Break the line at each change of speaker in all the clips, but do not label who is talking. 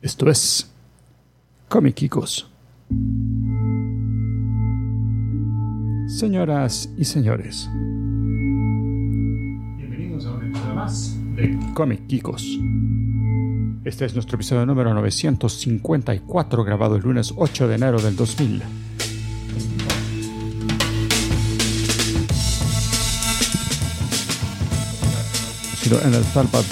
Esto es Comikikos. Señoras y señores,
Bienvenidos a un episodio más de
Comikikos. Este es nuestro episodio número 954, grabado el lunes 8 de enero del 2000. Sido en el Salvador.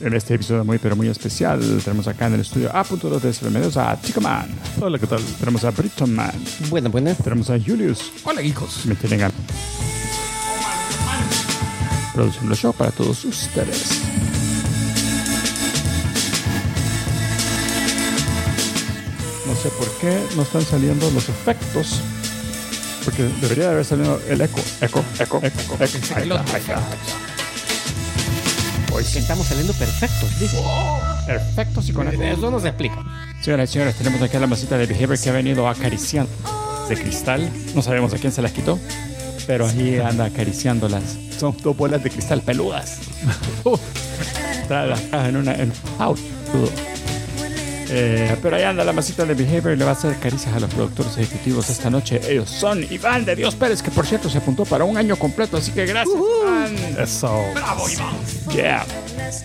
En este episodio muy pero muy especial tenemos acá en el estudio A.2 de bienvenidos a Chico Man. Hola, ¿qué tal? Tenemos a Britton Man.
Bueno, pues buenas.
Tenemos a Julius.
Hola, hijos.
Me tienen ganas. Producción del show para todos ustedes. No sé por qué no están saliendo los efectos. Porque debería de haber salido el eco. Eco, eco, eco, eco. Ahí está, ahí está.
Que estamos saliendo perfectos, dice.
Efectos y con eco.
Eso no se explica.
Señoras y señores, tenemos aquí a la masita de Behavior que ha venido acariciando de cristal. No sabemos a quién se las quitó, pero allí anda acariciándolas. Son dos bolas de cristal peludas. Trae las cajas en una en out. Eh, pero ahí anda la masita de Behavior y le va a hacer caricias a los productores ejecutivos esta noche. Ellos son Iván de Dios Pérez, que por cierto se apuntó para un año completo, así que gracias. Iván. Eso. Bravo, Iván. Yeah.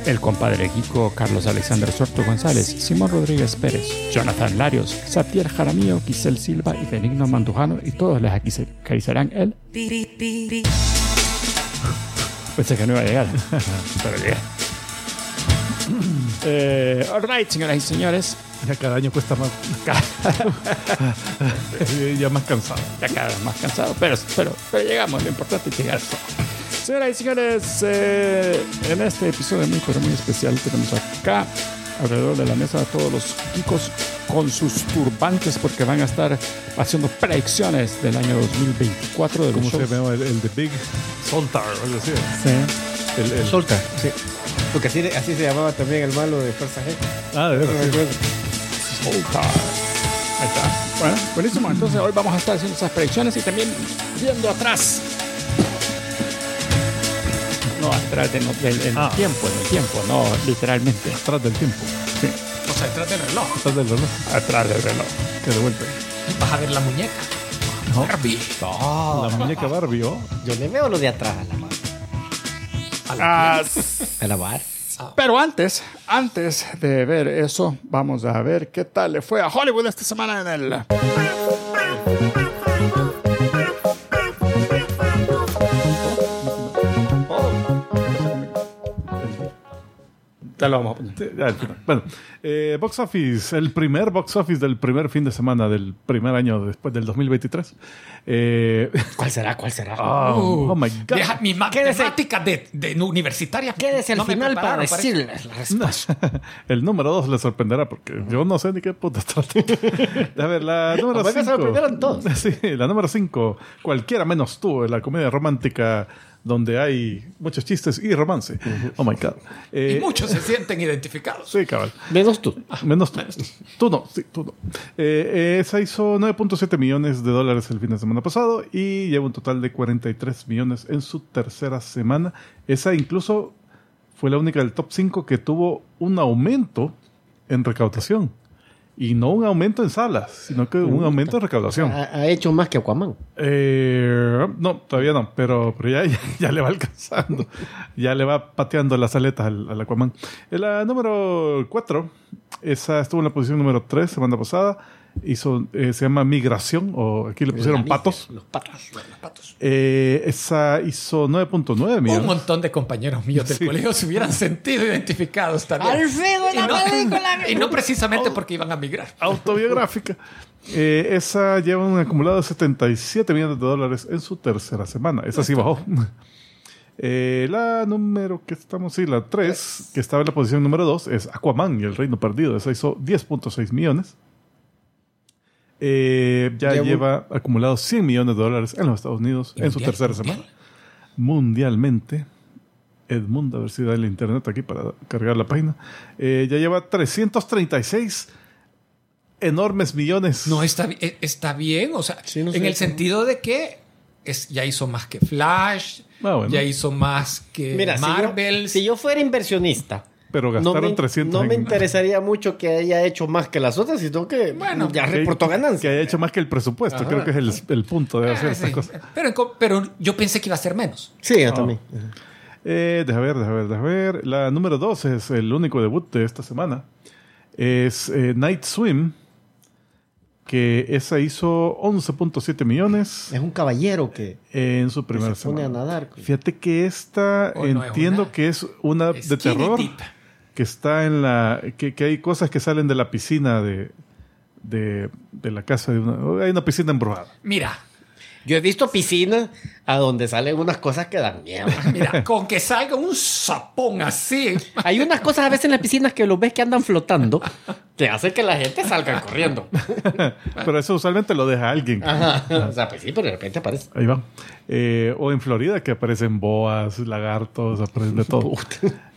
El compadre Guico, Carlos Alexander Sorto González, Simón Rodríguez Pérez, Jonathan Larios, Satier Jaramillo, Quisel Silva y Benigno Mandujano, y todos les acarici- acariciarán él. Pensé que no iba a llegar, pero llegué. Eh, all right, señoras y señores.
Ya cada año cuesta más. ya más cansado.
ya cada vez más cansado, pero, pero, pero llegamos, lo importante es llegar. Señoras y señores, eh, en este episodio muy, pero muy especial tenemos acá, alrededor de la mesa, a todos los chicos con sus turbantes porque van a estar haciendo predicciones del año 2024 de los
¿Cómo se
shows.
llama? El, el de Big Soltar o algo así.
Sí.
El, el-
Solta. Sí. Porque así, así se llamaba también el malo de Fuerza G.
Ah, de
No me
verdad. sí.
acuerdo.
Showtime. Ahí está. Bueno, buenísimo. Entonces hoy vamos a estar haciendo esas predicciones y también viendo atrás. No, atrás de no- del del
Ah.
tiempo, en el tiempo, no literalmente.
Atrás del tiempo.
O sea, detrás del reloj.
Atrás del reloj.
Atrás del reloj.
Que de vuelta.
Vas a ver la muñeca. Barbie.
La muñeca Barbie, ¿oh?
Yo le veo lo de atrás a la mar.
Ah,
A la bar.
pero antes, antes de ver eso, vamos a ver qué tal le fue a Hollywood esta semana en el... Ya lo vamos a poner.
Sí, ya, al final. Bueno, eh, box office, el primer box office del primer fin de semana del primer año después del 2023. Eh,
¿Cuál será? ¿Cuál será?
oh, oh my God.
Uh. Deja mis matemáticas de, de universitaria.
Quédese al
No me
final para
prepararon eso.
decirles la respuesta.
El número 2 le sorprenderá porque yo no sé ni qué puta trata. A ver, la número
Oiga,
5.
se sorprendieron todos.
Sí, la número 5. Cualquiera menos tú, la comedia romántica donde hay muchos chistes y romance. Oh my God.
Y
Eh,
muchos se sienten identificados.
Sí, cabal.
Menos tú.
Menos tú. Tú no, sí, tú no. Eh, esa hizo 9.7 millones de dólares el fin de semana pasado y lleva un total de 43 millones en su tercera semana. Esa incluso fue la única del top 5 que tuvo un aumento en recaudación. Y no un aumento en salas, sino que un aumento en recaudación.
Ha, ha hecho más que Aquaman.
Pues Eh, no, todavía no, pero, pero ya, ya, ya le va alcanzando. ya le va pateando las aletas al, al Aquaman. En la número 4, esa estuvo en la posición número 3 semana pasada. Hizo, eh, se llama Migración, o aquí le pusieron
La migra,
patos.
Los patos.
Los patos.
Eh, esa hizo 9.9
Un
millones.
montón de compañeros míos del
Sí.
colegio se hubieran sentido identificados también.
Alfredo,
Y
la película.
no, y no precisamente porque iban a migrar.
Autobiográfica. Eh, esa lleva un acumulado de 77 millones de dólares en su tercera semana. Esa sí bajó. Eh, la número que estamos, sí, la 3, que estaba en la posición número 2, es Aquaman y el Reino Perdido. Esa hizo 10.6 millones. Eh, ya
Llevo-
lleva acumulados 100 millones de dólares en los Estados Unidos en su
Mundial,
tercera
mundial.
semana. Mundialmente. Edmundo, a ver si da el internet aquí para cargar la página. Eh, ya lleva 336 enormes millones.
No, está, bi- eh, está bien. O sea,
Sí, no
en
sé.
el sentido de que es, ya hizo más que Flash,
Ah, bueno.
ya hizo más que
Mira, si yo-
Marvel.
si yo, fuera inversionista,
Pero
no
gastaron
me,
300
no me
en-
interesaría mucho que haya hecho más que las otras, sino que
Bueno,
ya
que-
reportó
Que
ganancia.
haya hecho más que el presupuesto. Creo que es el, el punto de hacer
Ah,
estas
sí.
cosas.
pero, en co- pero yo pensé que iba a ser menos.
Sí, yo también.
Eh, deja ver, deja ver, deja ver. La número 2 es el único debut de esta semana. Es eh, Night Swim, que esa hizo 11.7 millones
Es un caballero que
en su primera
Pues se pone
semana.
a nadar.
Fíjate que esta
Oh, no es
entiendo
una.
que es una de
Skinny
terror.
Dip.
Que está en la. Que, que hay cosas que salen de la piscina de, de, de la casa de una. oh, Hay una piscina embrujada.
Mira,
Yo he visto piscinas a donde salen unas cosas que dan miedo.
mira, con que salga un sapón así.
Este-
Hay unas cosas a veces en las piscinas que los ves que andan flotando, que hace que la gente salga corriendo.
Ah.
Pero eso usualmente lo deja alguien.
Ajá. O sea, pues sí, pero de repente aparece.
Ahí va. Eh, o en Florida, que aparecen boas, lagartos, aparecen de todo.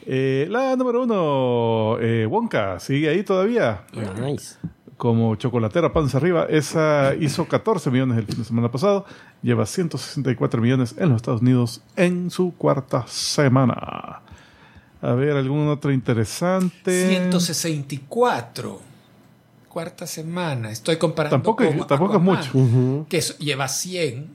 Eh, la número uno, eh, Wonka, sigue ahí todavía,
Nice.
como chocolatera panza arriba. Esa hizo 14 millones el fin de semana pasado, lleva 164 millones en los Estados Unidos en su cuarta semana. A ver, algún otro interesante.
164. Cuarta semana. Estoy comparando.
Tampoco-
con
tampoco es
Aquaman,
mucho.
Que es- lleva 100.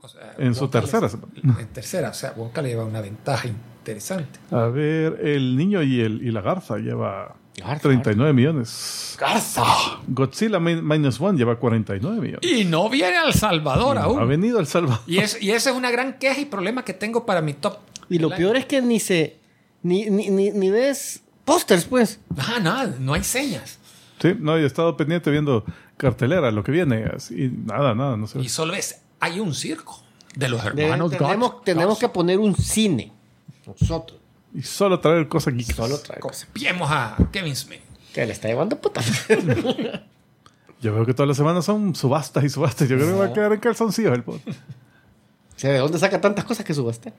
O sea,
En su
Wonka
tercera
le-
semana.
En tercera. O sea, Wonka le lleva una ventaja interesante.
A ver, el niño y, el, y la garza lleva
Garza,
39 millones.
¡Garza!
Godzilla Min- Minus One lleva 49 millones.
Y no viene al Salvador
Ha
aún.
venido El Salvador.
Y, es, y esa es una gran queja y problema que tengo para mi top.
Y lo
del
peor
año.
es que ni se. ni, ni, ni, ni ves pósters, pues.
Ah, nada, no hay señas.
Sí, no, yo he estado pendiente viendo cartelera, lo que viene. así, y nada, nada, no sé.
Y solo es, hay un circo de los
De-
hermanos
tenemos
Gott-
tenemos
Gott-
que poner un cine. Nosotros.
Y solo traer cosas geeks.
Solo trae cosas.
Copiemos a Kevin Smith.
Que le está llevando puta.
Yo veo que todas las semanas son subastas y subastas. Yo creo que va a quedar en calzoncillos el pod.
O sea, ¿de dónde saca tantas cosas que subaste?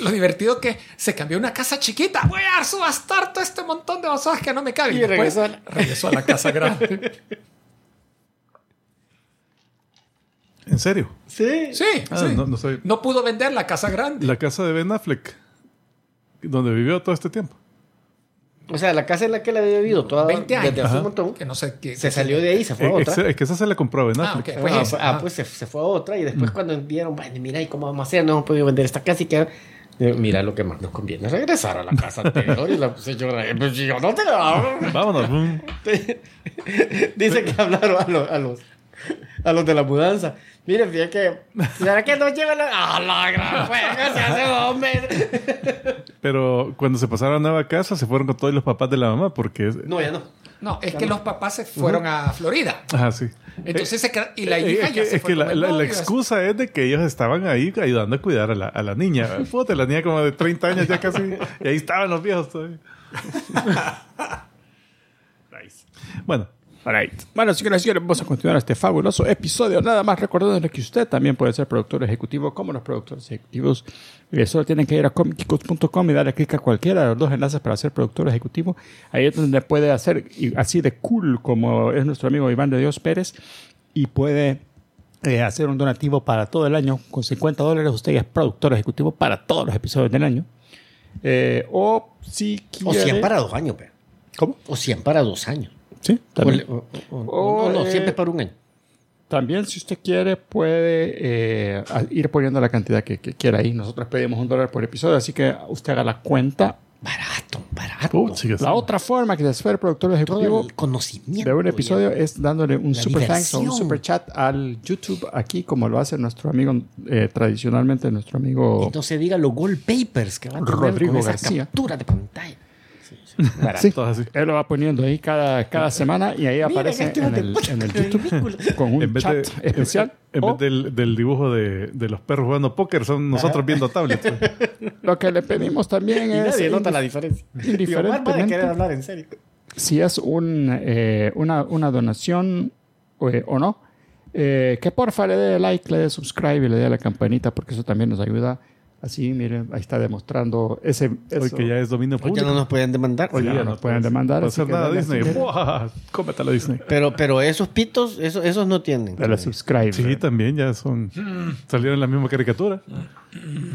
Lo divertido que se cambió una casa chiquita. Voy a subastar todo este montón de basadas que no me caben.
Y
después
regresó a la-
regresó a la casa grande.
¿En serio?
Sí.
Sí,
Ah,
sí.
No,
No,
no soy.
pudo vender la casa grande.
La casa de Ben Affleck, donde vivió todo este tiempo.
O sea, la casa en la que le había vivido toda
20 años.
Ah, desde hace
Ajá.
un montón.
Que no sé qué.
Se salió de ahí, se fue a
Eh,
otra.
ex- Es que esa se la compró a Ben
Ah,
Affleck.
ok. Pues
ah,
esa,
ah,
ajá.
pues se, se fue a otra y después cuando vieron, bueno, mira, ¿y cómo vamos a hacer? No hemos podido vender esta casa y que Mira, lo que más nos conviene es regresar a la casa anterior y la señora, "Eh, pues yo no te la
Vámonos. boom.
Dice que hablaron a los, a los, a los de la mudanza. Mire, fíjate que, ¿será que nos llevan a... ¡A la gran juega se hace hombre!
Pero cuando se pasaron a la nueva casa, se fueron con todos los papás de la mamá porque. es-
No, ya no.
No, es que los papás se fueron a Florida.
Ajá, ah, sí.
Entonces se queda- y la
Eh,
hija
es que,
ya se
es
fue
que la,
con el
la- la
novio,
excusa es de que ellos estaban ahí ayudando a cuidar a la, a la niña. Puta, la niña como de 30 años ya casi. Y ahí estaban los viejos todavía. Bueno,
Alright. Bueno, señoras y señores, vamos a continuar este fabuloso episodio. Nada más recordándoles que usted también puede ser productor ejecutivo como los productores ejecutivos. Eh, solo tienen que ir a comicicos.com y darle clic a cualquiera de los dos enlaces para ser productor ejecutivo. Ahí es donde puede hacer y- así de cool como es nuestro amigo Iván de Dios Pérez y puede eh, hacer un donativo para todo el año. Con 50 dólares usted ya es productor ejecutivo para todos los episodios del año. Eh, o si quiere...
O 100 para dos años, pero.
¿Cómo?
O 100 para dos años.
Sí,
O,
también.
o- o-
O,
no, no,
eh,
siempre para un año.
También, si usted quiere, puede eh, a- ir poniendo la cantidad que, que quiera ahí. Nosotros pedimos un dólar por episodio, así que usted haga la cuenta.
Barato, barato.
putz, sigue
La
así.
otra forma que de ser productor
Todo
ejecutivo
el conocimiento.
de un episodio es dándole un
La
super thanks o un
diversión.
super chat al YouTube aquí, como lo hace nuestro amigo, eh, tradicionalmente nuestro
ya.
amigo.
Y no se diga los wallpapers que van a tener
Rodrigo
con esa
García.
captura de pantalla. Sí, sí. Barato.
Sí,
todos así.
él lo va poniendo ahí cada, cada semana y ahí aparece
captura
en
de
el,
puta,
en el
qué
YouTube con un
En vez
chat
de-
especial.
En
o-
vez del, del dibujo de, de los perros jugando póker, son nosotros viendo pues. tablet.
Lo que le pedimos también
Y
es.
nadie nota la
indif-
diferencia. Y Omar va a
Indiferentemente.
querer hablar en serio.
si es un, eh, una, una donación eh, o no, eh, que porfa le dé like, le dé subscribe y le dé a la campanita, porque eso también nos ayuda Así, miren, ahí está demostrando ese...
Hoy
eso.
que ya es dominio
Porque
público.
no nos pueden demandar.
Oye, ya nos pueden demandar,
No
así
hacer
que
nada
dale
Disney.
así.
¡Buah! Cómetela Disney.
Pero, pero esos pitos, esos, esos no tienen.
De los subscribers.
Sí, también ya son. Salieron en la misma caricatura.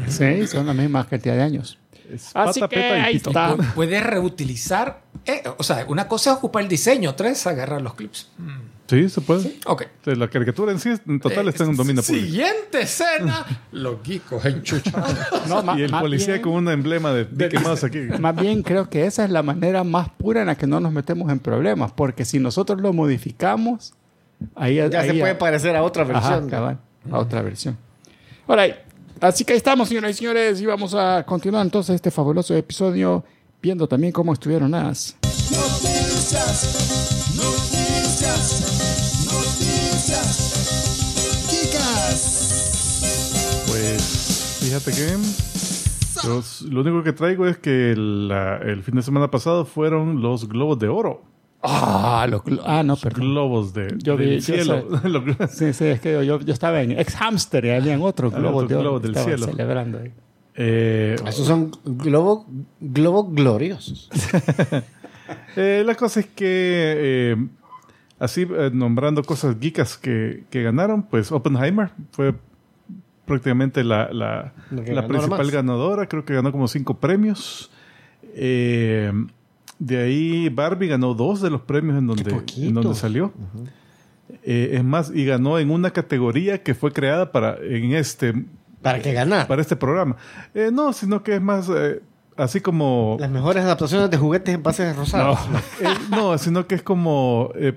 Sí, son la misma cantidad de años.
Es
Así
pata,
que
peta y
ahí
pito.
está.
Pu- Puedes reutilizar. eh, o sea, una cosa es ocupar el diseño, otra es agarrar los clips. Mm,
Sí, se puede.
Ok.
Sí, La caricatura en sí, en total,
Eh,
está en un dominio público.
Siguiente escena: los geekos enchuchados.
No, ma-
Y el
más
policía
bien-
con un emblema de Mickey Mouse aquí.
Más bien creo que esa es la manera más pura en la que no nos metemos en problemas, porque si nosotros lo modificamos, ahí
Ya se
ahí-
puede parecer a otra
Ajá,
versión.
cabal, a otra versión. All right. Así que ahí estamos, señoras y señores, y vamos a continuar entonces este fabuloso episodio viendo también cómo estuvieron las.
Noticias, noticias, noticias. Chicas,
Pues fíjate que yo s- lo único que traigo es que la- el fin de semana pasado fueron los globos de oro.
Ah, los glo- ah, no, perdón.
Globos de
Yo vi-
del
yo
cielo.
sé.
Los globos-
Sí, sí, es que yo, yo estaba en ex hamster y habían otros
Ah,
globos
otros
de oro
globos
que
del
estaban
cielo.
celebrando ahí.
Eh,
Esos son globos globos gloriosos.
eh, la cosa es que eh, así eh, nombrando cosas geekas que, que ganaron, pues Oppenheimer fue prácticamente la, la-
Lo que
la
ganó
principal
nomás.
ganadora. Creo que ganó como cinco premios. Eh, de ahí Barbie ganó dos de los premios en donde,
poquito.
en donde salió. Eh, es más, y ganó en una categoría que fue creada para, en este,
¿Para qué ganar?
para este programa. Eh, no, sino que es más eh, así como...
Las mejores adaptaciones de juguetes en bases
No,
rosados.
eh, no, sino que es como... eh,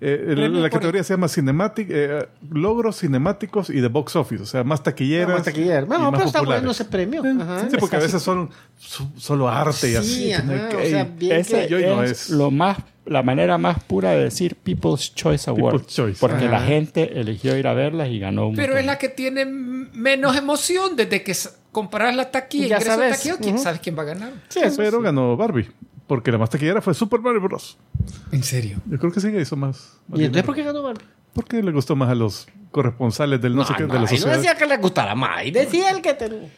eh, el-
Premio
la
por-
categoría se llama cinematic, eh, logros cinemáticos y de box office, o sea, más taquilleras.
Vamos a taquillar.
y
Ah, Bueno,
más
pero está
populares.
bueno ese premio.
Eh,
Ajá.
Sí, porque a veces son su- solo arte y así.
Sí,
que no hay
ajá,
que-
Ah, o sea,
Ey,
bien
Ese
que-
yo- no
es
es.
lo más, la manera más pura de decir People's Choice Award.
People's Choice.
Porque
Ajá.
la gente eligió ir a verlas y ganó un
Pero
montón.
es la que tiene m- menos emoción desde que s- comparas la taquilla.
Ya
ingreso de
sabes.
taquilla, ¿quién
Ujú.
sabes quién va a ganar?
Sí,
pero ganó Barbie, porque la más taquillera fue Super Mario Bros.
En serio.
Yo creo que sí que hizo más. más
¿Y entonces
dinero.
por qué ganó Barbie?
Porque le gustó más a los corresponsales del no, sé qué de la
Ay, no
sociedad.
decía que le gustara más. Y decía el que tenía.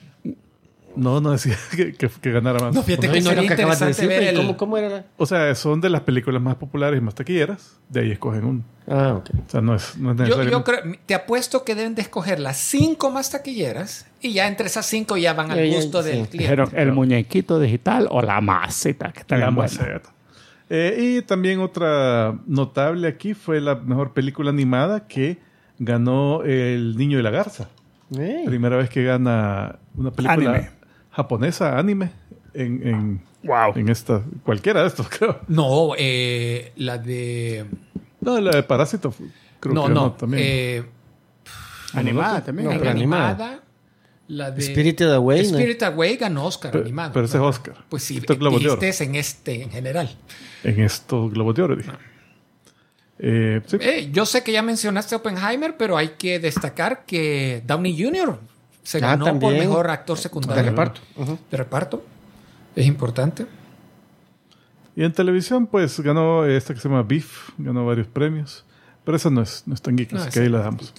No, no decía que, que- que ganara más.
No, fíjate
No,
que
y Pues no
sería
lo que acabas de
interesante
decir.
ver
¿y
el-
¿Cómo, ¿Cómo era la...?
O sea, son de las películas más populares y más taquilleras. De ahí escogen uno.
Ah, ok.
O sea, no es, no es
Yo,
necesariamente-
yo creo, te apuesto que deben de escoger las cinco más taquilleras y ya entre esas cinco ya van al
Ya, ya,
gusto
sí.
del cliente.
Dijeron el muñequito digital o la maceta que está
La
bien buena.
maceta. Eh, y también otra notable aquí fue la mejor película animada que ganó El Niño y la Garza.
Ey.
Primera vez que gana una película
Anime.
japonesa, anime, en, en,
Ah.
en esta, cualquiera de estos, creo.
No, eh, la de.
No, la de Parásito, fu- creo
no,
que
no.
ganó también.
eh,
Animada también.
No,
creo.
pero
animada.
animada.
La de.
Spirited Away. ¿no?
Spirit Away ganó Oscar
Pe-
animada.
pero ese es Oscar.
Pues sí,
Esto es Globo de Oro.
dijiste en este en general.
En estos Globos de Oro, dije.
Ah.
Eh, sí.
Eh, yo sé que ya mencionaste Oppenheimer, pero hay que destacar que Downey Jr. se
Ah,
ganó por
también.
mejor actor
De
secundario.
reparto. Ujú.
De reparto. Es importante.
Y en televisión, pues ganó esta que se llama Beef, ganó varios premios. Pero esa no es, no es tan geek,
No,
así
esa
que ahí la
no es
dejamos.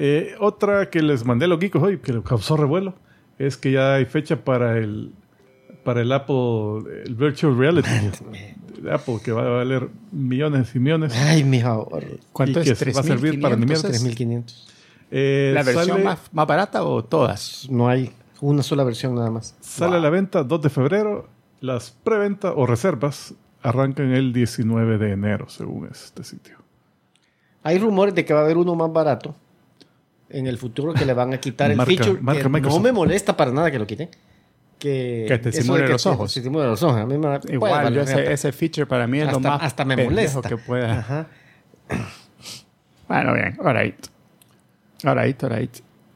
Eh, otra que les mandé a los geekos hoy, que le causó revuelo, es que ya hay fecha para el, para el Apple, el Virtual Reality de Apple, que va a valer millones y millones.
Ay, mis ahorros.
¿Cuánto
¿Y qué
es?
es? ¿Va a servir para animar?
3.500?
3.500.
Eh,
¿La versión
sale,
más, más barata o todas?
No hay una sola versión nada más.
sale a la venta 2 de febrero. Las preventa o reservas arrancan el 19 de enero, según este sitio.
Hay rumores de que va a haber uno más barato en el futuro que le van a quitar el
Marca-
feature.
marca
que no
Microsoft.
me molesta para nada que lo quiten. Que,
Que te
eso de
simule
que
los
te-
ojos.
te simule los ojos. A mí me da- puede
Igual,
valer
yo ese,
reata.
ese feature para mí es lo
Hasta-
más
hasta me
pendejo
molesta.
que pueda.
Ajá.
Bueno, bien, all right. All right, all right.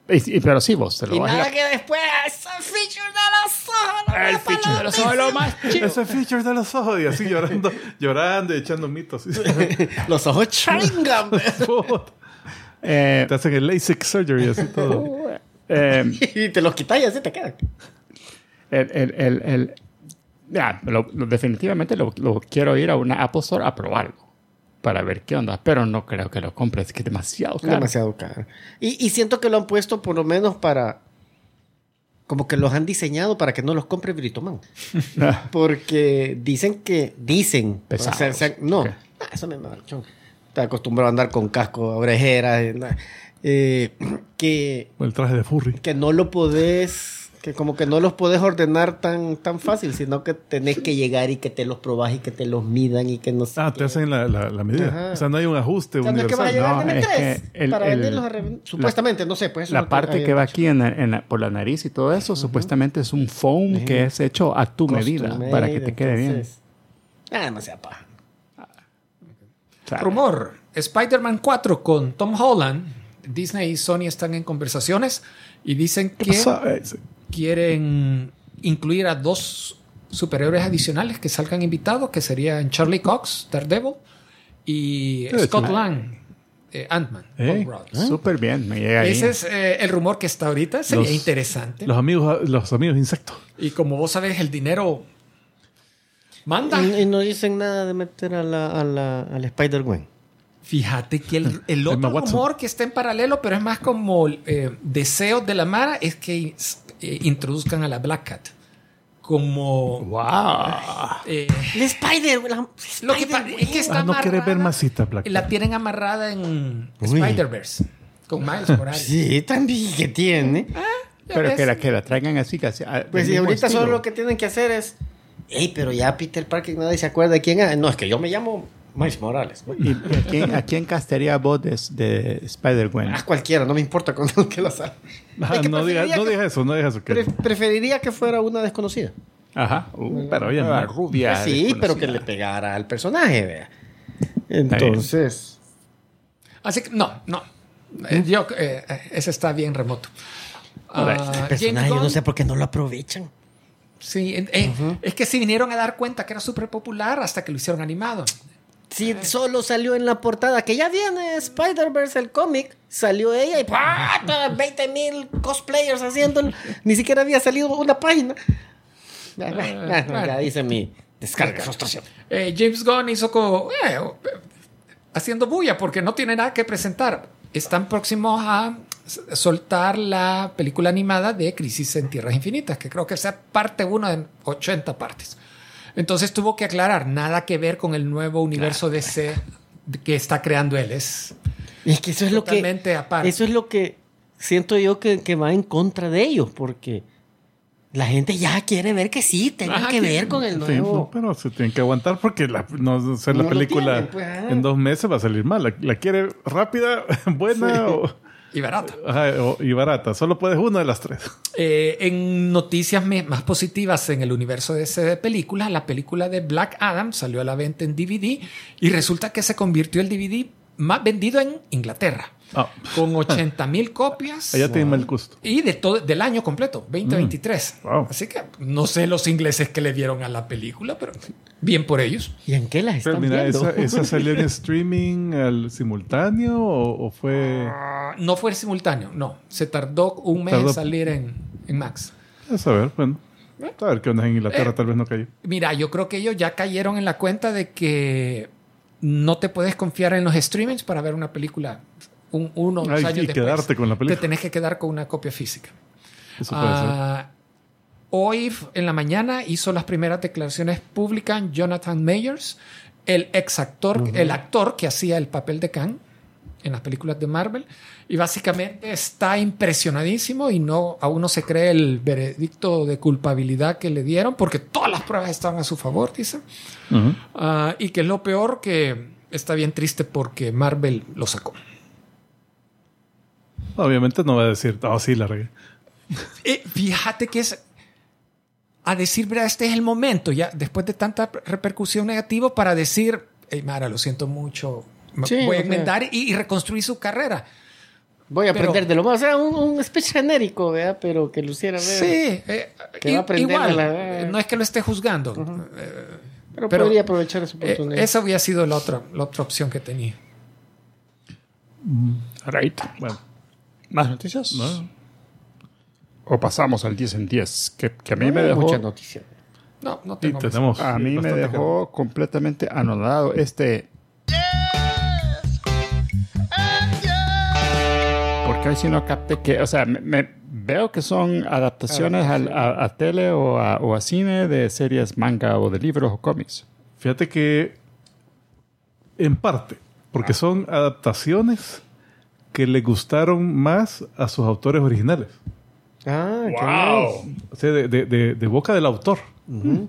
Y- y- pero sí, vos te lo
Y
vas a
nada
ir
que después, ese feature de los ojos.
a- Ah, El feature de los ojos es lo más chido.
Ese feature de los ojos y así llorando, llorando y echando mitos.
Los ojos chingam.
Eh,
Te hacen el LASIK surgery así todo.
eh,
y te los quitas y así te quedan.
el, el, el, el- ya, lo- lo- definitivamente lo, lo quiero ir a una Apple Store a probarlo para ver qué onda, pero no creo que lo compres, que es demasiado caro.
Demasiado caro. Y, y siento que lo han puesto por lo menos para como que los han diseñado para que no los compre Britoman. Porque dicen que. Dicen.
Pesados.
O sea, o sea, no.
Ok.
Ah, eso me va Está acostumbrado a andar con casco, orejeras. eh, nah. Eh, que,
O El traje de furry.
que no lo podés. Que como que no los podés ordenar tan, tan fácil, sino que tenés que llegar y que te los probás y que te los midan y que no sé
Ah,
qué.
te hacen la, la, la medida.
Ajá.
O sea, no hay un ajuste
O sea, no es que vas a
universal.
llegar
no,
a tener
es
tres
que el-
para
el-
venderlos a reven- Supuestamente, no sé, pues. eso
La
no te-
parte
había
que va
dicho.
aquí en la- en la- por la nariz y todo eso, supuestamente es un foam que es hecho a tu medida
Custom
para que
made,
te quede bien.
entonces. Ah, no sea paja.
O sea,
Rumor, Spider-Man 4 con Tom Holland, Disney y Sony están en conversaciones y dicen que
¿Sabes?
quieren incluir a dos superhéroes adicionales que salgan invitados, que serían Charlie Cox, Daredevil, y
Sí,
Scott
sí.
Lang, eh, Ant-Man.
Eh,
Paul
ah,
Rudd.
Súper bien, me llega ahí.
Ese es eh, el rumor que está ahorita, sería
Los-
interesante.
Los amigos, ah, los amigos insectos.
Y como vos sabés, el dinero manda.
Y, y no dicen nada de meter a la, a la, al Spider-Gwen.
Fíjate que el, el
Emma
otro
Watson.
rumor que está en paralelo, pero es más como eh, deseos de la Mara, es que eh, introduzcan a la Black Cat. Como. Eh,
La Spider, la
lo que pa- es que está
Ah, no quieres ver
amarrada,
masita, Black.
La tienen amarrada en
Uy.
Spider-Verse. Con Miles Morales.
Sí, también que tiene.
Ya
Pero
ves.
que la, que la traigan así. Que así, ah,
Pues
del
y
mismo
ahorita solo
estilo.
lo que tienen que hacer es. Ey, pero ya Peter Parker nadie se acuerda de quién es. No, es que yo me llamo Miles Morales. pues.
¿Y a quién, a quién castearía vos de, de Spider-Gwen?
Ah, cualquiera, no me importa con el que lo salga.
Ah,
Es que
no digas
preferiría
no
que-
digas eso, no digas eso. que-
pre- preferiría que fuera una desconocida.
Ajá. Uh, pero
bien,
una
¿no?
rubia.
sí, pero
desconocida.
que le pegara al personaje, vea. Entonces.
Así que no, no. Eh, Yo, eh, eh, ese está bien remoto.
Alright.
Ah,
El
James
personaje, yo no
Gunn-
sé por qué no lo aprovechan.
Sí, en- eh, es que se vinieron a dar cuenta que era súper popular hasta que lo hicieron animado.
Si solo salió en la portada, que ya viene Spider-Verse, el cómic, salió ella y ¡pah! 20 mil cosplayers haciéndolo. Ni siquiera había salido una página. Ya,
Ah,
ya, ya,
claro.
ya dice mi descarga, frustración.
Eh, James Gunn hizo como eh, eh, haciendo bulla porque no tiene nada que presentar. Están próximos a s- soltar la película animada de Crisis en Tierras Infinitas, que creo que sea parte 1 de 80 partes. Entonces tuvo que aclarar nada que ver con el nuevo universo DC que está creando él. Es
Es que eso es lo que.
totalmente aparte.
Eso es lo que siento yo que, que va en contra de ellos, porque la gente ya quiere ver que sí, tenga
Ajá,
que
que-
ver con el
Sí,
nuevo.
no, pero se tienen que aguantar porque la, no hacer la
No lo
película
tienen, pues, ajá.
en dos meses va a salir mal. La, la quiere rápida, buena o-
Y barato.
ajá, o- y barata. Solo puedes una de las tres.
Eh, en noticias me- más positivas en el universo de ese de películas, la película de Black Adam salió a la venta en DVD y resulta que se convirtió el DVD más vendido en Inglaterra,
Ah,
con 80 mil copias
allá tiene mal gusto. Mm.
y de todo del año completo, 2023.
Wow.
Así que no sé los ingleses que le dieron a la película, pero bien por ellos.
¿Y en qué las
Pero
están
Pues mira,
viendo?
esa, esa salió en streaming al simultáneo o, o fue.
Ah, No fue simultáneo, no. Se tardó un mes
Tardó-
en salir en, en Max.
A saber, bueno. A ver qué onda en Inglaterra, tal vez no cayó.
Mira, yo creo que ellos ya cayeron en la cuenta de que no te puedes confiar en los streamings para ver una película un, uno o dos
Ay,
años
y
después.
quedarte con la
Te
película.
tenés que quedar con una copia física.
Eso puede ser.
Ah, hoy f- en la mañana hizo las primeras declaraciones públicas Jonathan Mayers, el ex actor, el actor que hacía el papel de Khan en las películas de Marvel y básicamente está impresionadísimo y no aún no se cree el veredicto de culpabilidad que le dieron porque todas las pruebas estaban a su favor, dice.
Ujú.
Ah, y que es lo peor que está bien triste porque Marvel lo sacó.
Obviamente no va a decir, oh, sí, la regué.
Eh, fíjate que es. A decir, verdad, este es el momento, ya después de tanta repercusión negativa, para decir, hey, Mara, lo siento mucho, me-
Sí,
voy a
o sea.
inventar y, y reconstruir su carrera.
Voy a
Pero-
aprender de lo más. O sea, un, un speech genérico, ¿verdad? Pero que luciera bien.
Sí, eh,
Que va a aprender
igual,
la-
eh, no es que lo esté juzgando. eh,
Pero,
pero-
podría aprovechar esa
eh,
oportunidad.
esa hubiera sido la otra, la otra opción que tenía.
Alright.
Bueno,
¿Más noticias?
no.
O pasamos al 10 en 10, que, que a mí
No
me
hay
dejó...
Muchas noticias.
No, no
Y
tengo más.
tenemos.
A mí me
bastante
dejó completamente anonadado este. Porque hoy sí no capté que, o sea, me, me Veo que son adaptaciones al- a, a tele o a, o a cine de series manga o de libros o cómics.
Fíjate que en parte, porque son adaptaciones que le gustaron más a sus autores originales.
Ah, qué nice.
O sea, de, de- de- de boca del autor.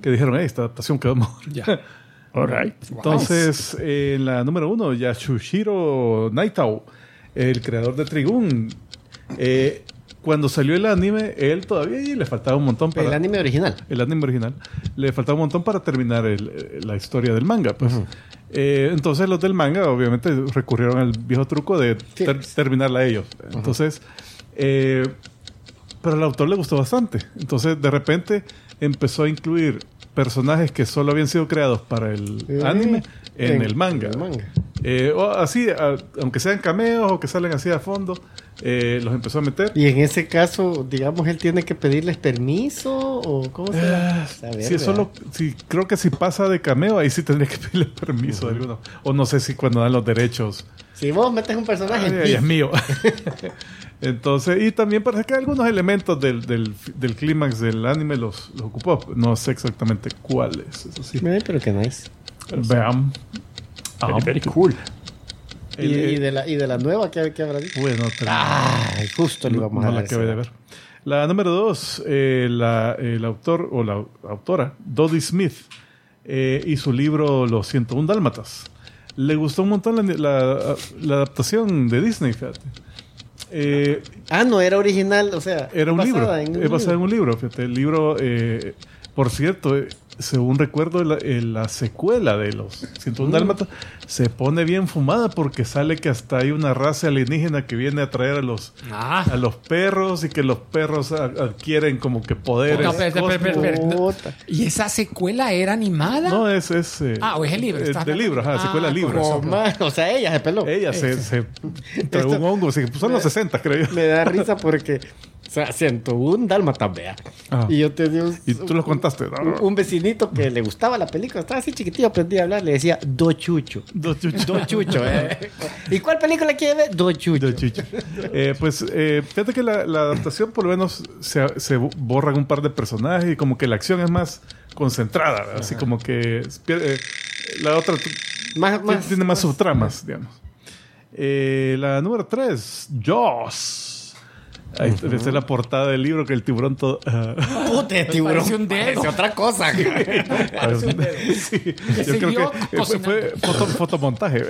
Que dijeron, "Ey, esta adaptación quedó mejor.
Ya.
All right.
Entonces, en la número uno, Yashushiro Naitao, el creador de Trigun. Eh, cuando salió el anime, él todavía y le faltaba un montón para
El anime original.
el anime original, le faltaba un montón para terminar el- eh, la historia del manga. Pues. Eh, entonces los del manga obviamente recurrieron al viejo truco de ter- terminarla ellos. Entonces, eh, pero al autor le gustó bastante. Entonces de repente empezó a incluir personajes que solo habían sido creados para el
Eh,
anime en,
en
el manga.
el manga.
Eh, o así, a- aunque sean cameos o que salen así a fondo, eh, los empezó a meter.
Y en ese caso, digamos, él tiene que pedirles permiso o cómo se llama. Saber,
Si Ah, eso
¿verdad?
lo, si, creo que si pasa de cameo, ahí sí tendría que pedirle permiso a alguno. O no sé si cuando dan los derechos.
Si vos metes un personaje,
Ay,
pi-
es mío. Entonces, y también parece que algunos elementos del, del, del clímax del anime los, los ocupó. No sé exactamente cuáles. Eso sí.
Ay, pero qué nice.
Vean. Ah,
Very, very cool.
Y,
El- eh,
y de la, y de la nueva que, que habrá dicho.
bueno, pero-
Ay, justo le
No,
íbamos
no
a
la
dar
acabé
esa.
de ver. La número dos, eh, la- el autor o la autora, Dodie Smith, eh, y su libro Los 101 Dálmatas. Le gustó un montón la, la- la adaptación de Disney, fíjate. Eh,
Ah, no, era original, o sea.
era un libro.
basada en un
Es basada en un libro, fíjate. El libro, eh, por cierto, eh, según recuerdo, la, eh, la secuela de los
Mm.
101 Dálmatas se pone bien fumada porque sale que hasta hay una raza alienígena que viene a traer a los
Ah.
a los perros y que los perros a- adquieren como que poderes.
No, pero- pero- pero- pero-
libro.
libro.
Puta.
¿Y esa secuela era animada?
No, es. es eh,
Ah, o es el libro,
eh,
estás
de
hablando.
libro, ajá,
Ah,
secuela libro.
Oh, man, o sea, ella se peló.
Ella se, se tragó un hongo, sí, son los 60, creo yo.
Me da risa porque. O sea, 101 dálmatas, vea.
Ajá.
Y yo tenía un,
Ah. Y tú los contaste. ¿no?
un- un vecinito que le gustaba la película, estaba así chiquitito, aprendí a hablar, le decía Do Chucho.
Dos chuchos.
Do Chucho, eh. ¿Y cuál película quiere ver? Do Chucho.
Dos chuchos. Eh, pues eh, fíjate que la, la adaptación, por lo menos, se, se borran un par de personajes y como que la acción es más concentrada, ¿verdad? así como que pierde- eh, la otra
Más, más.
tiene más subtramas, digamos. Eh, la número 3, Jaws. Ahí está esa es la portada del libro que el tiburón todo. ah,
Puta, de tiburón.
Parece un dedo.
Parece otra cosa.
Ah, sí, yo
Ese
creo
guión
que fue, fue foto- fotomontaje.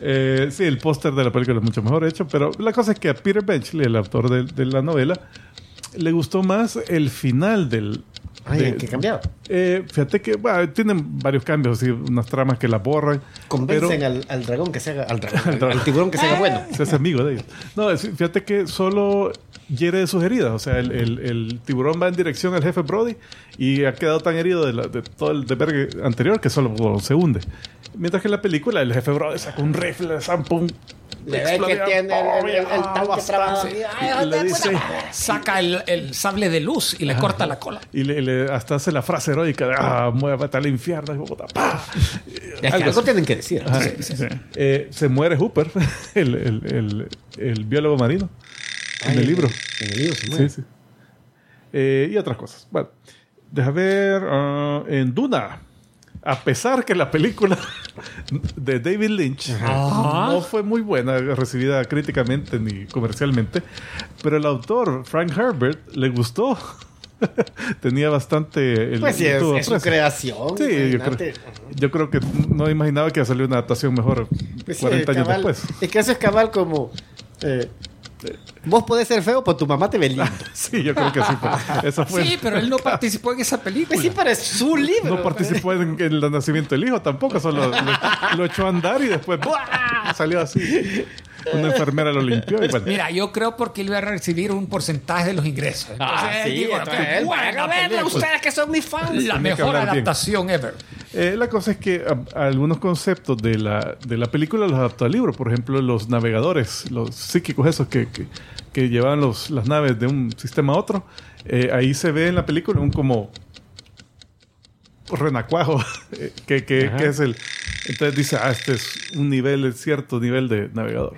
Eh, sí, el póster de la película es mucho mejor hecho, pero la cosa es que a Peter Benchley, el autor de, de la novela, le gustó más el final del.
Ay,
de-
¿en qué cambiado?
Eh, fíjate que bueno, tienen varios cambios, así, unas tramas que la borran.
Convencen
pero-
al, al dragón que se haga, al, dragón,
Al dragón.
al tiburón que se haga bueno.
Se hace amigo de ellos. No, es- fíjate que solo hiere de sus heridas. O sea, el, el- el tiburón va en dirección al jefe Brody y ha quedado tan herido de, la- de todo el debergue anterior que solo se hunde. Mientras que en la película el jefe Brody saca un rifle, le zampa un...
Le ve que tiene el, el, el tanque trabado.
sí.
Ay, hijo
Y le
de puta.
dice-
Saca el, el sable de luz y le corta la cola.
y le, le- hasta hace la frase heroica de ah, muévate al infierno. hijo de puta, pa".
Es que algo tienen que decir.
Ajá. Eh, se muere Hooper, el, el- el- el biólogo marino, en el libro.
En el libro se muere.
Sí, sí. Eh, y otras cosas. Bueno, deja ver ah, en Duna. A pesar que la película de David Lynch
Ajá.
no fue muy buena, recibida críticamente ni comercialmente, pero el autor, Frank Herbert, le gustó. Tenía bastante... El,
Pues sí, es,
tuvo
es su
aprecio.
creación.
Sí, yo
imagínate.
creo, yo creo que no imaginaba que iba a salir una adaptación mejor
Pues sí,
40 años
cabal.
después.
Es que eso es cabal como. eh, vos podés ser feo, pero tu mamá te ve lindo.
Sí, yo creo que sí. fue. Esa fue.
Sí, pero él no participó en esa película.
Pues sí, pero es su libro.
No participó en en el nacimiento del hijo tampoco, solo lo, lo echó a andar y después ¡buah! salió así. Una enfermera lo limpió y bueno.
Mira, yo creo porque él iba a recibir un porcentaje de los ingresos. Entonces,
Ah, sí,
digo,
entonces
qué
él
bueno,
paga la
verla,
película.
ustedes que son mis fans. La
Tiene que
mejor
hablar bien.
adaptación ever.
Eh, la cosa es que a- algunos conceptos de la, de la película los adaptó al libro. Por ejemplo, los navegadores, los psíquicos esos que, que, que llevaban los, las naves de un sistema a otro. eh, ahí se ve en la película un como renacuajo, eh, que, que, que es el... Entonces dice, ah, este es un nivel, cierto nivel de navegador.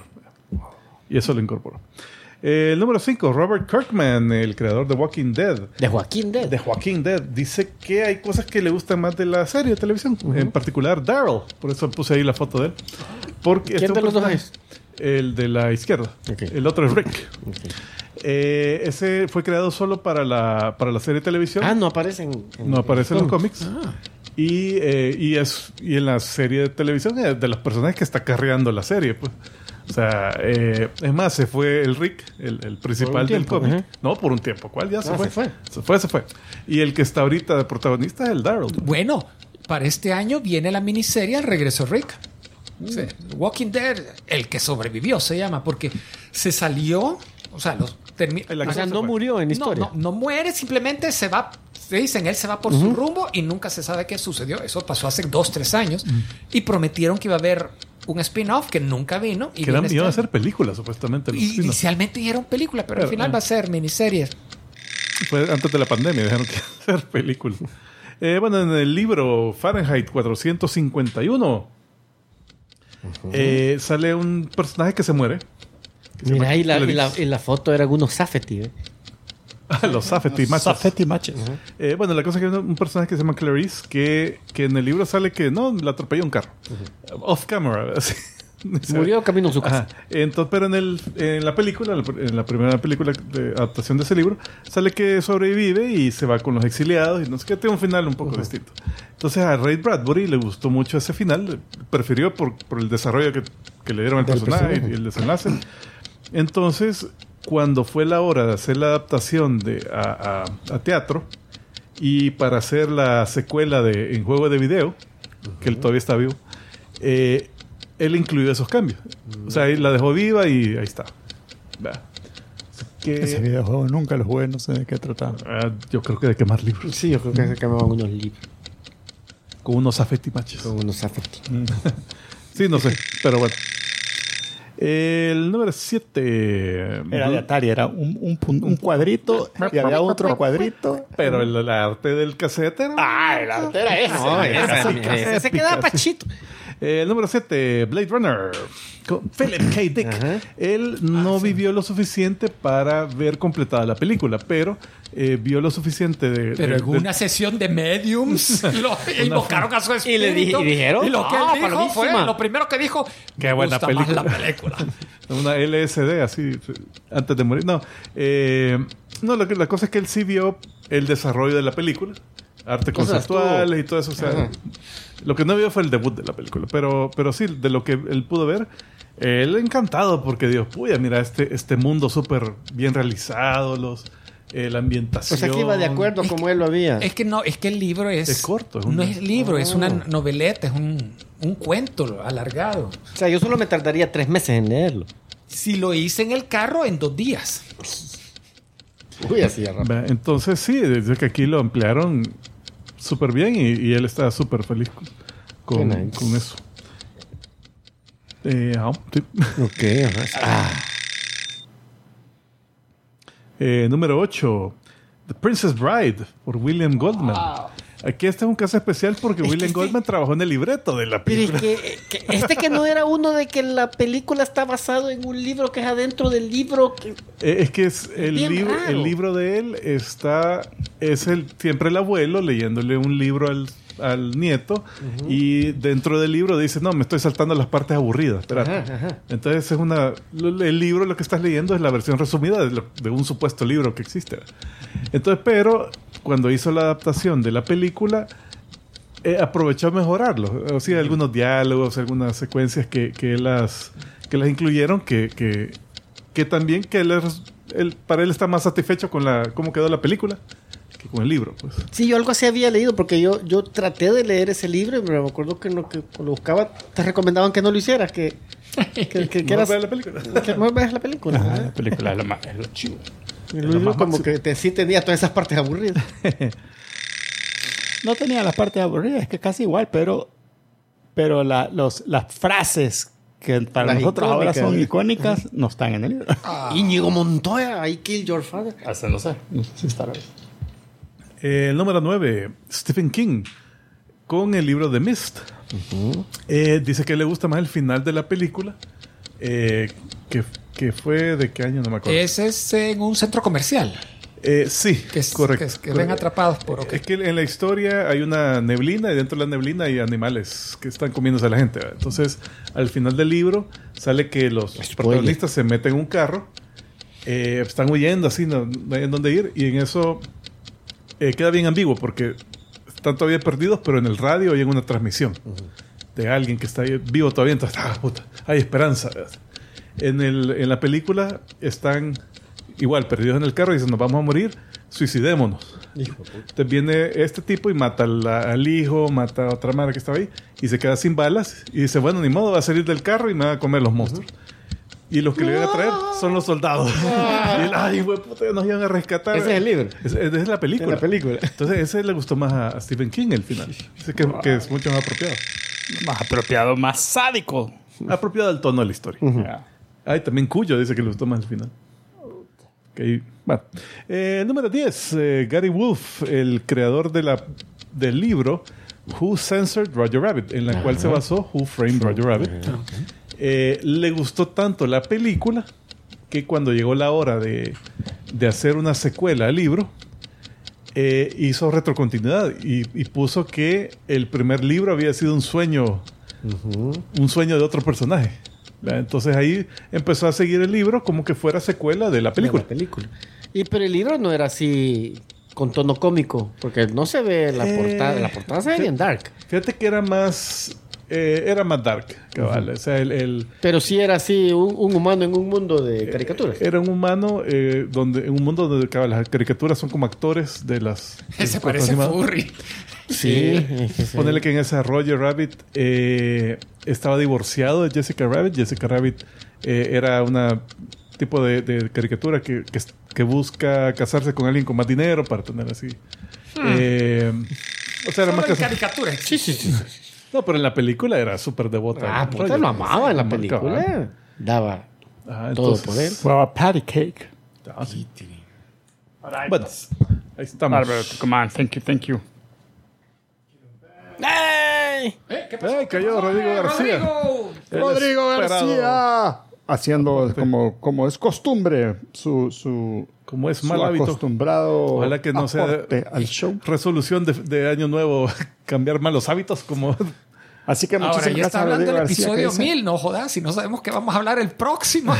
Y eso lo incorporó. Eh, el número 5, Robert Kirkman, el creador de Walking Dead.
De Joaquín Dead.
De Joaquín Dead dice que hay cosas que le gustan más de la serie de televisión, en particular Daryl. Por eso puse ahí la foto de él. Porque
¿Quién
este
de los dos
personaje- El de la izquierda.
Ok.
El otro es Rick. Eh, ese fue creado solo para la, para la serie de televisión.
Ah, no aparecen. en-
No aparece en los cómics. Y, eh, y es y en la serie de televisión es de los personajes que está carreando la serie. Pues. O sea, eh, es más, se fue el Rick, el, el principal del
tiempo,
cómic.
ajá.
No, por un tiempo. ¿Cuál? Ya se,
Ah,
fue.
se fue.
Se fue, se fue. Y el que está ahorita de protagonista es el Daryl.
Bueno, para este año viene la miniserie El Regreso de Rick.
Mm.
Sí. Walking Dead, el que sobrevivió se llama, porque se salió, o sea, los termi-
El
O sea,
actor se
no
fue.
murió en la
no,
historia.
no, no muere, simplemente se va, se dicen, él se va por su rumbo y nunca se sabe qué sucedió. Eso pasó hace dos, tres años
Mm.
y prometieron que iba a haber un spin-off que nunca vino. Y
Que eran-
viene este
iban a
año.
hacer películas, supuestamente. los
Y
chinos.
inicialmente dijeron película, pero,
Pero,
al final
ah.
va a ser miniserie.
Fue antes de la pandemia, dejaron que hacer películas. Eh, bueno, en el libro Fahrenheit 451 eh, sale un personaje que se muere.
Mira, y la,
¿Qué le
y la-
dices?
y la foto era unos Safety. ¿eh?
Los Safety machos.
Safety matches.
Eh, bueno, la cosa es que hay un personaje que se llama Clarice que, que en el libro sale que no, la atropelló un carro. Off camera. así.
Murió camino a su casa.
Ajá. Entonces, pero en, el, en la película, en la pr- en la primera película de adaptación de ese libro, sale que sobrevive y se va con los exiliados y no sé qué, tiene un final un poco distinto. Entonces a Ray Bradbury le gustó mucho ese final, prefirió por, por el desarrollo que, que le dieron al
Del
personaje,
personaje.
y el desenlace. Entonces, cuando fue la hora de hacer la adaptación de, a, a- a teatro y para hacer la secuela de, en juego de video, que él todavía está vivo, eh, él incluyó esos cambios. O sea, él la dejó viva y ahí está. Va. Así que-
Ese videojuego nunca lo jugué, no sé de qué trataba.
Ah, yo creo que de quemar libros.
Sí, yo creo que se acababan unos libros
Con unos afetimaches.
con unos Safety.
Sí, no sé, pero bueno. El número 7.
Era de Atari, era un, un pun- un cuadrito y había otro cuadrito.
Pero el, el arte del casetero.
Ah, el arte era ese.
Ah, Ese se quedaba pachito.
Eh, El número 7, Blade Runner. Con Philip K. Dick.
Ajá.
Él
Ah,
no vivió lo suficiente para ver completada la película, pero eh, vio lo suficiente de.
Pero
de-
en una sesión de mediums lo invocaron a su
Y
espíritu.
le di- y dijeron,
Y lo que él
"Ah,
dijo
palomísima".
fue, lo primero que dijo,
Qué
"Me
buena
gusta más
película".
la película.
Una LSD así, antes de morir. No, eh, no lo que- la cosa es que él sí vio el desarrollo de la película, arte
O sea, estuvo-
conceptuales y todo eso. O sea, lo que no vio fue el debut de la película, pero, pero sí, de lo que él pudo ver, él encantado porque Dios, puya, mira, este, este mundo súper bien realizado, los, eh,
O
la ambientación.
sea, que iba de acuerdo como él lo había.
Es que no, es que el libro es.
Es corto, es un-
No es libro, es una noveleta, es un, un cuento alargado.
O sea, yo solo me tardaría tres meses en leerlo.
Si lo hice en el carro en dos días.
Uy, así de rápido.
Va, Entonces sí, desde que aquí lo ampliaron súper bien y, y él está súper feliz con, con-
Qué nice.
con eso. Eh, ah, sí. Ah.
Ok, ajá.
Eh, número 8, The Princess Bride por William Goldman. Aquí este es un caso especial porque William Goldman trabajó en el libreto de la
Pero
película.
es que, que- este que no era uno de que la película está basado en un libro que es adentro del libro. que-
Eh, es que es el,
Bien
libro,
raro.
el libro de él está es el siempre el abuelo leyéndole un libro al, al nieto y dentro del libro dice no me estoy saltando las partes aburridas espérate".
Ajá, ajá.
entonces es una lo- el libro lo que estás leyendo es la versión resumida de, lo- de un supuesto libro que existe entonces pero cuando hizo la adaptación de la película eh, aprovechó a mejorarlo. O sea, algunos diálogos, algunas secuencias que, que las, que las incluyeron, que, que, que también que él es- él- para él está más satisfecho con la cómo quedó la película que con el libro. Pues.
Sí, yo algo así había leído porque yo, yo traté de leer ese libro y me acuerdo que en lo que lo buscaba te recomendaban que no lo hicieras, que, que, que, que
¿Qué
eras-
la película?
que no veas la película.
Ah,
¿verdad?
la película es lo más, es lo chido.
El
lo más
libro como
máximo.
que te, sí tenía todas esas partes aburridas.
No tenía las partes aburridas, es que casi igual, pero, pero la- los, las frases que para
Las
nosotros ahora son
icónicas.
icónicas no están en el libro.
Íñigo Montoya, I kill your father.
Hasta no sé. Sí, está bien.
Eh, el número 9, Stephen King, con el libro The Mist. Eh, dice que le gusta más el final de la película, eh, que, que fue de qué año, no me acuerdo.
Ese es en un centro comercial.
Eh, sí,
Que, es-
correcto. Eh,
que, que ven atrapados por...
Es que en la historia hay una neblina y dentro de la neblina hay animales que están comiéndose a la gente. ¿verdad? Entonces, al final del libro sale que los protagonistas se meten en un carro, eh, están huyendo así, no, no hay en dónde ir, y en eso eh, queda bien ambiguo porque están todavía perdidos, pero en el radio hay una transmisión de alguien que está ahí vivo todavía, entonces, ah, puta, hay esperanza. ¿verdad? En, el, en la película están igual perdidos en el carro y dicen, nos vamos a morir, suicidémonos. Entonces viene este tipo y mata al, al hijo, mata a otra madre que estaba ahí y se queda sin balas y dice, bueno, ni modo, va a salir del carro y me va a comer los monstruos. Y los que le van a traer son los soldados. y él, ay, güey, puta, nos iban a rescatar.
Ese es el libro.
Es, es- es la película.
Es la película.
Entonces ese le gustó más a, a Stephen King el final. Dice que, que es mucho más apropiado.
Más apropiado, más sádico.
Apropiado al tono de la historia.
Ya.
Ay, también Cuyo dice que le gustó más el final. Ok, bueno. Eh, número 10, eh, Gary Wolf, el creador de la, del libro Who Censored Roger Rabbit, en la cual se basó Who Framed Roger Rabbit. Eh, le gustó tanto la película que cuando llegó la hora de, de hacer una secuela al libro, eh, hizo retrocontinuidad y, y puso que el primer libro había sido un sueño un sueño de otro personaje. ¿verdad? Entonces ahí empezó a seguir el libro como que fuera secuela de la película.
La película. Y pero el libro no era así con tono cómico, porque no se ve la
Eh,
portada. La portada se ve
sí.
bien dark.
Fíjate que era más eh, era más dark, cabal. O sea, el, el-
Pero sí era así un, un humano en un mundo
Eh,
de caricaturas.
era un humano eh, donde en un mundo donde cabal, las caricaturas son como actores de las de
Se
los
parece a
animados.
Furry.
sí.
Ponele que en esa Roger Rabbit eh, estaba divorciado de Jessica Rabbit. Jessica Rabbit eh, era una tipo de, de caricatura que, que- que busca casarse con alguien con más dinero para tener así.
Hmm.
eh, o sea, era más
Solo en
casa-
caricaturas.
Sí, sí, sí.
No, pero en la película era súper devota.
Ah,
de
puta,
Roger.
lo amaba en la
pues, Sí, ¿eh? cabal.
película. Daba
Ajá,
todo
entonces-
poder.
Well, patty cake.
Ah, sí. Bueno, ahí estamos.
Alberto, come on. Thank you, thank you.
¿Eh? ¿Qué pasó?
Ay, cayó Rodrigo García.
Rodrigo.
El
Rodrigo
esperado.
García. Haciendo como, como es costumbre su, su,
Como es
su
mal hábito.
acostumbrado
Ojalá que no sea-
aporte al show.
Resolución de, de año nuevo, cambiar malos hábitos como
Así que muchísimas
Ahora ya
gracias
está
a
hablando
Rodrigo
del
García, que
episodio
dice-
1000, no jodas, si no sabemos qué vamos a hablar el próximo.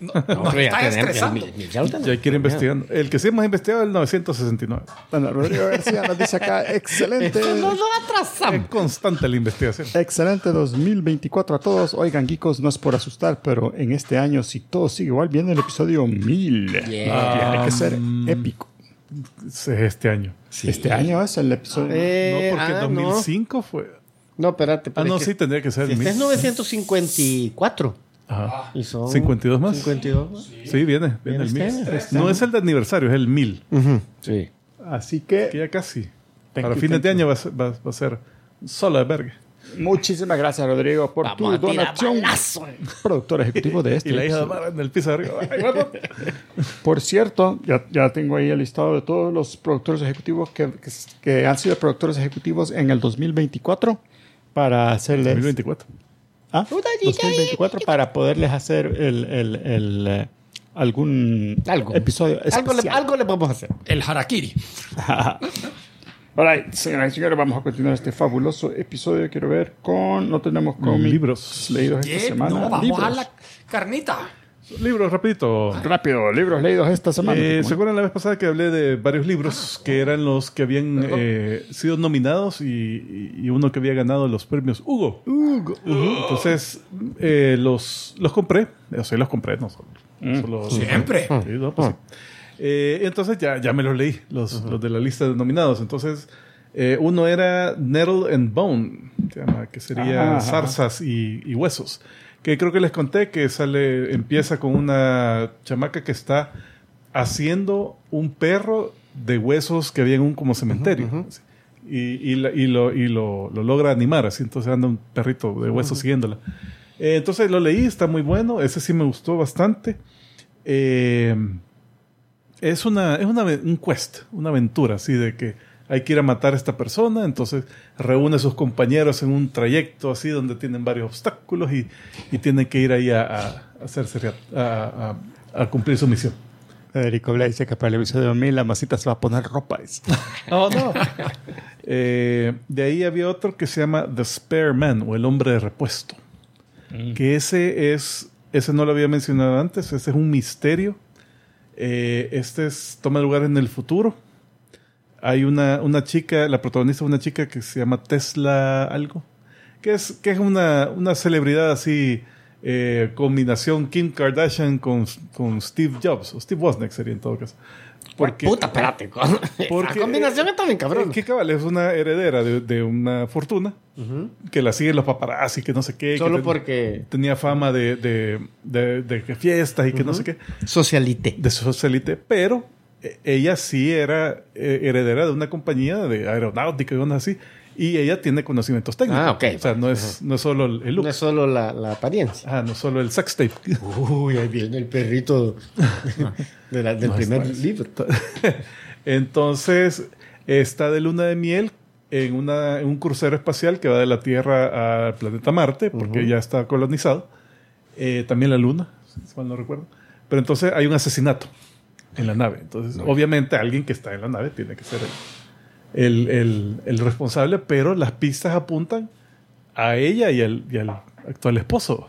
No, nos
Pero ya
está
tenemos-
estresando.
ya- ya- ya lo tenemos.
Ya quiere investigar. El que sí hemos investigado es el 969.
Bueno, Rodrigo García nos dice acá, excelente.
No lo atrasamos.
Es constante la investigación.
Excelente 2024 a todos. Oigan, geekos, no es por asustar, pero en este año, si todo sigue igual, viene el episodio 1000. Tiene que
Ah,
ser
mm.
épico.
Es este año.
Este año es el episodio.
Eh,
no, porque
ah,
en 2005 fue.
No, no espérate.
Ah,
pero
no,
es que-
sí, tendría que ser
si
el
este es
1000.
954.
Ajá.
Y son
52 más.
52 más.
Sí, viene, viene el
este
1000.
año.
No es el de aniversario, es el 1000.
Sí.
Así
Que
que
ya casi.
Thank
Para
you,
fines
thank
de
you.
año va a ser, va- va a ser solo de verga.
muchísimas gracias, Rodrigo, por
Vamos
tu
a tirar
donación.
balazo.
Productor ejecutivo de este.
Y la hija de
episodio.
Mara en el piso de arriba. Ay, guapo.
Por cierto, ya, ya tengo ahí el listado de todos los productores ejecutivos que, que, que han sido productores ejecutivos en el 2024 para hacerles.
2024.
¿Ah? 2024 para poderles hacer el, el, el, eh, algún
Algo.
episodio
Algo le,
especial.
algo le vamos a hacer.
El harakiri.
All right, señoras y señores, vamos a continuar este fabuloso episodio. Quiero ver con... No tenemos con
Libros.
leídos
Yeah,
esta semana.
no, vamos
Libros.
a la carnita.
Libros, rapidito.
Rápido, libros leídos esta semana.
Eh,
Como-
¿Se acuerdan la vez pasada que hablé de varios libros que eran los que habían eh, sido nominados y, y- y uno que había ganado los premios Hugo? Ujú. Entonces, eh, los, los compré. O sea, los compré, no solo. solo-
Siempre.
Mm. Sí, no, pues sí. Eh, entonces ya, ya me los leí, los, los de la lista de nominados. Entonces, eh, uno era Nettle and Bone, se llama, que sería
Ah.
zarzas y, y huesos. Que creo que les conté que sale, empieza con una chamaca que está haciendo un perro de huesos que había en un como cementerio. así. Y, y la- y lo, y lo- lo logra animar, así. Entonces anda un perrito de huesos siguiéndola. Eh, entonces lo leí, está muy bueno. Ese sí me gustó bastante. Eh, es una, es una, ave- un quest, una aventura así de que hay que ir a matar a esta persona, entonces reúne a sus compañeros en un trayecto así donde tienen varios obstáculos y, y tienen que ir ahí a, a- a hacerse rea- a- a- a cumplir su misión.
Federico Blay dice que para el episodio 1000 la masita se va a poner ropa. dice.
Oh, no. Eh, de ahí había otro que se llama The Spare Man o El Hombre de Repuesto. Que ese es, ese no lo había mencionado antes, ese es un misterio. Eh, este es, toma lugar en el futuro. Hay una, una chica, la protagonista es una chica que se llama Tesla algo, que es, que es una, una celebridad así, eh, combinación Kim Kardashian con, con Steve Jobs, o Steve Wozniak sería en todo caso. Porque,
Puta, espérate. con-
Porque-
la combinación está bien cabrón.
eh, que cabal es una heredera de, de una fortuna que la siguen los paparazzi, que no sé qué. que
Solo
ten-
porque
Tenía fama de, de, de- de que fiestas y que no sé qué,
socialite.
de socialite, pero eh, ella sí era eh, heredera de una compañía de aeronáutica y cosas así, y ella tiene conocimientos técnicos.
Ah, ok.
O sea, no es, no es solo el look,
No es solo la, la apariencia.
Ah, no es solo el sex tape.
Uy, ahí viene el perrito de la- del primer libro.
Entonces, está de luna de miel en, una- en un crucero espacial que va de la Tierra al planeta Marte, porque ya está colonizado. Eh, también la luna, si mal no recuerdo. Pero entonces hay un asesinato en la nave. Entonces, obviamente, alguien que está en la nave tiene que ser el, el- el- el responsable, pero las pistas apuntan a ella y al, y al actual esposo.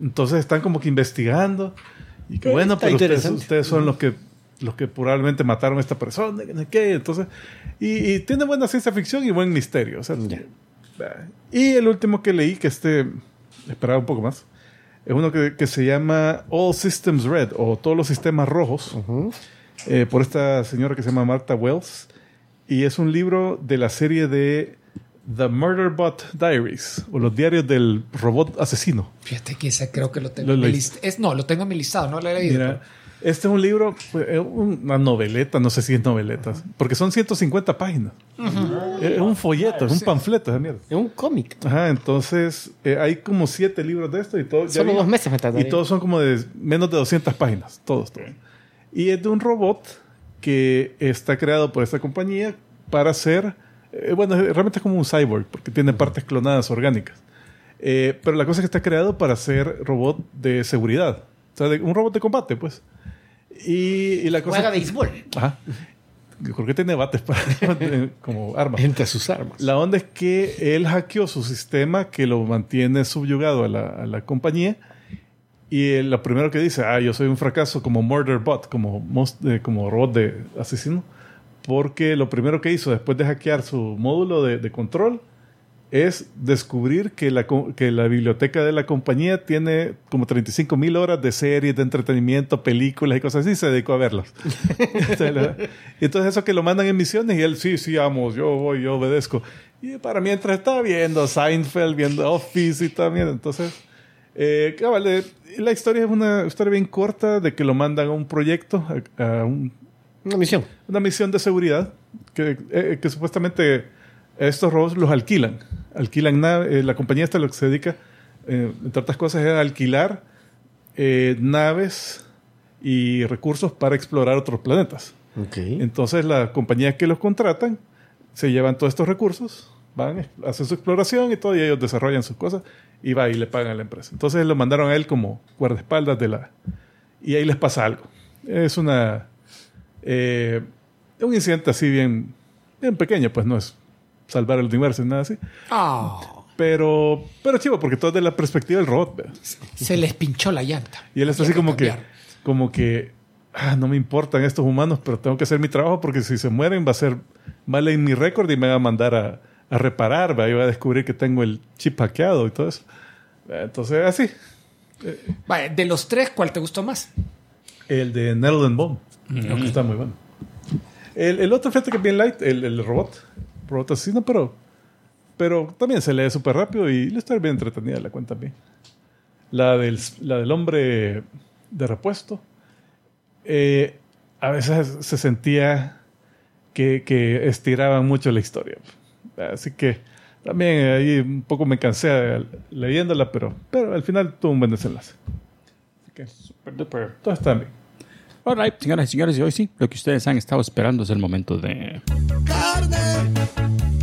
Entonces están como que investigando. Y que
Eh,
bueno,
está
pero ustedes,
interesante.
ustedes son los que los que probablemente mataron a esta persona. que no sé qué. Entonces, y, y tiene buena ciencia ficción y buen misterio. o sea, Y el último que leí, que este esperaba un poco más, es uno que, que se llama All Systems Red o Todos los Sistemas Rojos, eh, por esta señora que se llama Marta Wells. Y es un libro de la serie de The Murderbot Diaries o los diarios del robot asesino.
Fíjate que ese creo que lo tengo
Lo
en mi
leíste.
list- es, No, lo tengo en mi listado, no lo he leído.
Mira, este es un libro, pues, es una noveleta, no sé si es noveleta, porque son 150 páginas. Es es un folleto, es un panfleto esa mierda.
Es un cómic.
Ajá, entonces eh, hay como siete libros de esto y todos. ya
Solo
vi-
dos meses me tardaría.
Y todos son como de menos de 200 páginas, todos, todos. Y es de un robot que está creado por esta compañía para ser. eh, bueno, es- realmente es como un cyborg, porque tiene partes clonadas orgánicas. Eh, pero la cosa es que está creado para ser robot de seguridad. O sea, de- un robot de combate, pues. Y, y la cosa.
Juega
es que-
béisbol.
Ajá. Yo creo que tiene bates para, como arma.
Entre sus armas.
La onda es que él hackeó su sistema que lo mantiene subyugado a la, a la compañía. Y él, lo primero que dice, ah, yo soy un fracaso como Murderbot, como, mos- eh, como robot de asesino. Porque lo primero que hizo después de hackear su módulo de, de control es descubrir que la, co- que la biblioteca de la compañía tiene como 35 mil horas de series, de entretenimiento, películas y cosas así. Se dedicó a verlas. Entonces, la- y entonces eso que lo mandan en misiones y él, sí, sí, amo, yo voy, yo obedezco. Y para mientras está viendo Seinfeld, viendo Office y también, entonces... eh, cabal, eh, la historia es una historia bien corta de que lo mandan a un proyecto, a- a un
Una misión.
una misión de seguridad que, eh, que supuestamente estos robots los alquilan. Alquilan nave, eh, la compañía esta lo que se dedica, eh, entre otras cosas, es a alquilar eh, naves y recursos para explorar otros planetas.
Ok.
Entonces la compañía que los contratan se llevan todos estos recursos, van, hacen su exploración y todo, y ellos desarrollan sus cosas y va y le pagan a la empresa. Entonces lo mandaron a él como guardaespaldas de la... Y ahí les pasa algo. Es una... eh, un incidente así bien, bien pequeño, pues no es salvar el universo ni nada así.
Ah,
Pero, pero chivo, porque todo es de la perspectiva del robot. ¿verdad?
se les pinchó la llanta.
Y él está así
Quiero
como que,
cambiar.
como que, ah, no me importan estos humanos, pero tengo que hacer mi trabajo porque si se mueren va a ser mal en mi récord y me va a mandar a, a reparar, va, y va a descubrir que tengo el chip hackeado y todo eso. Entonces, así,
Vale, de los tres, ¿cuál te gustó más?
el de Nettle and Bone, que está muy bueno. El, el otro, fíjate que es bien light, el, el robot, robot asesino, pero, pero también se lee súper rápido y la historia es bien entretenida, la cuenta bien. La del, la del hombre de repuesto. eh, a veces se sentía que, que estiraban mucho la historia. Así que también ahí un poco me cansé eh, leyéndola, pero, pero al final tuvo un buen desenlace. Así que todo está bien.
Alright, señoras y señores, y hoy sí, lo que ustedes han estado esperando es el momento de.
Carne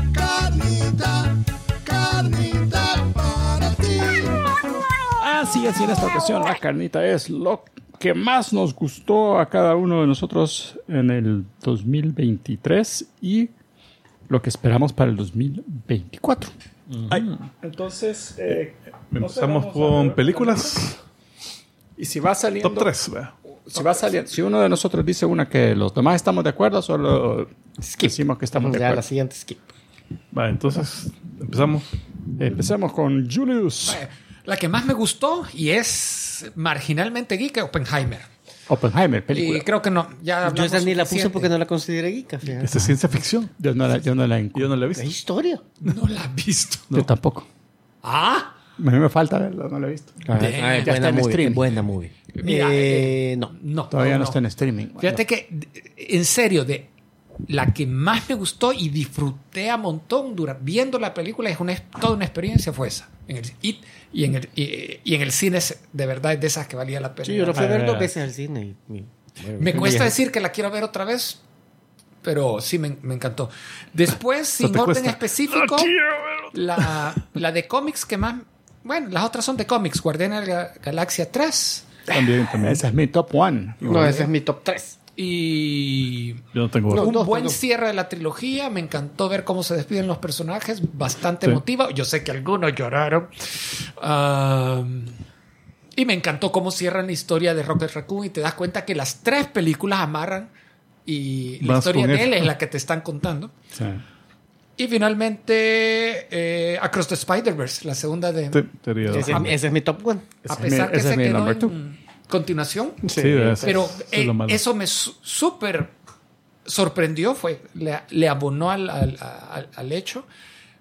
Ah, Así es, y en esta ocasión la carnita es lo que más nos gustó a cada uno de nosotros en el 2023 y lo que esperamos para el 2024. Entonces,
Empezamos con películas.
Y si va saliendo,
Top 3.
si va saliendo, si uno de nosotros dice una que los demás estamos de acuerdo, solo decimos que estamos de
Vamos Pues ya a
acuerdo.
la siguiente skip.
Va, entonces empezamos.
Empezamos con Julius
La que más me gustó y es marginalmente geek, Oppenheimer.
Oppenheimer, película.
Y creo que no, ya
Yo
hablamos
esa ni la puse
suficiente.
porque no la consideré geek. fíjate.
Esta es ciencia ficción.
Yo no la, yo no la encu-
Yo no la he visto.
Es historia.
No la has visto.
Yo tampoco.
Ah,
A mí me falta verla, no la he visto.
Ah,
Ay,
ya está en streaming.
Buena movie.
Mira,
Eh, no.
no.
Todavía no, está en streaming.
Fíjate que, d- en serio, de la que más me gustó y disfruté a montón dura- viendo la película, es una, es- toda una experiencia fue esa. En el, y, y en el, y, y en el cine, es- de verdad, es de esas que valía la pena.
Sí, yo la fui a ver
Ah,
dos veces al cine. y- y-
me
bueno,
cuesta
ya.
decir que la quiero ver otra vez, pero sí me, me encantó. Después, sin
te
orden
cuesta.
específico, la, la de cómics que más... Bueno, las otras son de cómics. Guardiana de la Galaxia 3
También, también.
Esa es mi top one.
No, ese es mi top 3.
y...
Yo no tengo.
No.
un
dos,
buen
perdón.
cierre de la trilogía. Me encantó ver cómo se despiden los personajes. Bastante
Sí.
emotiva. Yo sé que algunos lloraron. Am, y me encantó cómo cierran la historia de Rocket Raccoon. Y te das cuenta que las tres películas amarran. Y la
Vas
historia
con
de
eso.
él es la que te están contando.
Sí.
Y finalmente, eh, Across the Spider-Verse, la segunda de.
Te- te haría dos.
Ese, es mi- ese es mi top 1.
Ese
A
es
pesar
mi-
que
ese
se
es mi
quedó
number two.
en continuación.
Sí, ese es-
Pero
eso es
eh,
lo malo.
eso me su- súper sorprendió, fue, le, le abonó al, al- al- al hecho.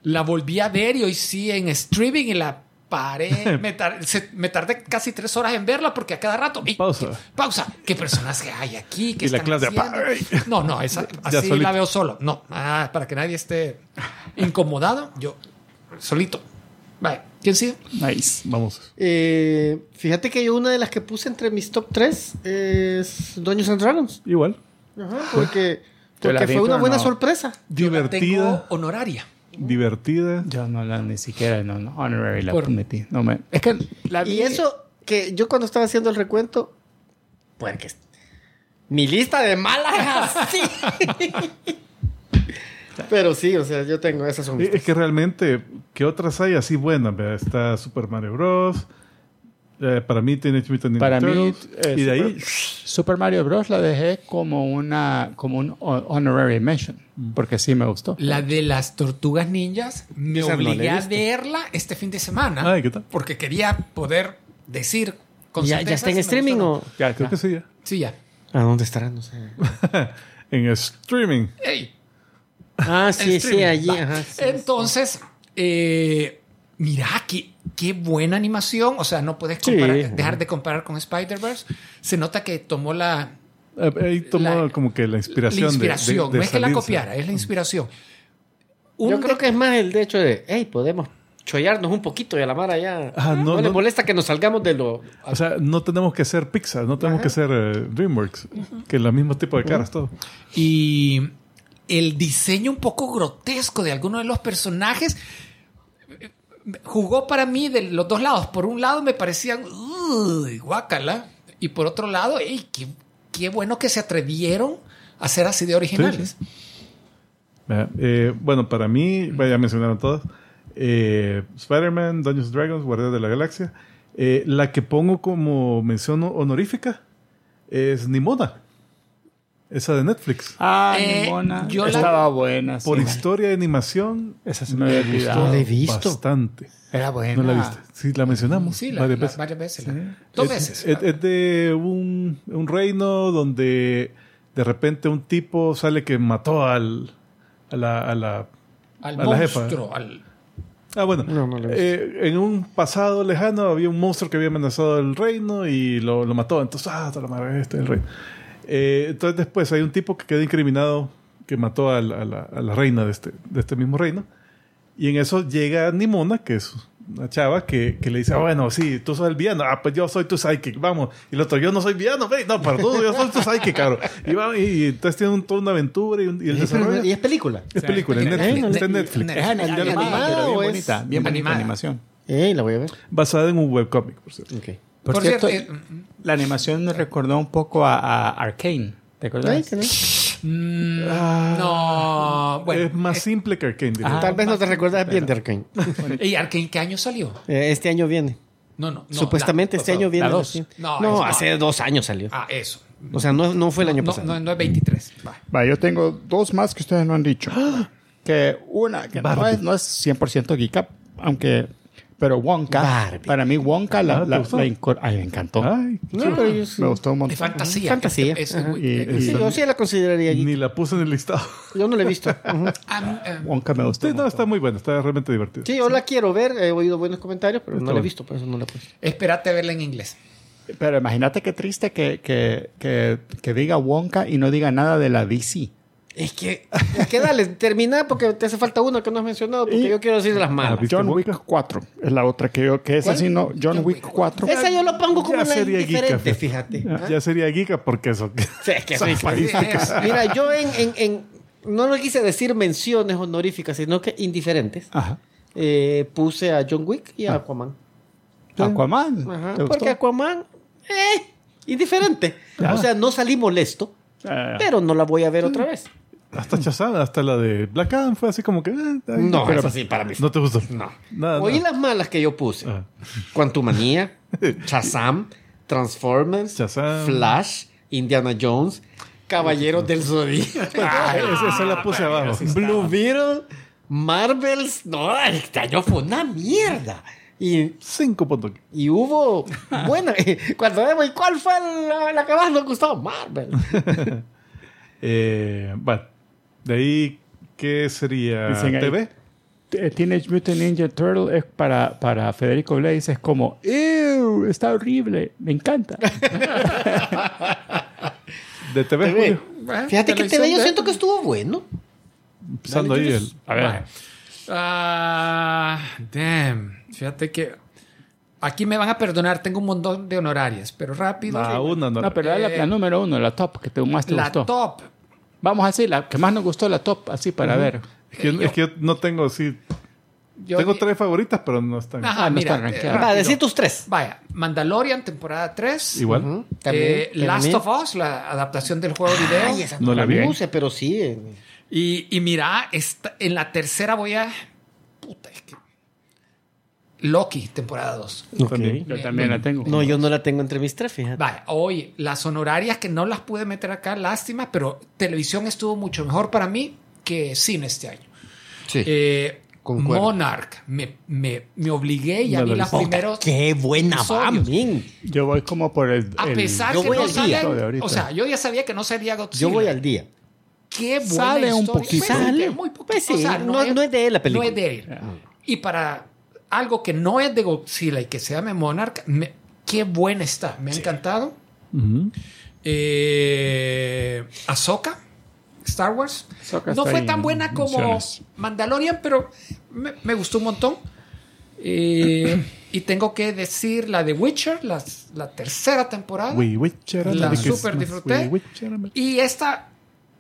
La volví a ver y hoy sí en streaming y la paré. Me, tar- se- me tardé casi tres horas en verla porque a cada rato. ¡ey!
Pausa.
¿qué- pausa. ¿Qué personaje hay aquí? ¿Qué
Y la
están
clase,
haciendo?
¡ay!
No, no, esa,
Ya
así
solito.
la veo solo. No, ah, para que nadie esté incomodado, yo solito. Vale, ¿quién sigue?
Nice.
Vamos.
Eh, fíjate que yo una de las que puse entre mis top 3 es Dungeons and Dragons.
Igual.
Ajá, porque,
Yo la vi,
porque fue una
pero
buena
no.
sorpresa.
Yo la tengo
Divertida.
honoraria.
Divertida.
Yo no la ni siquiera no, no, honorary la
Por-
metí. No me, es que la vi-
Y eso que yo cuando estaba haciendo el recuento, pues que mi lista de malas es así. Pero sí, o sea, yo tengo esas son mis
Es
tres.
que realmente, ¿qué otras hay así buenas? vea? Está Super Mario Bros. eh, para mí, Teenage Mutant Ninja
para mí
Turtles,
eh,
y de ahí,
Super, Super Mario Bros la dejé como una como un hon- honorary mention porque sí me gustó.
La de las tortugas ninjas, me
Esa no la
obligué
he
a
visto.
verla este fin de semana.
Ay, ¿qué tal?
Porque quería poder decir con
¿Ya,
certeza
ya está en
si me
streaming
gustó
o...?
Ya,
creo que sí, ya.
no. Sí, ya.
¿A dónde estará? No sé.
en streaming.
Ey,
Ah, sí, sí,
streaming,
allí.
va.
Ajá, sí.
Entonces, eh, mira, qué, qué buena animación. O sea, no puedes comparar-
Sí.
dejar de comparar con Spider-Verse. Se nota que tomó la,
Eh, Ahí tomó
La-
como que la
la
inspiración. de- de-
inspiración.
de
no es que la
salirse.
copiara, es la inspiración.
Yo
Un
creo
de-
que es más el de hecho de, hey, podemos chollarnos un poquito y a la mara ya.
Ah,
no,
no,
le
no.
molesta que nos salgamos de lo...
O sea, no tenemos que ser Pixar, no tenemos que ser eh, DreamWorks, que es el mismo tipo de caras, todo.
Y el diseño un poco grotesco de algunos de los personajes eh, jugó para mí de los dos lados. Por un lado me parecían "Uy, guácala. Y por otro lado, ey, qué, qué bueno que se atrevieron a ser así de originales.
Vea, eh, bueno, para mí, bueno, ya mencionaron todas, eh, Spider-Man, Dungeons and Dragons, Guardián de la Galaxia. Eh, la que pongo como mención honorífica es Nimona, esa de Netflix.
Ah,
Eh,
mona.
yo la-
estaba buena. sí.
Por historia de animación,
Esa se me había olvidado.
No la he visto.
bastante.
Era buena.
No la viste. Sí, la mencionamos
Sí, la-
varias
la-
veces.
varias veces, la- dos
es,
veces.
Es, es de un, un reino donde de repente un tipo sale que mató al, a la- a la
Al
A la jefa.
monstruo, al-
Ah, bueno.
No, no lo he
Eh, en un pasado lejano había un monstruo que había amenazado al reino y lo, lo mató. Entonces, ah, toda la madre, este es el reino. Eh, entonces, después hay un tipo que queda incriminado que mató al- a, la, a la reina de este, de este mismo reino. Y en eso llega Nimona, que es una chava, que, que le dice, ah, bueno, sí, tú sos el villano. Ah, pues yo soy tu psychic, vamos. Y el otro, yo no soy villano, ve. No, perdón, yo soy tu psychic, caro. Y, va, y, y entonces tiene un- toda una aventura y, un- y el
Es
desarrollo.
película- y es película.
Es película, en
película.
Netflix.
Eh,
Está en
ne-
Netflix.
ne-
Es animada,
¿Animada
pero bien
o es
bonita, bien bonita
animada?
animación.
Eh, la voy a ver.
Basada en un webcomic, por cierto.
Ok.
Por,
Por, cierto,
cierto, eh,
la animación me recordó un poco a, a Arcane. ¿Te
Ay,
acuerdas?
que no.
mm, no, bueno.
ah, es más simple que Arcane. diría.
Ajá.
Tal vez no te recuerdas bien de Arkane.
eh, ¿Y Arkane qué año salió?
Eh, este año viene.
No, no. no,
Supuestamente
la-
este año viene.
la
la
dos.
siguiente.
No,
No,
es- no.
hace dos años salió.
Ah, eso.
O sea, no, no fue el año
No,
pasado. Mm.
no, no es 23. Va.
Va, yo tengo dos más que ustedes no han dicho. Que una, que no es, no es 100% geek aunque... Pero Wonka,
Barbie.
para mí Wonka la,
Ah, ¿te
la-
gustó? Ah.
la incor- Ay, me encantó.
Ay,
No, pero yo sí.
Me gustó un
De
montón.
fantasía.
Fantasía.
Es- es-
Ajá.
eh,
Y-
eh,
Sí, yo sí la consideraría. geek.
ni la puse en el listado.
Yo no la he visto. Ujú.
a mí, eh,
Wonka me gustó.
Sí,
un
no,
montón.
está muy buena, está realmente divertida.
Sí, yo la quiero ver. He oído buenos comentarios, pero
Está
no la he
bueno.
visto, por eso no la he puesto.
espérate verla en inglés.
Pero imagínate qué triste que, que, que, que diga Wonka y no diga nada de la DC.
Es que, es que dale, termina porque te hace falta uno que no has mencionado, porque
Y-
yo quiero decir las malas.
¿Viste
John
Wonka?
Wick 4 es la otra que yo, que es
¿Cuál?
así, no. John,
John
Wick
Wick
4.
Esa yo la pongo como
Ya
la
sería
indiferente,
geek,
fíjate.
Ya,
¿Ah?
ya sería geeka porque eso.
Sí, es que soy-
Eh,
Mira, yo en, en- en- no lo quise decir menciones honoríficas, sino que indiferentes.
Ajá.
Eh, puse a John Wick y
Ah.
a Aquaman.
Aquaman.
Ajá,
¿Te gustó?
porque Aquaman, eh, indiferente. O sea, no salí molesto,
Ah,
pero no la voy a ver otra vez.
Hasta Chazada, hasta la de Black Adam fue así como que. eh, ay,
No,
pero-
es así para mí.
No te gustó.
No.
Nada.
Oí
nada.
las malas que yo puse.
Ah.
Quantumania, Shazam, Transformers,
Shazam.
Flash, Indiana Jones, Caballeros del Zodíaco,
Ah, esa, esa la puse abajo.
Pues
Blue Beetle, Marvels. No, este año fue una mierda. Y,
Cinco puntos.
y hubo, bueno, eh, cuando vemos, ¿y cuál fue la, la que más nos gustó? Marvel.
Eh, bueno, de ahí, ¿qué sería?
Dicen ahí.
¿TV?
T- Teenage Mutant Ninja Turtle es para, para Federico Blaze es como "Eh, "Ew, Uh, está horrible, me encanta.
¿De TV,
TV.
Julio?
bueno,
Fíjate que
televisión
TV yo
de-
siento que estuvo bueno.
Empezando ahí el.
A ver.
Vale. Ah, damn. Fíjate que aquí me van a perdonar, tengo un montón de honorarias, pero rápido.
Ah,
uh,
una no.
No, pero era la,
Eh,
la número uno, la top que te, más te
la
gustó.
top.
Vamos así, la que más nos gustó, la top, así para ver.
es, que, es que yo no tengo así.
Yo
tengo
di-
tres favoritas, pero no están.
Ajá,
Ah, no
mira,
está
eh,
rankeada.
Va,
rápido.
decir tus tres.
Vaya, Mandalorian, temporada 3.
Igual.
Ujú,
Eh, Last of Us, la adaptación del juego
Ay,
video.
Ah, esa
No
no
la
la
vi.
puse, pero sí. eh.
Y, y mira, esta- en la tercera voy a. Puta, es que. Loki, temporada 2.
También, Yo
Me-
también
me-
la tengo.
No, yo no la tengo entre mis tres, fíjate.
Vaya, hoy las honorarias que no las pude meter acá, lástima, pero televisión estuvo mucho mejor para mí que cine este año.
Sí.
Eh,
concuerdo.
Monarch, me, me, me obligué y a
No
mí
lo
las primeros.
Qué buena va,
episodios.
men.
Yo voy como por el.
A
el-
pesar
yo
que
voy
no
al día.
de
salen.
ahorita.
O sea, yo ya sabía que no sería Godzilla.
Yo voy al día.
Qué buena
Sale un
historia.
poquito.
Bueno,
Sale.
que Muy poquito.
Pues sí, no- no es de él la película. Ah.
No es de él. Y para algo que no es de Godzilla y que se llame Monarch, me- qué buena está. Me ha encantado.
Ujú.
Eh, Ahsoka, Star Wars.
Ahsoka
no
está
fue
ahí
tan
en
buena como
menciones.
Mandalorian, pero me, me gustó un montón. Eh, y tengo que decir la de Witcher, las- la tercera temporada.
We Witcher.
La
America
super
Christmas,
disfruté.
We Witcher, America-
Y esta,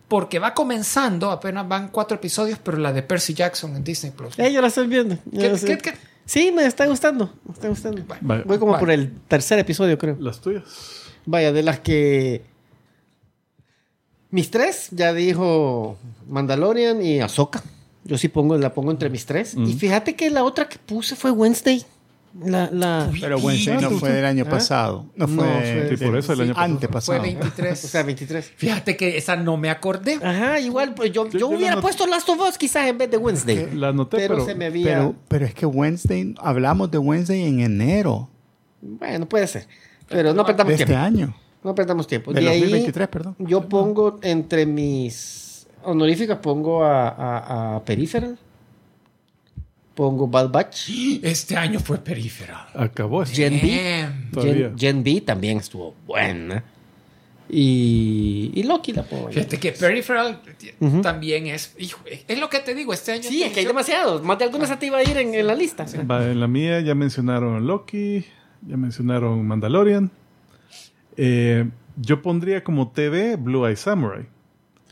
porque va comenzando, apenas van cuatro episodios, pero la de Percy Jackson en Disney Plus.
Eh, yo la estoy viendo. Yo
¿Qué-
la estoy-
qué- qué?
Sí, me está gustando. Me está gustando.
Vale.
Voy como
Vale.
por el tercer episodio, creo.
Las tuyas.
Vaya, de las que. Mis tres, ya dijo Mandalorian y Ahsoka. Yo sí pongo, la pongo entre mis tres. Y fíjate que la otra que puse fue Wednesday. La, la,
Pero Wednesday no fue del año
¿Ah?
pasado. No
No,
fue.
fue-
Sí, por eso el año pasado.
Fue
Antepasado.
23.
o sea, 23.
Fíjate que esa no me acordé.
Ajá, igual, pues yo,
Yo-
yo,
yo la
hubiera
not-
puesto Last of Us quizás en vez de Wednesday.
La anoté,
Eh, pero,
pero-
se me había.
Pero, pero es que Wednesday, hablamos de Wednesday en enero
Bueno, puede ser. Pero no
de
perdamos
este
tiempo.
año.
No perdamos tiempo.
Pues De
De ahí,
2023, perdón.
Ah.
yo pongo entre mis honoríficas, pongo a, a, a Peripheral. Pongo Bad Batch.
Este año fue perífera.
Acabó esto.
Gen B.
Bien.
Todavía.
Gen, Gen B también estuvo buena. Y, y Loki la pongo. ahí.
Fíjate que Peripheral
Ujú.
también es. hijo, es lo que te digo, este año.
Sí, es que hay
televisión-
demasiados. Más de
Ah.
alguna se te iba a ir en, en la lista.
Va, en la mía ya mencionaron Loki, ya mencionaron Mandalorian. Eh, yo pondría como TV Blue Eye Samurai.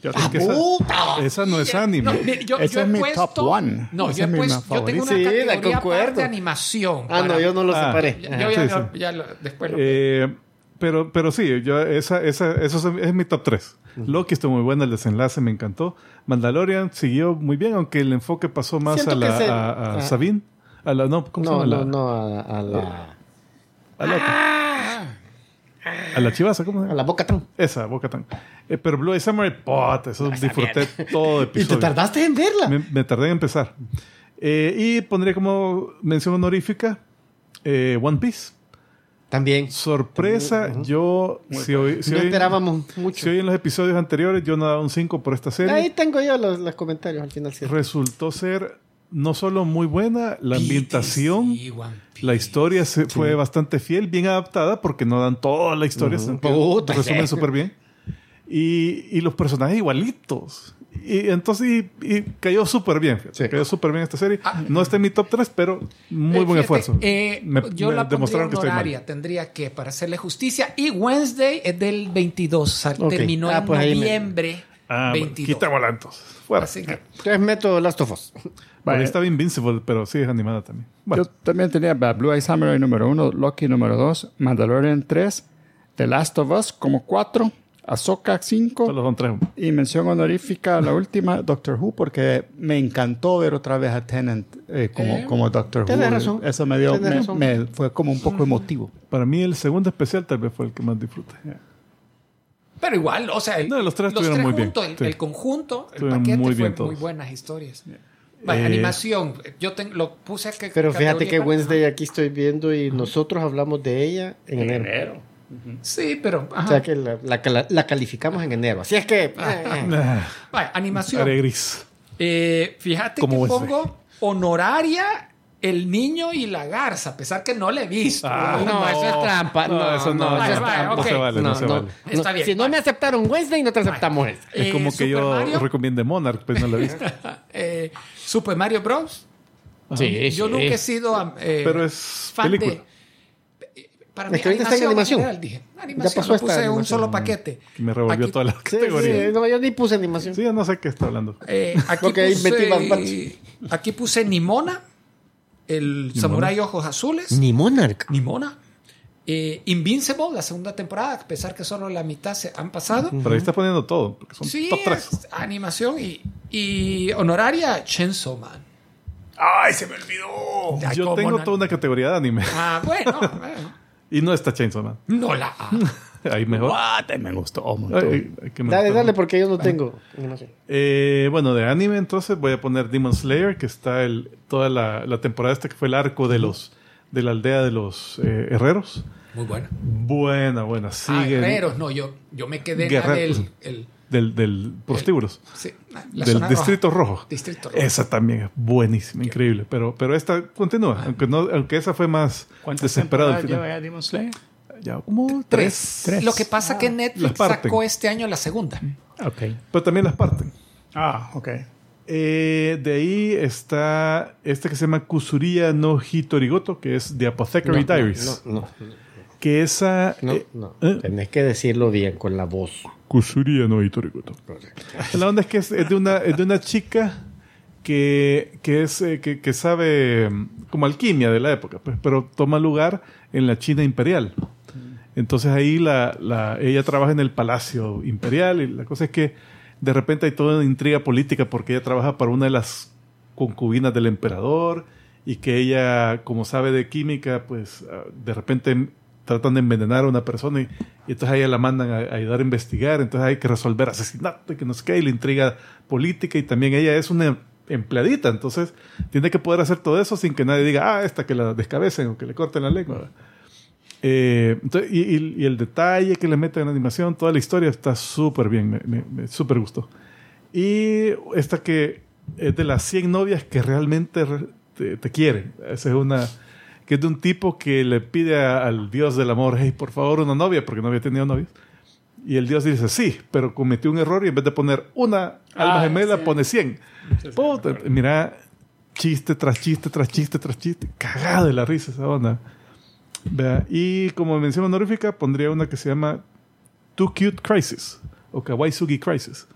Yo
¡Ah,
creo que esa, esa no es anime.
No, mire, yo,
Ese
yo
es
he
mi
puesto-
top one.
No,
Ese
yo, he
es mi
puesto-
más
yo tengo una
favorito. Sí, la
categoría
concuerdo.
aparte de animación.
Ah, no,
para-
yo no lo
Ah.
yo-
separé.
yo ya,
Sí,
lo-
sí.
ya lo- después lo-
Eh, pero, pero sí, yo esa, esa, eso es, es mi top 3. Loki estuvo muy bueno, el desenlace me encantó. Mandalorian siguió muy bien, aunque el enfoque pasó más
Siento
a la
que se-
a, a
ah.
Sabine. A la, no, ¿cómo se
No, no,
llama? La-
no, a, a la,
A la, a la chivaza, ¿cómo se
Ah. a
llama?
la boca tan.
Esa, Boca Tan. Eh, pero Blue Summer, puta, eso disfruté todo
Y te
episodio.
tardaste en verla.
me, me tardé en empezar. Eh, y pondré como mención honorífica eh, One Piece.
También.
Sorpresa, yo si hoy, si
no
hoy-
esperábamos mucho.
Si hoy en los episodios anteriores yo no daba un 5 por esta serie,
Ahí tengo yo los, los comentarios al final. sí.
resultó ser no solo muy buena, la ambientación,
Sí, One Piece.
la historia se fue bastante fiel, bien adaptada, porque no dan toda la historia, se
Puta,
resumen
sí.
súper bien. Y, y los personajes igualitos. Y entonces y, y cayó súper bien. fíjate,
Sí.
Cayó súper bien esta serie.
Ah.
no está en mi top 3, pero muy
Eh,
buen
fíjate,
esfuerzo.
eh,
Me-
yo
me
la pondría honoraria.
mal.
Tendría que, para hacerle justicia. Y Wednesday es del 22. sal-
Ok.
Terminó
Ah,
en
pues ahí me-
noviembre
Ah, bueno,
22.
quitamos la entonces. Fuera.
Así que,
Entonces meto Last of Us.
Por ahí
Vale.
estaba Invincible, pero sí es animada también. Bueno,
Yo también tenía Bad Blue Eye Samurai número 1, Loki número 2, Mandalorian 3, The Last of Us como 4, Ahsoka 5
solo son tres.
y mención honorífica la última, Doctor Who, porque me encantó ver otra vez a Tennant eh, como,
Eh,
como Doctor
tenés
Who.
razón,
Eso me dio,
tenés
me-
razón.
me- fue como un poco emotivo.
Para mí el segundo especial tal vez fue el que más disfruté.
pero igual, o sea, el,
No, los tres estuvieron muy bien,
juntos, el-
sí.
el, conjunto, el
Estuvieron
paquete
muy
fue
bien
muy
todos.
buenas historias. Vaya,
Eh,
animación, yo te- lo puse que
Pero fíjate que
categoría-
Wednesday aquí estoy viendo y nosotros hablamos de ella en enero.
Sí, pero ajá.
O sea que la, la cala- la calificamos en enero. Así es que. eh,
Ah,
Vaya, animación.
área gris.
Eh, fíjate que
Como Wesley.
pongo honoraria el niño y la garza, a pesar que no le he visto.
Ah,
no, eso es trampa.
No,
No,
eso no,
no,
no,
vaya,
no,
vaya,
no
ok.
se vale, no,
No,
se
no,
vale.
Está
no,
bien.
Si no me aceptaron Wednesday, no te aceptamos esta.
Es
Eh,
como que
Super
yo
Mario,
recomiende Monarch, pues no la he visto.
eh, Super Mario Bros.
Sí,
Yo
sí.
nunca he sido am- eh,
Pero es
fan
película.
de. eh, Para
Es que ahorita está en animación.
en general, dije. Animación,
pasó
lo
esta
puse en un
animación.
solo paquete.
Que me revolvió
Aquí-
todas las
Sí,
categorías.
sí, no, yo ni puse animación.
Sí, yo no sé qué está hablando.
Eh, aquí,
Porque ahí
puse,
metí más partes.
aquí puse Nimona, el samurái ojos azules.
Ni Monarch.
Nimona. Eh, Invincible, la segunda temporada, a pesar que solo la mitad se han pasado.
Pero ahí está poniendo todo, porque son
Sí,
top 3.
es animación y, y honoraria Chainsaw Man.
¡Ay, se me olvidó!
Ay,
Yo
cómo
tengo
no.
toda una categoría de anime.
Ah, bueno, bueno,
Y no está Chainsaw Man.
no la ha.
Ahí mejor.
What? Me gustó un montón.
Ay, ay, que me
Dale,
gusta.
dale, porque
Ah.
yo no tengo animación.
Eh, bueno, de anime entonces voy a poner Demon Slayer, que está el, toda la, la temporada esta que fue el arco de los de la aldea de los eh, herreros.
Muy buena.
Buena, buena.
Ah,
Sigue
guerreros, no, yo, yo me quedé en la
Guerreros.
del el-
del, del prostíbulos.
sí, Eh, la
del
zona roja.
Distrito Rojo.
Distrito Rojo.
Esa también es buenísima, increíble. Pero, pero esta
Ah.
continúa, aunque, no, aunque esa fue más desesperada al final.
lleva Ah, Demon Slayer?
Ya como tres. Ah,
Lo que pasa que
Las
Netflix
parten.
sacó este año la segunda.
Mm,
Ok.
Pero también las parten.
Ah, ok.
Eh, de ahí está este que se llama Kusuriya no Hitorigoto, que es The Apothecary Diaries.
No, no,
Que esa.
no,
eh,
no.
eh,
Tenés que decirlo bien con la voz.
Kusuria no Hitorigoto. La onda es que es, es de, una, es de una chica que, que, es, eh, que, que sabe mm, como alquimia de la época, pues, pero toma lugar en la China imperial. Entonces ahí la, la- ella trabaja en el Palacio Imperial y la cosa es que de repente hay toda una intriga política porque ella trabaja para una de las concubinas del emperador y que ella, como sabe de química, pues ah, de repente tratan de envenenar a una persona y, y entonces a ella la mandan a, a ayudar a investigar, entonces hay que resolver asesinato y que no sé qué, y la intriga política y también ella es una empleadita, entonces tiene que poder hacer todo eso sin que nadie diga, ah, esta que la descabecen o que le corten la lengua. Eh, ento- y, y- y el detalle que le meten en la animación, toda la historia está súper bien, me, me- me súper gustó. Y esta que es de las 100 novias que realmente re- te, te quieren. Esa es una que es de un tipo que le pide a- al dios del amor, hey, por favor, una novia, porque no había tenido novias. Y el dios dice, sí, pero cometió un error y en vez de poner una alma gemela, pone 100. Puta, mira, chiste tras chiste, tras chiste, tras chiste. Cagada de la risa esa onda. Vea, Y como mención honorífica, pondría una que se llama Too Cute Crisis o Kawaii Sugi Crisis,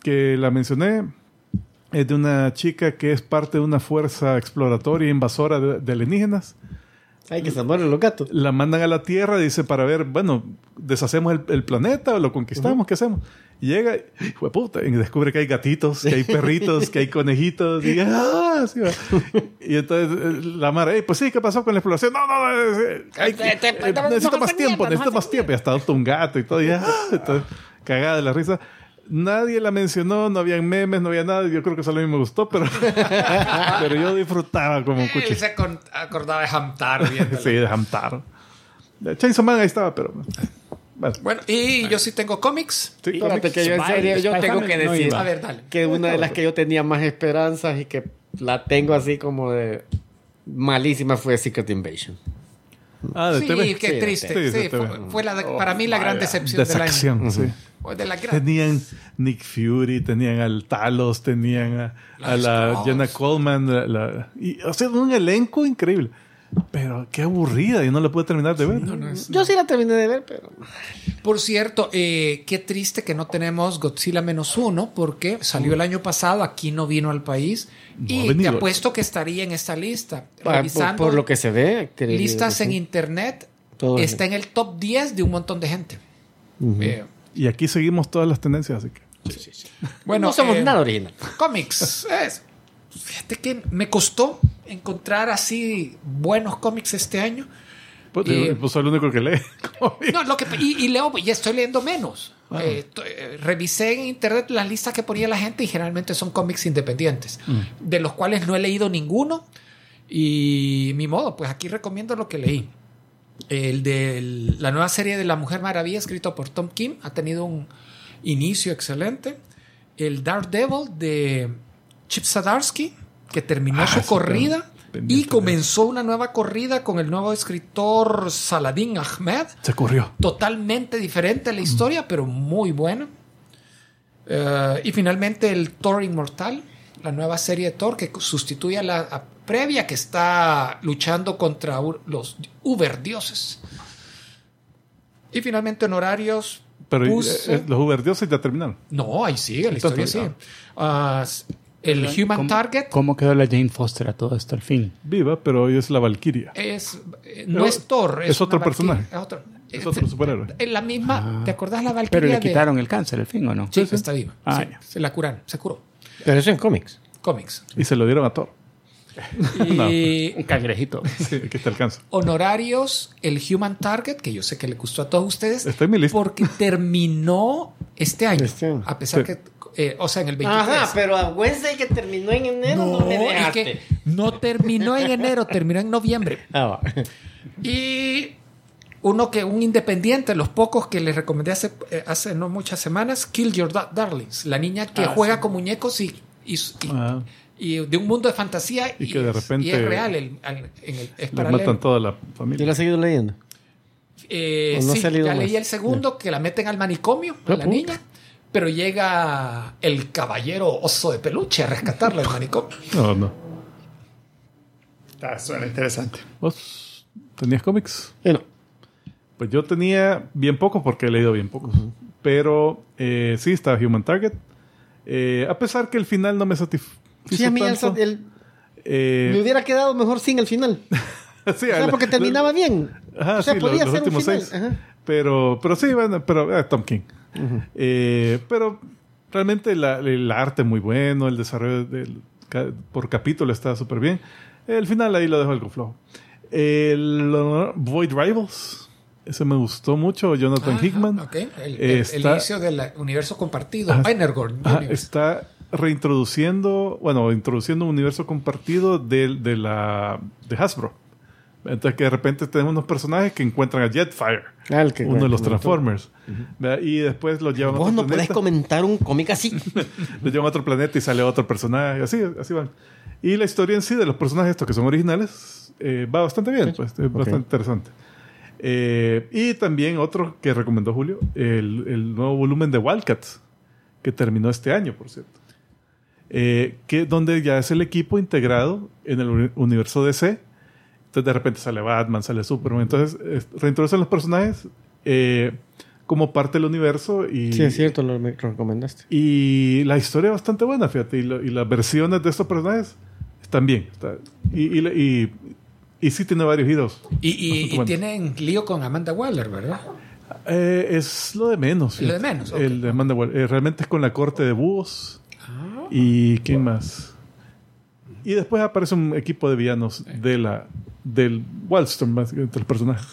que la mencioné es de una chica que es parte de una fuerza exploratoria e invasora de- de alienígenas.
Hay que salvarle los gatos.
la mandan a la Tierra, dice, para ver, bueno, deshacemos el, el planeta, lo conquistamos, ¿qué hacemos? Y llega, y, "Hijo de puta, y descubre que hay gatitos, que hay perritos, que hay conejitos, y, ¡ah! Así va. y entonces eh, la madre, "Ey, pues sí, ¿qué pasó con la exploración? No, no, no, eh, hay que-
Te- te-
eh,
te- nos
necesito
hacen
más
mierda,
tiempo,
nos
necesito
hacen
más tiempo. Y hasta adopta un gato y todo, y, ¡ah! entonces, cagada de la risa. Nadie la mencionó, no habían memes, no había nada. Yo creo que solo a mí me gustó, pero, pero yo disfrutaba como un cuchillo.
Él se con- acordaba de Hamtar viéndola.
Sí, de Hamtaro. De Chainsaw Man ahí estaba, pero. Bueno,
Bueno, y yo sí tengo cómics.
sí,
Fíjate que yo en
Spy-
serio, yo
Spy
tengo que
Family no
decir
iba.
A ver, dale.
que una de las que yo tenía más esperanzas y que la tengo así como de malísima fue Secret Invasion.
Ah, de
Sí,
TV.
qué
Sí,
triste.
sí,
Sí,
de TV.
fue, fue la, para mí la gran decepción del año.
Decepción, sí.
O De la gran-
Tenían Nick Fury, tenían al Talos, tenían a, a la
Strauss.
Jenna Coleman. la- la- y, o sea, un elenco increíble. Pero qué aburrida, yo no la pude terminar de ver.
Yo sí la terminé de ver, pero
Por cierto, eh, qué triste que no tenemos Godzilla menos uno porque salió el año pasado, aquí no vino al país
No ha
y te
venido.
apuesto que estaría en esta lista.
ah, por,
Revisando
por lo que se ve, creo
listas
que
en
sí.
internet,
Todo
está en el top 10 de un montón de gente. Eh,
Y aquí seguimos todas las tendencias, así que.
bueno,
no somos
eh,
nada original.
Cómics. Es- fíjate que me costó encontrar así buenos cómics este año.
Pues,
Eh,
pues soy el único que lee.
No, lo que, y, y leo, y estoy leyendo menos. Eh, to- eh, revisé en internet las listas que ponía la gente y generalmente son cómics independientes,
Mm.
de los cuales no he leído ninguno. Y mi modo, pues aquí recomiendo lo que leí. El de la nueva serie de La Mujer Maravilla, escrito por Tom Kim, ha tenido un inicio excelente. El Dark Devil de Chip Zdarsky, que terminó
Ah,
su
sí,
corrida
pendiente
y
de
comenzó una nueva corrida con el nuevo escritor Saladin Ahmed
Se corrió.
totalmente diferente a la historia, pero muy buena. Eh, y finalmente el Thor Inmortal, la nueva serie de Thor que sustituye a la a- previa que está luchando contra u- los uber dioses. Y finalmente en horarios
Pero eh,
puse-
eh, los uberdioses ya terminaron.
no, ahí sigue, la
Entonces,
historia sigue. Ah, s- el Human
¿Cómo-
Target
¿Cómo quedó la Jane Foster a todo esto al fin?
Viva, pero hoy es la Valquiria.
es, eh,
Pero
no es Thor.
es otro
una valquiria,
personaje.
Es otro,
Es otro Ah. superhéroe.
Es la misma, ¿te acordás la Valkyria?
Pero le
de-
quitaron el cáncer al fin, ¿o no?
Sí, está viva.
Ah,
Sí,
ya.
se la curan, se curó.
Pero eso en cómics.
Cómics.
Y se lo dieron a Thor.
Y
Un cangrejito.
Sí, que te alcanza.
honorarios, el Human Target, que yo sé que le gustó a todos ustedes.
Está en mi lista.
Porque terminó este año.
Este año.
A pesar
Sí.
que, eh, o sea, en el 23.
Ajá, pero a Wednesday que terminó en enero no,
No,
me
es
dejaste.
que no terminó en enero, terminó en noviembre.
Ah, va.
Y uno que, un independiente, los pocos que les recomendé hace, eh, hace no muchas semanas, Kill Your Da- Darlings, la niña
Ah,
que juega con muñecos y, y, y-
Ah.
y de un mundo de fantasía
Y que de
es-
repente
es real, el- al- en el- es
Le
paralelo.
matan toda la
Yo lo
familia.
he seguido leyendo.
Eh,
O no
sí,
se ha leído
ya
más.
leí el segundo que la meten al manicomio a
Ah,
la
puta.
niña, pero llega el caballero oso de peluche a rescatarla del manicomio.
No, no.
Ah, suena interesante.
¿Vos tenías cómics?
Bueno,
Pues yo tenía bien pocos porque he leído bien pocos. Pero eh, sí, estaba Human Target. Eh, a pesar que el final no me satisfizo.
sí, a mí el-
tanto,
el- me
eh,
hubiera quedado mejor sin el final.
sí,
O sea,
la-
porque terminaba bien.
Ajá,
o sea,
sí, lo-
podía
los
ser un
últimos
final.
seis.
Ajá.
Pero, pero sí, bueno, pero ah, Tom King. Eh, pero realmente la- el arte muy bueno, el desarrollo del ca- por capítulo está súper bien. El final ahí lo dejo algo flojo. El uh, Void Rivals, ese me gustó mucho, Jonathan
Ajá,
Hickman.
Ah, ok. El, el- el
Está-
inicio del universo compartido,
Ajá.
Energon
Ajá,
Universe.
está reintroduciendo, bueno, introduciendo un universo compartido de, de la de Hasbro. Entonces que de repente tenemos unos personajes que encuentran a Jetfire,
Ah, el que-
uno de los
que-
Transformers, ¿verdad? y después lo llevan a
Vos
otro
no podés
planeta.
comentar un cómic así.
Lo llevan a otro planeta y sale otro personaje. Así, así van. Y la historia en sí de los personajes estos que son originales eh, va bastante bien, pues, es bastante interesante. Eh, y también otro que recomendó Julio, el, el nuevo volumen de Wildcats, que terminó este año, por cierto. Eh, que, donde ya es el equipo integrado en el uni- universo DC. Entonces de repente sale Batman, sale Superman. Entonces eh, reintroducen los personajes eh, como parte del universo y,
Sí, es cierto, lo me recomendaste.
y la historia es bastante buena, fíjate, y, lo- y las versiones de estos personajes están bien. está- y, y, y- y sí tiene varios giros.
Y, y-
Bastante
y
bueno.
tienen lío con Amanda Waller, ¿verdad?
Eh, es lo de menos.
Lo de
fíjate.
menos, ok.
El de Amanda Waller. Eh, realmente es con la corte de búhos.
Ah,
¿Y quién más? Y después aparece un equipo de villanos de la, del Wallstrom, entre los personajes.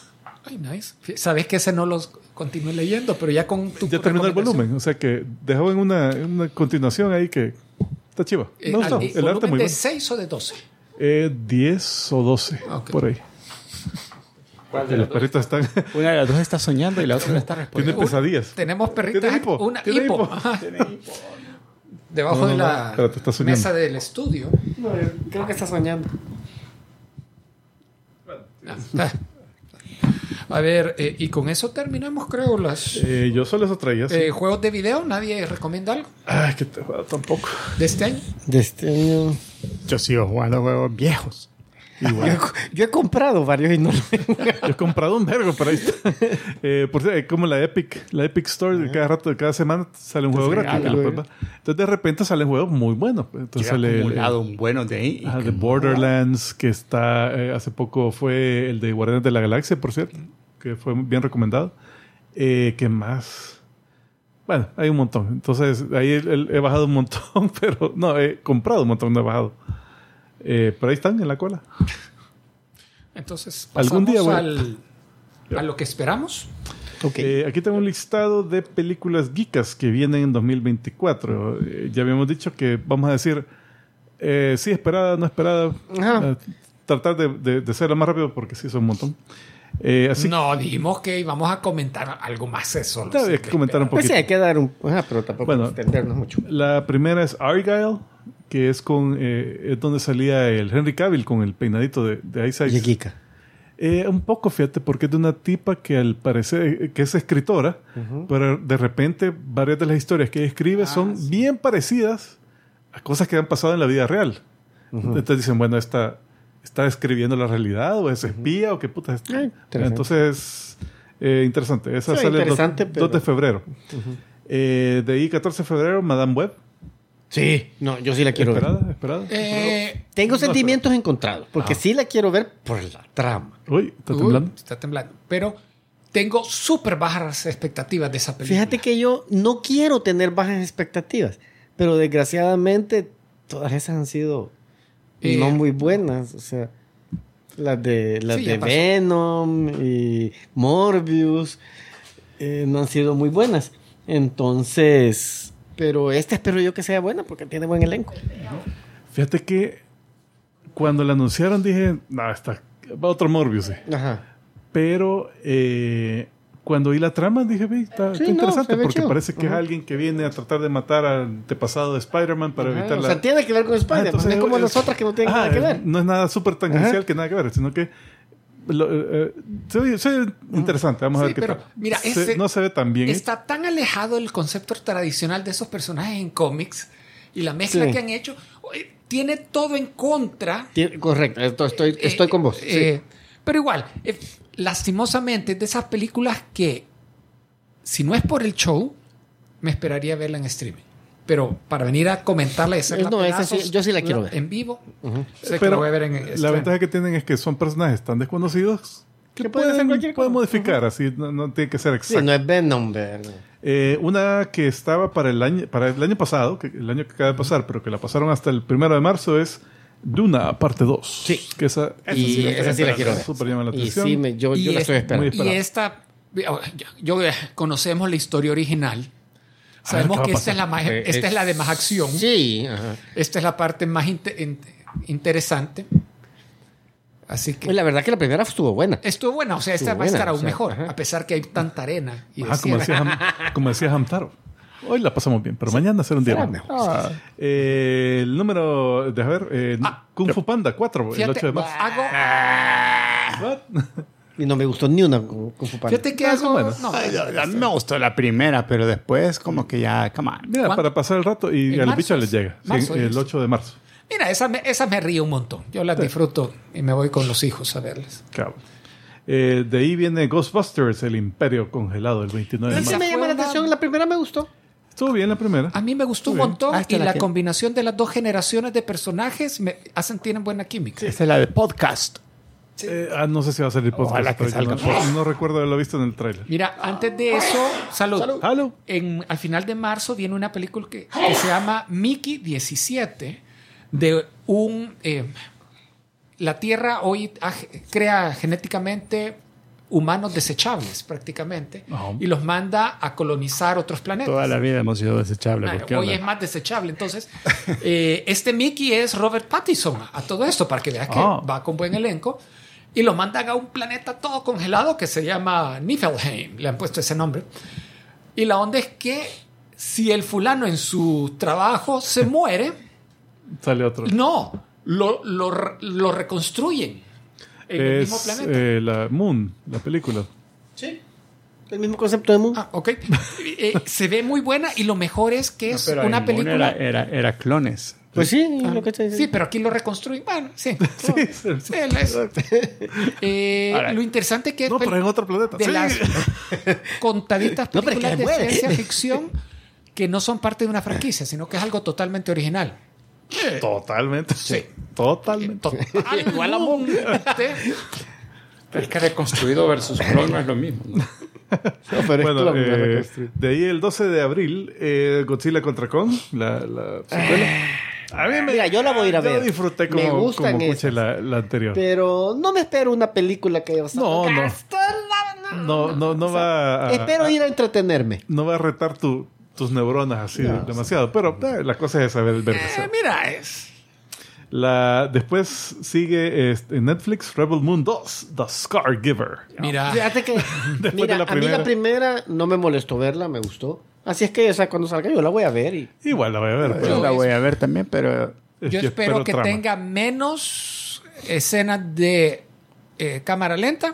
Ay, nice. F- Sabes que ese no los continué leyendo, pero ya con tu.
Ya terminó el
recomendación-
volumen, o sea que dejaban una, una continuación ahí que está chiva.
Eh,
No,
al-
está,
eh,
el arte
volumen
muy
de
bueno.
6 o de 12.
Eh, 10 o 12,
Ok.
por ahí. Y los perritos están.
Una de las dos está soñando y la otra la está
tiene
respondiendo.
pesadillas.
Pues, Tenemos perritas.
Tiene hipo,
Una
tiene
hipo.
hipo.
Ajá. Debajo
No, no,
de
no,
la
espérate, está soñando.
mesa del estudio.
Creo que está soñando.
Ah. A ver, eh, y con eso terminamos, creo, las.
Eh, yo solo eso traía. sí.
eh, juegos de video, nadie recomienda algo
Ay, que te jodas, tampoco.
de este año.
De este año.
Yo sigo jugando juegos viejos.
Yo, he, co- yo he comprado varios y no lo he
Yo he comprado un vergo, pero ahí está. Eh, por cierto, eh, como la Epic, la Epic Store, de cada rato, de cada semana sale un juego gratis. que lo puedes ver. Entonces, de repente salen juegos muy buenos. pues. Entonces,
Yo he
sale el-
acumulado un bueno de ahí. y
Ajá,
que-
de Borderlands, que está eh, hace poco fue el de Guardianes de la Galaxia, por cierto, que fue bien recomendado. Eh, ¿Qué más? Bueno, hay un montón. Entonces, ahí el- el- he bajado un montón, pero no, he comprado un montón, no he bajado. Eh, pero ahí están, en la cola.
Entonces,
Algún
pasamos
día, güey.
al, a lo que esperamos.
Eh, aquí tengo un listado de películas geekas que vienen en 2024. Eh, ya habíamos dicho que vamos a decir, eh, sí, esperada, no esperada.
Ajá.
Eh, tratar de, de, de ser lo más rápido porque sí, son un montón. Eh, así
No, dijimos que íbamos a comentar algo más eso.
que había que comentar un
Pues sí,
poquito.
hay que dar un. Ajá, pero tampoco
Bueno.
extendernos mucho.
La primera es Argyle, que es con eh, es donde salía el Henry Cavill con el peinadito de, de Ice Ice.
Yeguica.
Eh, un poco, fíjate, porque es de una tipa que al parecer eh, que es escritora, pero de repente varias de las historias que ella escribe son bien parecidas a cosas que han pasado en la vida real. Entonces dicen, bueno, esta está escribiendo la realidad o es espía o qué puta es.
interesante.
Entonces, eh, interesante. Esa
Sí,
sale el do- 2,
interesante, pero-
de febrero. Eh, de ahí 14 de febrero, Madame Web.
Sí, no, yo sí la quiero ver.
Esperada, esperada.
Eh,
eh,
Tengo sentimientos encontrados, porque sí la quiero ver por la trama.
Uy, está temblando.
está temblando. Pero tengo súper bajas expectativas de esa película.
Fíjate que yo no quiero tener bajas expectativas, pero desgraciadamente todas esas han sido
Eh,
no muy buenas. O sea, las de, las
Sí, ya
de
pasó.
Venom y Morbius eh, no han sido muy buenas. Entonces, pero esta espero yo que sea buena porque tiene buen elenco.
Fíjate que cuando la anunciaron dije, no, está, va otro Morbius. eh".
Ajá.
Pero eh, cuando vi la trama dije, "Ve, está,
Sí,
está
no,
interesante
se ve
porque
chido.
parece que
Ujú.
es alguien que viene a tratar de matar al antepasado de Spider-Man para
Ajá,
evitar
O
la...
sea, tiene que ver con
Ah,
Spider-Man.
entonces
es como
es-
las otras que no tienen nada
Ah,
que ver.
No es nada súper tangencial que nada que ver, sino que... lo- eh, eh, se oye- se oye interesante, vamos a
Sí,
ver qué
pero,
tal.
mira,
Se-
ese-
no se ve tan bien. hecho.
Está tan alejado el concepto tradicional de esos personajes en cómics y la mezcla
Sí.
que han hecho. eh, Tiene todo en contra.
Ti- Correcto, esto- estoy,
Eh,
estoy con vos. sí.
eh, Pero igual, eh, lastimosamente es de esas películas que, si no es por el show, me esperaría verla en streaming. Pero para venir a comentarla y hacerla
No, esa
pedazos
sí- yo sí la quiero ver.
En vivo, sé que
Pero
la voy a ver en
la
streaming.
ventaja que tienen es que son personajes tan desconocidos que
Que
pueden,
pueden hacer cualquier
pueden
cosa.
modificar, así no, no tiene que ser
Sí,
exacto.
no es Venom, ¿verdad?
Eh, una que estaba para el año para el año pasado, que, el año que acaba de pasar, pero que la pasaron hasta el primero de marzo es Duna parte 2.
Sí.
Que esa,
Y esa
estoy
sí la
esperando,
quiero ver.
Súper llama la
Y
atención.
sí, me- yo, yo la
es-
estoy esperando.
Muy- esperado.
y esta, yo, yo- eh, conocemos la historia original. Sabemos
¿qué va
que
a
esta es, la más,
Eh,
esta
es-
es la de más acción.
Sí, ajá.
Esta es la parte más inte- in- interesante. Así que.
Pues la verdad que la primera estuvo buena.
Estuvo buena, o sea, esta
Estuvo
va a estar
buena,
aún
o sea,
mejor,
ajá.
a pesar que hay tanta arena. Y
Ajá, como,
desierto.
decía Ham- como decía Hamtaro. Hoy la pasamos bien, pero mañana será un día
Será
bueno. Ah.
mejor.
Eh, el número, déjame ver, eh,
Ah,
Kung Fu Panda 4, el
Fíjate,
8 de marzo. Ah,
hago-
¡Ah!
Ah.
What?
Y no me gustó ni una con con su pan.
fíjate que
Ah, eso
hago-
bueno.
no,
Ay, yo- a mí me gustó la primera, pero después como que ya, come on.
Mira,
¿Cuándo?
para pasar el rato y
En
al
marzo
bicho le
es.
llega. Sí,
Marzo
el
es.
8 de marzo.
mira, esas me, esas me río un montón. Yo las disfruto y me voy con los hijos a verlas.
Cabrón. Eh, de ahí viene Ghostbusters, el imperio congelado, el 29 de
Esa
Esa
marzo.
me llama la
fue una-
atención, la primera me gustó.
Estuvo bien la primera.
A mí me gustó un
Muy bien.
montón
Ah,
Hasta
y
la
la
que-
combinación de las dos generaciones de personajes me hacen tienen buena química.
Esta es la de podcast.
Eh, ah, no sé si va a salir podcast.
Ojalá que
pero yo
salga.
No, no recuerdo haberlo visto en el tráiler.
Mira, antes de eso, salud.
Halo.
En- al final de marzo viene una película que, que se llama Mickey 17 de un... eh, la Tierra hoy ha- crea genéticamente humanos desechables prácticamente
Ajá.
y los manda a colonizar otros planetas.
Toda la vida hemos sido desechables.
Claro,
¿por qué
Ah, hoy
onda?
es más desechable. Entonces, eh, este Mickey es Robert Pattinson a- a todo esto, para que veas que
Ah.
va con buen elenco. Y lo mandan a un planeta todo congelado que se llama Niflheim. Le han puesto ese nombre. Y la onda es que si el fulano en su trabajo se muere,
Sale otro.
no, lo, lo re- lo reconstruyen en el mismo
es
planeta.
eh, la Moon, la película.
El mismo concepto de Moon.
Ah, ok. Eh, se ve muy buena y lo mejor es que es
Pero
una
en Moon Era,
película.
era, era clones.
pues sí, lo que estoy
Sí,
diciendo.
pero aquí lo reconstruyen. Bueno, sí.
sí.
Sí, lo es. Eh,
Ahora,
lo interesante que es
No,
pel-
pero en otro planeta.
de
Sí.
las contaditas
No, pero es que
películas de
muere.
ciencia ficción que no son parte de una franquicia, sino que es algo totalmente original.
Totalmente.
Sí.
Totalmente.
Igual a Moon.
Pero es que reconstruido versus clon no es lo mismo. ¿no?
No, pero
Bueno,
es que lo-
eh,
lo reconstruí.
de ahí el 12 de abril, eh, Godzilla contra Kong, la, la secuela. A mí me,
Mira, yo la voy a ir a
yo
ver.
disfruté
Me
como,
gustan
como cuche
esas.
la, la anterior.
Pero no me espero una película que... ah,
No, no. No, no, no va a,
Espero ir a entretenerme.
no va a retar tu- tus neuronas así demasiado. Pero eh, la cosa es saber el verde.
Eh, mira, es.
La, después sigue este, en Netflix Rebel Moon 2, The Scar Giver.
Mira.
Fíjate que... mira,
de la
a mí
primera.
la primera no me molestó verla, me gustó. Así es que, o sea, cuando salga yo la voy a ver y...
Igual la voy a ver. pero-
Yo la voy a ver también, pero
Yo
yo
espero que
trama.
tenga menos escenas de eh, cámara lenta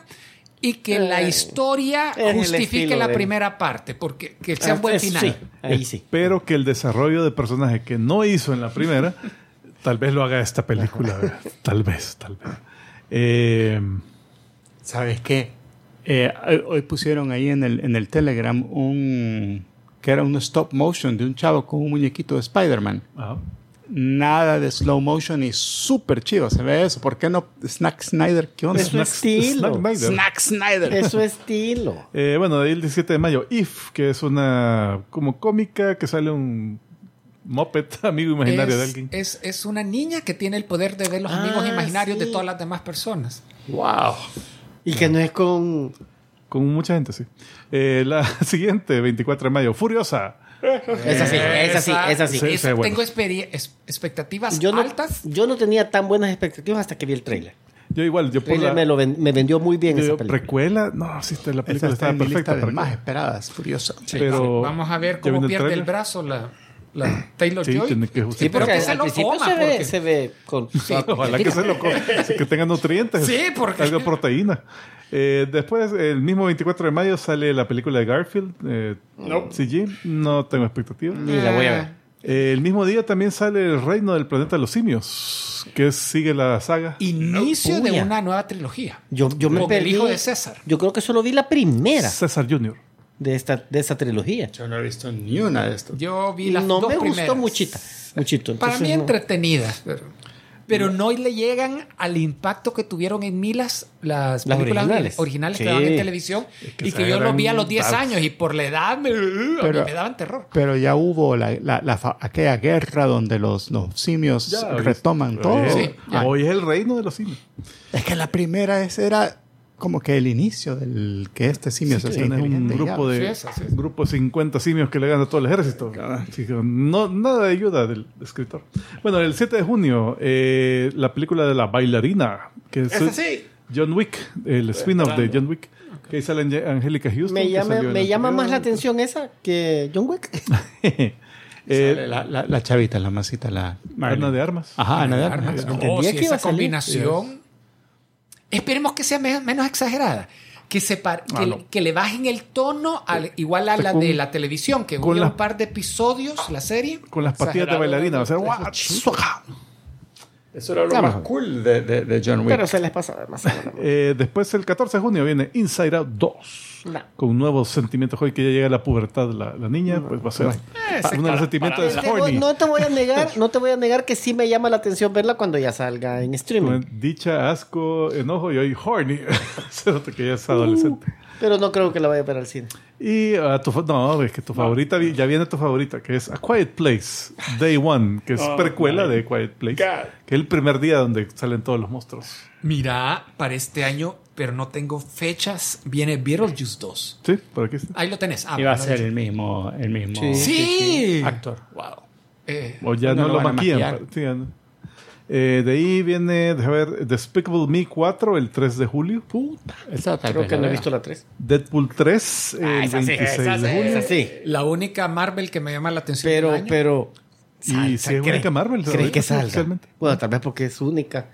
y que la
Eh,
historia
es el
justifique
estilo
la
de-
primera parte, porque que sea un buen
Eso
final.
Ah, Sí, ahí sí.
Espero que el desarrollo de personaje que no hizo en la primera, tal vez lo haga esta película. ¿verdad? Tal vez, tal vez. Eh,
¿sabes qué? Eh, hoy- hoy pusieron ahí en el, en el Telegram un que era un stop motion de un chavo con un muñequito de Spider-Man.
ah,
Nada de slow motion y súper chido. Se ve eso. ¿Por qué no Snack Snyder? ¿Qué onda?
Es su
Snack-
estilo.
Snack Snyder.
Snack Snyder.
Es su estilo.
Eh, bueno, de ahí el 17 de mayo, If, que es una como cómica que sale un moped amigo imaginario de
es, eh.
alguien.
es- es una niña que tiene el poder de ver los
Ah,
amigos imaginarios
sí.
de todas las demás personas.
¡Wow!
Y que no es con...
Con mucha gente, sí. Eh, la siguiente, 24 de mayo, Furiosa.
Es así, es así, es así.
Sí, sí,
tengo
bueno.
experi- es- expectativas
Yo no,
altas.
yo no tenía tan buenas expectativas hasta que vi el trailer.
Yo igual,
El
yo por
trailer
Pues la
me, lo ven- me vendió muy bien
yo
esa
digo,
película.
precuela. No, sí, esta- la
Esa
película
está
estaba
en mi
perfecta.
lista de
para-
más esperadas, furiosa.
pero
Vamos a ver
¿ya
cómo
vieron el
pierde el
tráiler?
brazo la, la Taylor
Sí,
Joy.
tiene que
Sí,
justificar.
porque
Pero que se
al
lo
principio
coma,
se, ve,
porque-
se ve con...
Ah, Ojalá que se lo coma, que tenga nutrientes.
Sí, porque-
Algo de proteína. Eh, después, el mismo 24 de mayo sale la película de Garfield, eh, CG. No tengo expectativa.
Ni la voy a ver.
Eh, el mismo día también sale El Reino del Planeta de los Simios, que sigue la saga.
Inicio de
Uy, ya.
una nueva trilogía.
Yo, yo me
Con el
perdí.
hijo de César.
Yo creo que solo vi la primera
César Jr.
de esta, de esta trilogía.
Yo no he visto ni una de estas.
Yo vi las
No
dos
me gustó
primeras.
muchita. Muchito.
Para
entonces
mí
no.
entretenidas, pero, pero no le llegan al impacto que tuvieron en Milas las
Las
películas originales,
originales.
que
Sí.
daban en televisión
que
y
se
que yo lo vi a los
agarran
10
tabs.
años y por la edad me, uh, a mí
Pero-
me daban terror.
Pero ya hubo la, la- la fa- aquella guerra donde los, los simios
Ya, hoy-
retoman
hoy
todo.
es-
Sí, ya.
hoy es el Reino de los Simios.
Es que la primera es- era como que el inicio del que este simio
Sí,
se hacía
tienes un
inteligente y ya.
grupo de,
Sí, es, así es.
grupo de 50 simios que le gana todo el ejército. Así que no, nada de ayuda del escritor. Bueno, el 7 de junio, eh, la película de la bailarina, que es John Wick, el spin-off de John Wick, que ahí sale Ange- Angélica Houston.
Me
que
llama,
salió en
me
el
llama más la
anterior.
atención esa que John Wick.
Eh,
Sale la, la- la chavita, la masita, la...
Ana de Armas.
Ajá, Ana de
Ah,
Armas.
no,
entendía
sí,
que iba
esa
a salir.
combinación. Esperemos que sea me- menos exagerada. Que, separ- que, que le bajen el tono al, igual a la de la televisión, que
con
hubo
la-
un par de episodios, la serie.
Con las patillas de
Exagerado.
bailarina. O sea, ¡guau! ¡Suaca!
Eso era lo
Ya,
más
mejor.
cool de, de- de John Wick.
Pero se les pasa más o menos.
Eh, después, el 14 de junio, viene Inside Out 2.
No.
Con un nuevo sentimiento, hoy que ya llega a la pubertad la, la niña, pues va a ser ah, un nuevo sentimiento de
Te voy-
horny.
Este, no te voy a negar, no te voy a negar que sí me llama la atención verla cuando ya salga en streaming.
Con Dicha, asco, enojo y hoy horny. Se nota que ya es adolescente.
Pero no creo que la vaya a ver al cine.
Y a tu, fa- no, es que tu favorita, vi- ya viene tu favorita, que es A Quiet Place, Day One, que es
Oh,
precuela
my
de Quiet Place,
God.
que es el primer día donde salen todos los monstruos.
Mira, para este año, pero no tengo fechas, viene Beetlejuice 2.
Sí, por aquí está.
Ahí lo tenés. Ah,
Iba a
no,
ser
no.
el mismo, el mismo
Sí.
actor. Wow.
Eh,
O ya
No
no,
lo
lo
van a
maquillan.
maquillar.
pa- sí, ya no. Eh, de ahí viene, déjame ver, Despicable Me 4 el 3 de julio.
Esa
pues
tal
Creo
vez
que
la
no he
vea.
visto la 3.
Deadpool 3 el
Ah, esa sí,
26
esa
de
sí,
julio.
esa sí.
la única Marvel que me llama la atención. del
Pero,
año.
pero.
Y si es
cree-
única Marvel,
¿Cree que
ahorita,
salga?
oficialmente.
Bueno, tal vez porque es única.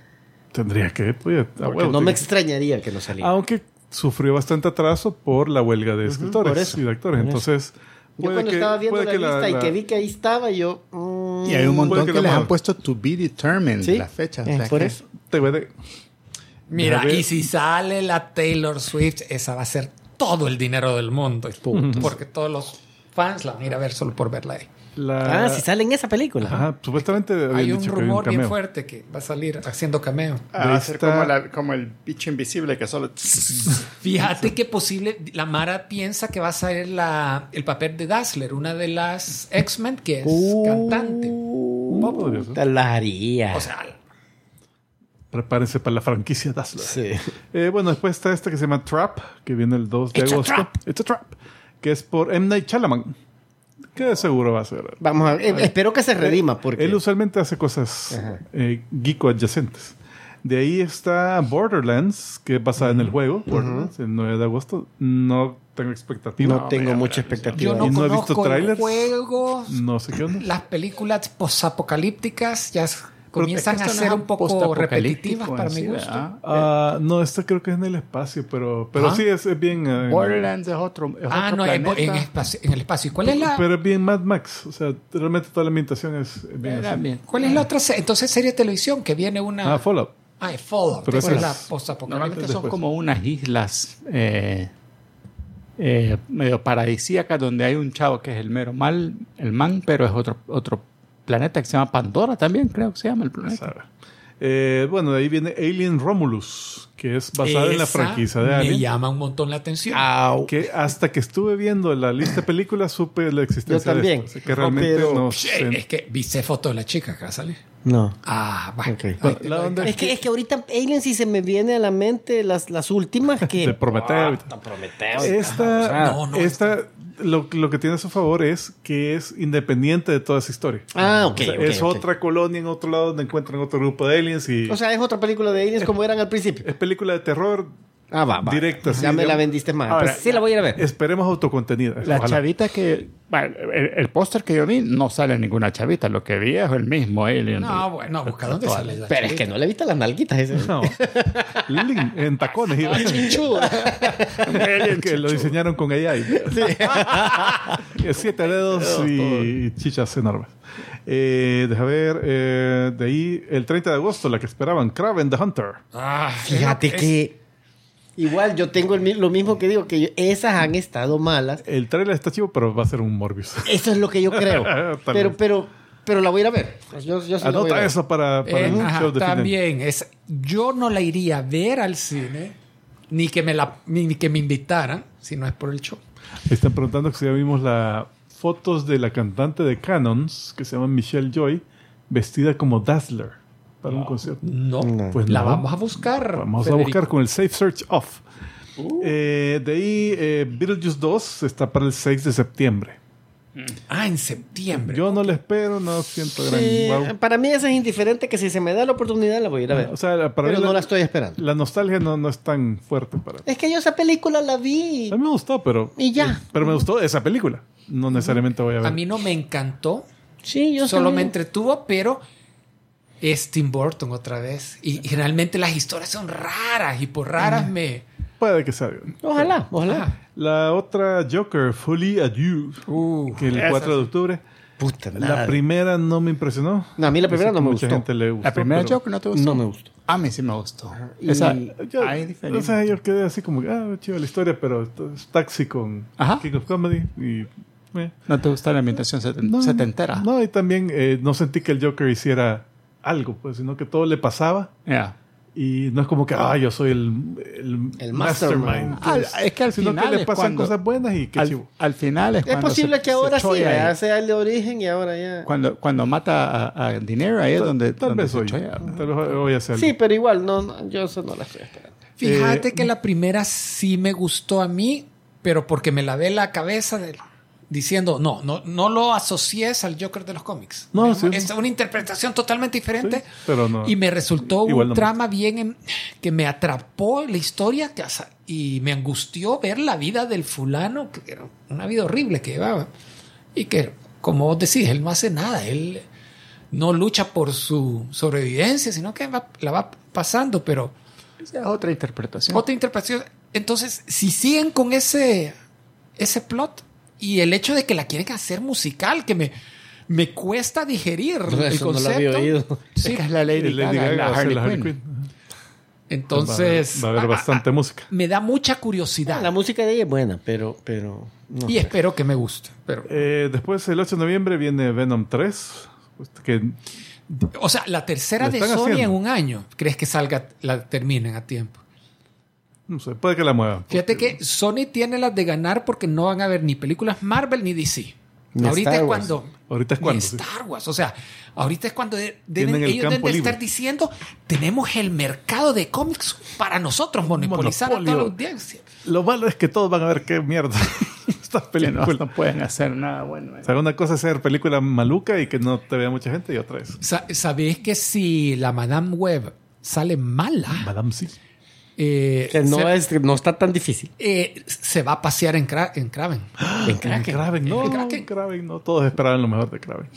Tendría que, pues, a
Porque
huevo, Ah,
no me
tiene-
extrañaría que no saliera.
Aunque sufrió bastante atraso por la huelga de escritores
por eso,
y de actores.
por eso.
Entonces,
yo cuando estaba viendo
puede
la
que
lista y
la-
que vi que ahí estaba, yo. mm,
Y hay un montón
Puede
que,
que lo
les han
mueva.
puesto to be determined
Sí.
la fecha. o
Eh,
sea
por
que-
eso.
te voy de-
Mira,
Déjame-
y si sale la Taylor Swift, esa va a ser todo el dinero del mundo. Porque todos los fans la van a ir a ver solo por verla ahí.
la-
Ah, si sale en esa película.
Ajá, supuestamente habían
Hay un
dicho que había
rumor bien
cameo.
fuerte que va a salir haciendo cameo.
De
Ah, va a ser
esta-
como, la- como el bicho invisible que solo.
Fíjate que posible, la Mara piensa que va a salir la, el papel de Dazzler, una de las X-Men que es cantante.
Podría ser.
Uh, Puta, La haría.
O sea,
Prepárense para la franquicia Dazzler.
Sí.
Eh, bueno, después está esta que se llama Trap, que viene el 2 de
It's a
agosto.
trap.
It's a Trap, que es por M. Night Shyamalan, que de seguro va a ser.
Vamos a ver. eh, espero que se redima porque.
Él usualmente hace cosas
Ajá.
eh, geeko adyacentes. De ahí está Borderlands, que es basada en el juego, Borderlands, el 9 de agosto. No tengo expectativa.
no tengo
mira,
mucha
mira.
expectativa.
yo no,
¿Y no he visto
conozco el
trailers?
juego,
No sé qué onda.
las películas posapocalípticas ya s- comienzan
Esto
a
no es
ser un poco
postapocalíptico
repetitivas
en
para mi
sí,
gusto.
¿verdad?
Ah, no, este creo que es en el espacio, pero, pero
Ah.
Ajá.
sí es, es bien. eh,
Borderlands es otro, es
Ah,
otro
no, en,
planeta.
en espacio- en el espacio. ¿Y cuál es la,
pero es bien Mad Max. O sea, realmente toda la ambientación es es bien.
Era
así.
bien.
cuál es la otra? se- Entonces, serie de televisión que viene una.
Ah, Fallout.
Ah, es Fallout.
Pero
esa
esa
es la
es-
postapocalíptica.
Normalmente son
después.
como unas islas eh, eh, medio paradisíacas donde hay un chavo que es el mero mal, el man, pero es otro, otro planeta que se llama Pandora también, creo que se llama el planeta.
Sabe. Eh, bueno, de ahí viene Alien Romulus, que es basada en la
Esa
franquicia de
Me
Alien.
llama un montón la atención.
Au.
Que hasta que estuve viendo la lista de películas supe la existencia
Yo también.
de esto. Así que realmente
Pero-
no
Sí,
sé.
es que viste fotos de la chica acá, ¿sale?
No.
Ah, va.
Ok.
Ahí
La-
te
la
doy.
onda
Es que, es que ahorita Alien sí se me viene a la mente las, las últimas que.
de Prometeo.
Ah,
Esta,
No, este. no,
esta lo, lo que tiene a su favor es que es independiente de toda esa historia.
Ah, ok.
O sea,
ok,
es
ok.
otra colonia en otro lado donde encuentran otro grupo de aliens y
O sea, es otra película de aliens como eran al principio.
es película de terror.
Ah, va, va.
Directa, sí,
Ya me la
digamos.
vendiste más.
Ahora,
pues sí, la voy a ir a ver.
Esperemos autocontenida.
La
ojalá.
chavita que. bueno, el, el póster que yo vi no sale ninguna chavita. Lo que vi es el mismo Alien.
No, bueno, busca dónde sale la
Pero es que no le viste las nalguitas ese.
No. Link en tacones. iba. que lo diseñaron con AI. Que Siete dedos y chichas enormes. Eh, deja ver, eh, de ahí el 30 de agosto, la que esperaban, Kraven the Hunter.
Ah,
Fíjate
es-
que. Igual yo tengo el mi- lo mismo que digo, que yo- esas han estado malas.
El trailer está chivo, pero va a ser un Morbius.
Eso es lo que yo creo.
Tal
pero,
vez.
pero, pero la voy a ir a ver. Pues Yo, yo sí la voy a ir a
Anota
ver.
eso para, para
Eh,
el
ajá,
show de fin de año.
también es yo no la iría a ver al cine ni que me la ni ni que me invitaran si no es por el show.
Me Están preguntando que si ya vimos las fotos de la cantante de Canons, que se llama Michelle Joy, vestida como Dazzler para un concierto.
No,
Pues
la
no.
vamos a buscar.
Vamos a
Federico.
buscar con el Safe Search Off. Eh, de ahí, eh, Beetlejuice 2 está para el 6 de septiembre.
Ah, en septiembre.
Yo no la espero, no siento gran
Sí,
wow.
Para mí eso es indiferente que si se me da la oportunidad la voy a ir a ver.
O sea, para
pero
mí
no
la,
la estoy esperando.
la nostalgia no, no es tan fuerte para mí.
Es que yo esa película la vi.
A mí me gustó, pero. eh,
Y ya.
Pero me gustó esa película. No necesariamente voy a ver.
a mí no me encantó,
Sí, yo
solo
sabía.
me entretuvo, pero es Tim Burton otra vez y, y realmente las historias son raras y por raras me
Puede que salga.
Ojalá, ojalá.
La otra Joker, Fully Adieu,
Uh,
que el 4 de octubre.
Puta, nada.
La primera no me impresionó.
No, a mí la
Yo
primera
sé
no
que
me
mucha
gustó.
gente le gustó,
La primera
pero-
Joker no te gustó.
no me gustó.
A mí sí me gustó.
Y-
Esa,
Yo,
ahí diferente.
o sea, yo quedé así como, ah, chiva la historia, pero esto es Taxi con
Ajá.
King of Comedy y... eh,
¿No te gusta la ambientación seten-
no,
setentera?
No, y también eh, no sentí que el Joker hiciera algo, pues, sino que todo le pasaba
Ya.
y no es como que, ah, yo soy el, el,
El mastermind.
Al-
pues,
Ah, es que al
sino
final
que le
es
pasan
cuando-
cosas buenas y qué
Al,
chivo.
al final es,
Es
cuando
posible
se-
que ahora
se
sí,
cholla
¿verdad?
ahí.
sea el de origen y ahora ya.
Cuando, cuando mata a, a Dinero, ahí es donde,
Tal
donde
vez
se
hoy.
cholla.
Tal vez hoy hace algo.
Sí, pero igual, no, no, yo eso no la estoy esperando.
Fíjate
Eh,
que la primera sí me gustó a mí, pero porque me lavé la cabeza de- diciendo, no, no, no lo asocies al Joker de los cómics.
No,
Digamos,
sí.
Es una interpretación totalmente diferente.
Sí, pero no.
Y me resultó
Igual no
un
me
trama bien en- que me atrapó la historia que asa- y me angustió ver la vida del fulano, que era una vida horrible que llevaba. Y que, como vos decís, él no hace nada, él no lucha por su sobrevivencia, sino que va- la va pasando, pero
Esa es otra interpretación.
otra interpretación. Entonces, si siguen con ese, ese plot y el hecho de que la quieren hacer musical, que me, me cuesta digerir el
Eso no lo
concepto.
había oído.
Sí,
es la Lady,
Y Lady
Gaga,
Gaga
la
va a ser
Harley,
la Harley
Quinn. ah,
Quinn.
Entonces,
Va a haber, va a haber
a- a-
bastante música.
me da mucha curiosidad
La música de ella es buena, pero, pero no
y
sé.
espero que me guste. Pero,
Eh, después, el 8 de noviembre, viene Venom 3. pues, Que
o sea, la tercera
Lo
de Sony
están haciendo.
en un año, ¿crees que salga, la terminen a tiempo?
no sé, puede que la muevan.
Fíjate que Sony tiene las de ganar porque no van a haber ni películas Marvel ni DC.
Ni
ahorita
Star
es
Wars.
cuando.
Ahorita es
ni
cuando, sí.
Star Wars. O sea, ahorita es cuando de-
Tienen
deben,
el
ellos deben
campo
de estar
libre.
diciendo: tenemos el mercado de cómics para nosotros, monopolizar a toda la
Monopolio.
audiencia.
Lo malo es que todos van a ver qué mierda estas
Que no,
películas.
no pueden hacer nada bueno. ¿eh?
O sea, una cosa es hacer película maluca y que no te vea mucha gente y otra es
Sa- ¿Sabéis que si la Madame Web sale mala,
Madame sí.
eh,
Que no,
se,
es, no está tan difícil.
eh, se va a pasear en, Cra- en Kraven?
En Kraken.
Kraven, no,
El Kraken.
Kraven, no. Todos esperaban lo mejor de Kraven.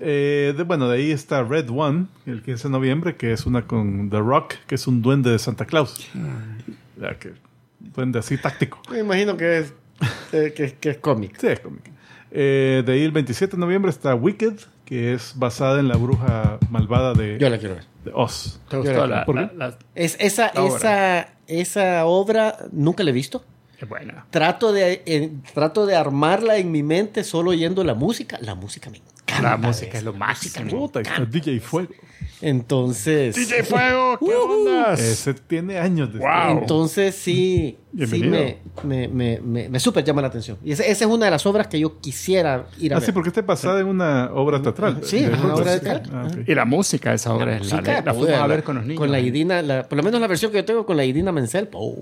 Eh, de- bueno, de ahí está Red One, el 15 de noviembre, que es una con The Rock, que es un duende de Santa Claus. Ya que, duende así táctico.
Me imagino que es, eh, que, que es cómic.
Sí, es cómica. Eh, de ahí el 27 de noviembre está Wicked, que es basada en la bruja malvada de,
Yo la quiero ver.
de Oz.
¿Te
Yo la-
gustó la,
¿por
la-
qué?
la-
Es, esa,
La obra.
esa, esa obra nunca la he visto.
es buena.
Trato de, eh, trato de armarla en mi mente solo oyendo la música. La música me encanta.
La música es lo máximo.
Puta, está DJ Fuego.
Entonces,
DJ Fuego, ¿qué
Uh,
onda?
Ese Eh, tiene años de
Wow.
entonces sí, sí
Bienvenido.
me, me, me, me, me súper llama la atención. Y esa, esa es una de las obras que yo quisiera ir a
Ah,
ver.
sí, porque está basada en una obra teatral.
Sí, es una obra
Broadway.
teatral.
Ah, ok.
Y la música, esa obra es la,
Música,
la, la fuimos
puta,
a ver con los niños. ¿eh?
Con la Idina, la- por lo menos la versión que yo tengo con la Idina Menzel. oh,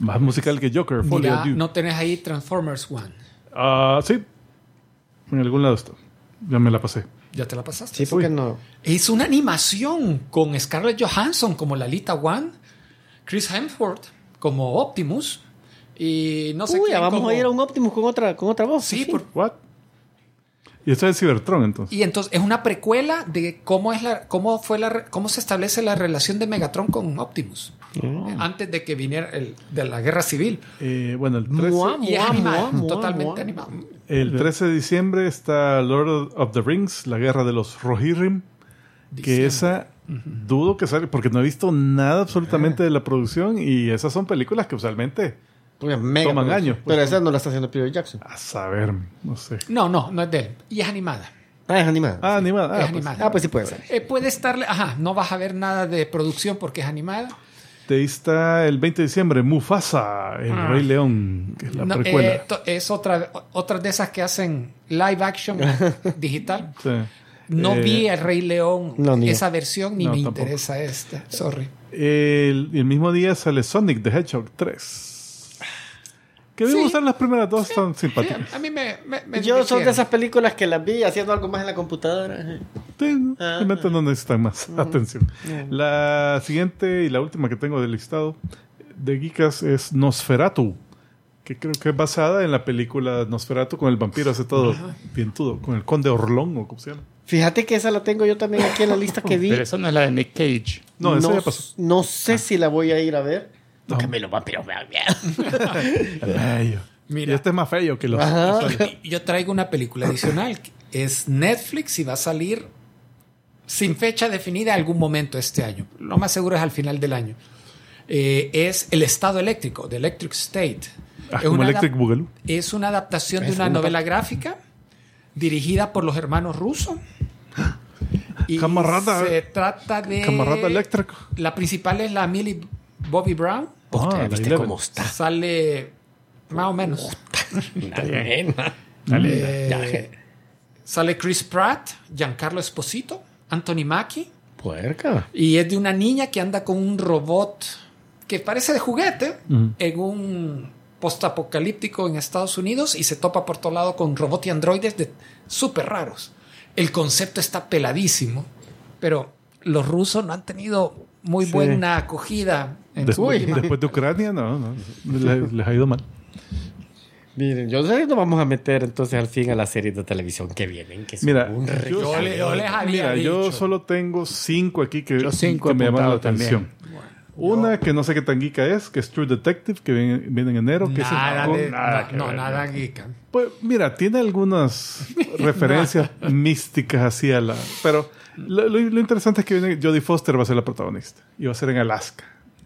Más musical que Joker, Folly
Mira,
on You.
no tenés ahí Transformers One.
Ah, sí. En algún lado está. Ya me la pasé.
¿Ya te la pasaste?
sí, porque no.
Es una animación con Scarlett Johansson como Lalita One, Chris Hemsworth como Optimus y no sé
Uy,
quién
ya vamos
como-
a ir a un Optimus con otra, con otra voz.
Sí,
en fin.
por-
What? Y esto es Cybertron, entonces.
y entonces es una precuela de cómo es la cómo fue la re- cómo se establece la relación de Megatron con Optimus
Mm.
Eh, antes de que viniera el, de la Guerra Civil
Eh, bueno, el
Mua,
13,
y es
mua,
animado,
mua, mua,
totalmente
mua.
animado.
el 13 de diciembre está Lord of the Rings, la guerra de los Rohirrim. Que
Diciembre.
esa dudo que salga, porque no he visto nada
Eh.
absolutamente de la producción y esas son películas que usualmente,
Porque es mega
Toman
producción.
años, pues.
Pero esa no la está haciendo Peter Jackson.
a saber, no sé.
No, no, no es de él y es animada.
Ah, es animada.
Ah, animada.
es
Ah, pues.
animada.
Ah, pues sí puede ser.
Eh, puede estarle, ajá, no vas a ver nada de producción porque es animada.
De ahí está el 20 de diciembre, Mufasa, el Rey León, que es la
Ah. No,
precuela.
eh, to- es otra, otra de esas que hacen live action digital.
Sí.
No
Eh,
vi el Rey León
no, ni yo.
esa versión ni
No,
me
tampoco.
interesa esta. Sorry.
El, el mismo día sale Sonic the Hedgehog 3. Que a mí me
Sí.
gustan las primeras dos, son
Sí,
simpáticas.
Eh, a mí me. me- me
Yo son de
divirtieron.
esas películas que las vi haciendo algo más en la computadora.
Sí, no,
Ah.
realmente no necesitan más atención. La siguiente y la última que tengo del listado de Geekas es Nosferatu. Que creo que es basada en la película Nosferatu con el vampiro hace todo vientudo, con el conde Orlón o como se llama.
Fíjate que esa la tengo yo también aquí en la lista que vi.
Pero esa no es la de Nick Cage.
No, esa ya pasó.
no sé si la voy a ir a ver.
No.
Porque me lo van, pero me da miedo.
Ay, yo. Y
Mira,
este es más feo que los.
Ajá.
que sale.
y- yo traigo una película adicional. que Es Netflix y va a salir sin fecha definida algún momento este año. Lo más seguro es al final del año. Eh, es El Estado Eléctrico, The Electric State.
Ah,
Es
como
una
Electric
adap-
Boogaloo.
Es una adaptación de
Es
una
una-
novela gráfica dirigida por los hermanos rusos. Y
Camarada- eh,
se trata de.
Camarada Electric.
La principal es la Millie Bobby Brown.
Ah,
Puta,
la
¿viste
Eleven.
cómo está?
Sale más o menos.
La nena.
Eh, sale Chris Pratt, Giancarlo Esposito, Anthony Mackie.
Puerca.
Y es de una niña que anda con un robot que parece de juguete
Ujú.
en un postapocalíptico en Estados Unidos y se topa por todo lado con robots y androides de súper raros. El concepto está peladísimo, pero los rusos no han tenido muy
Sí.
buena acogida en su
Después,
última-
después de Ucrania, no, no, les, les ha ido mal.
Miren, yo sé que nos vamos a meter entonces al fin a las series de televisión que vienen, que son
Mira,
un re-
yo,
Yo le- yo les había
mira, yo
dicho.
solo tengo cinco aquí que,
Yo cinco
que me llaman la
apuntado también.
atención. Una que no sé qué tan geeka es, que es True Detective, que viene, viene en enero. que ese
Nada
no-
de-
nada
no,
que
no,
ver.
nada geeka.
Pues mira, tiene algunas referencias místicas hacia la. Pero lo, lo- lo interesante es que viene Jodie Foster va a ser la protagonista. Y va a ser en Alaska.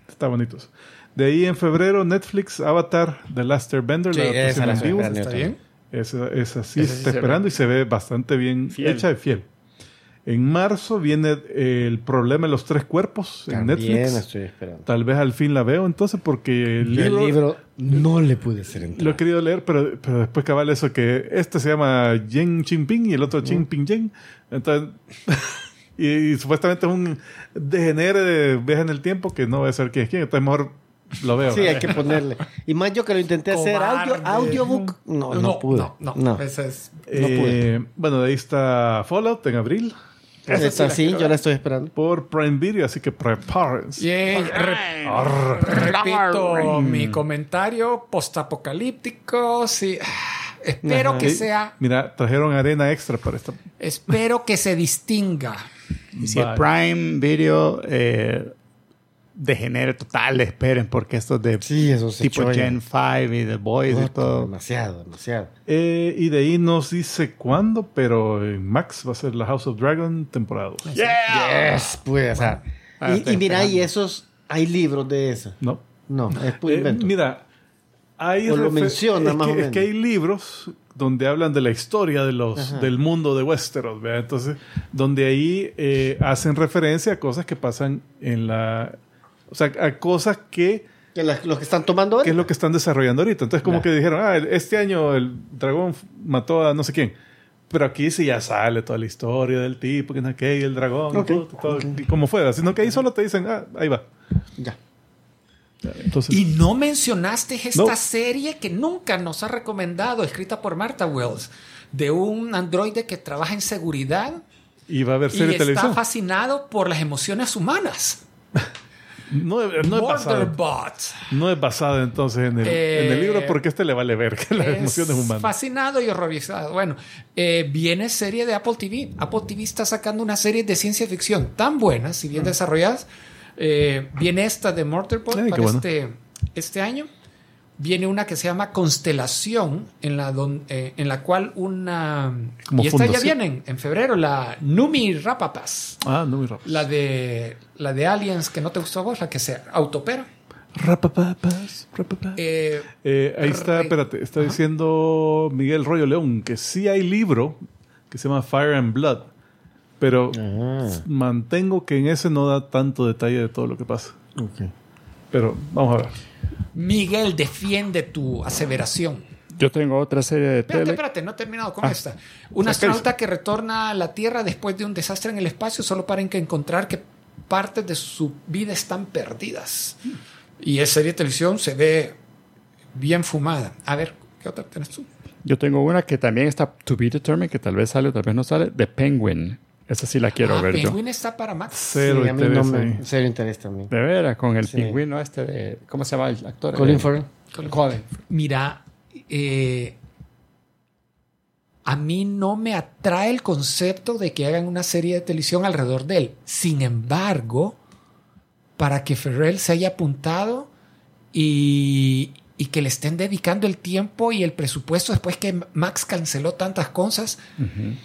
Está bonito eso. De ahí en febrero, Netflix, Avatar, The Last Airbender,
Sí,
la
esa
adaptación
la
pues,
estoy
en vivo.
esperando yo
¿Está bien?
Esa, esa sí
Esa sí
está
se
esperando y se ve bastante bien
Fiel.
hecha y fiel. En marzo viene eh, el problema de los tres cuerpos en
También
Netflix.
estoy esperando.
Tal vez al fin la veo entonces porque el
Yo
libro,
el libro no le pude hacer
lo he
entrar.
querido leer, pero, pero después cabal eso que este se llama Yen Jinping y el otro Xi Jinping Entonces, y, y supuestamente es un degenere de viaje en el tiempo que no voy a saber quién es quién. Entonces mejor lo veo.
Sí, hay que ponerle. Y más yo que lo intenté hacer audio,
Cobarde.
audiobook. No, no, pude.
No, no, esa es- no pude.
Eh, bueno, de ahí está Fallout en abril
Esa sí, yo la estoy esperando.
por Prime Video, así que prepárense.
Yay. Re- repito mi comentario postapocalíptico. Sí. Espero que
Sí.
sea,
Eh, Mira, trajeron arena extra para esta.
espero que se distinga.
Y si el
Vale.
Prime Video eh, degenere total, esperen, porque estos de
Sí, eso se
tipo
cholla.
Gen 5 y The Boys y
Puta,
todo.
Demasiado, demasiado.
Eh, y de ahí nos dice cuándo, pero en Max va a ser la House of Dragon temporada 2.
Yes, pues, o sea,
Ah,
y,
estoy
y mira,
esperando.
y esos, hay libros de eso.
¿No?
No, es puro
Eh,
invento.
mira, hay
O lo
refer-
menciona,
es
más
que,
o menos.
es que hay libros donde hablan de la historia de los del mundo de Westeros, ¿verdad? Entonces, donde ahí eh, hacen referencia a cosas que pasan en la, o sea, a cosas que
Que las- los que están tomando
que es
ahora.
lo que están desarrollando ahorita. Entonces, como
Ya.
que dijeron, ah, el- este año el dragón f- mató a no sé quién. Pero aquí sí ya sale toda la historia del tipo, que no sé qué, y el dragón,
Ok.
y todo, todo, y como fuera. Sino que ahí solo te dicen, ah, ahí va.
Ya.
Entonces,
Y no mencionaste esta
No.
serie que nunca nos ha recomendado, escrita por Martha Wells, de un androide que trabaja en seguridad
y va a haber
y
serie de
está
televisión.
fascinado por las emociones humanas.
No, es- no es basada.
Murderbot.
No es basada entonces en el,
Eh,
en el libro porque este le vale ver que las
Es
emociones humanas.
Fascinado y horrorizado. Bueno, eh, viene serie de Apple TV. Apple TV está sacando una serie de ciencia ficción tan buenas y bien desarrolladas. Eh, viene esta de Murderbot
Mm. Ay, qué
para
bueno.
este, este año. Viene una que se llama Constelación, en la, don- eh, en la cual una...
Como
y esta ya
fundación.
vienen en febrero, la Numi Rapapas.
Ah, no, mi rap.
La de, la de Aliens, que no te gustó a vos, la que se autopera.
Rapapapas, rapapá.
Eh,
Eh, ahí está,
Rey.
espérate, está diciendo Miguel Rollo León que sí hay libro que se llama Fire and Blood, pero
Ah.
s- mantengo que en ese no da tanto detalle de todo lo que pasa. Pero vamos a ver.
Miguel, defiende tu aseveración.
Yo tengo otra serie de
Espérate,
tele.
espérate, no he terminado con
Ah.
esta. Un
O sea, ¿qué
astronauta que retorna a la Tierra después de un desastre en el espacio solo para en- encontrar que partes de su vida están perdidas. Y esa serie de televisión se ve bien fumada. A ver, ¿qué otra tienes tú?
Yo tengo una que también está to be determined, que tal vez sale, tal vez no sale, de Penguin. Esa sí la quiero
Ah,
ver yo.
Penguin está para Max.
Cero
Sí, a mí no
interés
me-
ahí.
cero interés también.
De veras, con el
Sí.
pingüino este de. ¿Cómo se llama el actor?
Colin
El-
Farrell.
Joder. Mira, eh, a mí no me atrae el concepto de que hagan una serie de televisión alrededor de él. Sin embargo, para que Ferrell se haya apuntado y, y que le estén dedicando el tiempo y el presupuesto después que Max canceló tantas cosas,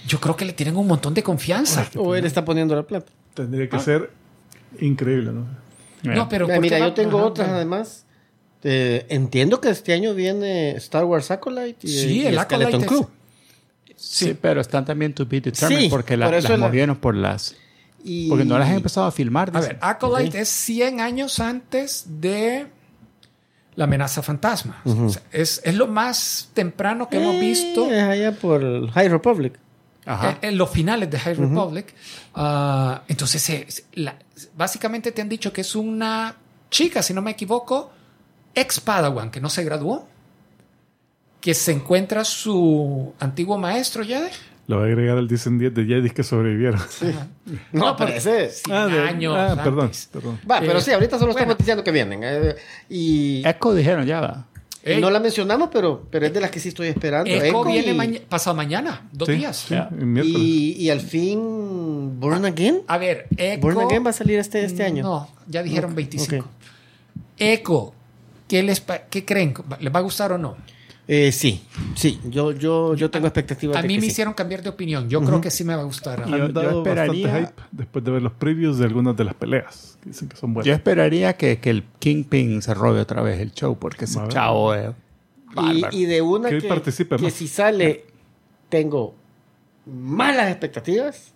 yo creo que le tienen un montón de confianza.
O Oh, él está poniendo la plata.
Tendría
Ah.
que ser increíble, ¿no?
No, pero
Mira,
¿por qué
mira,
va-
yo tengo
Ajá,
otras
pero-
además. Eh, entiendo que este año viene Star Wars Acolyte y,
Sí,
y
el
Skeleton
Acolyte es-
Crew.
Sí, pero están también to be determined
Sí,
porque la-
por eso
las
la-
movieron por las.
Y-
Porque no las han empezado a filmar.
A
dicen.
ver, Acolyte es 100 años antes de la amenaza fantasma. O sea, es, es lo más temprano que hemos
Eh,
visto
es allá por el High Republic.
Ajá.
en, en los finales de High Republic. Ah, entonces, se- se- la- básicamente te han dicho que es una chica, si no me equivoco, ex Padawan, que no se graduó, que se encuentra su antiguo maestro ya.
Lo va a agregar al 10 en 10 de Jedis que sobrevivieron.
No,
No,
pero
pero-
ese es.
100
Ah, de-
años.
ah,
antes.
perdón, perdón.
Va, pero
Eh,
sí, ahorita solo
bueno.
estamos diciendo que vienen. eh, y
Echo dijeron, ya va.
Ey,
no la mencionamos, pero, pero es de las que sí estoy esperando.
Eh, Echo
Echo y-
viene maña- pasado mañana, dos
Sí,
días.
sí, el miércoles.
y, y al fin, Born Again.
A ver, Ah, Echo.
Born Again va a salir este, este año.
Mm, No, ya dijeron
Ok,
25.
ok.
Echo, ¿qué, les pa- ¿qué creen? ¿Les va a gustar o no?
Eh, sí, sí, yo, yo, yo tengo expectativas.
A
de
mí
que
me
sí.
hicieron cambiar de opinión. Yo creo que sí me va a gustar.
Han
yo- yo
dado
esperaría-
bastante hype después de ver los previews de algunas de las peleas. que dicen que son
Yo
buenas.
esperaría que, que el Kingpin se robe otra vez el show porque ese
Vale.
chavo es.
Y,
bárbaro.
y de una
Que
que,
él participe
que
más.
si sale, tengo malas expectativas.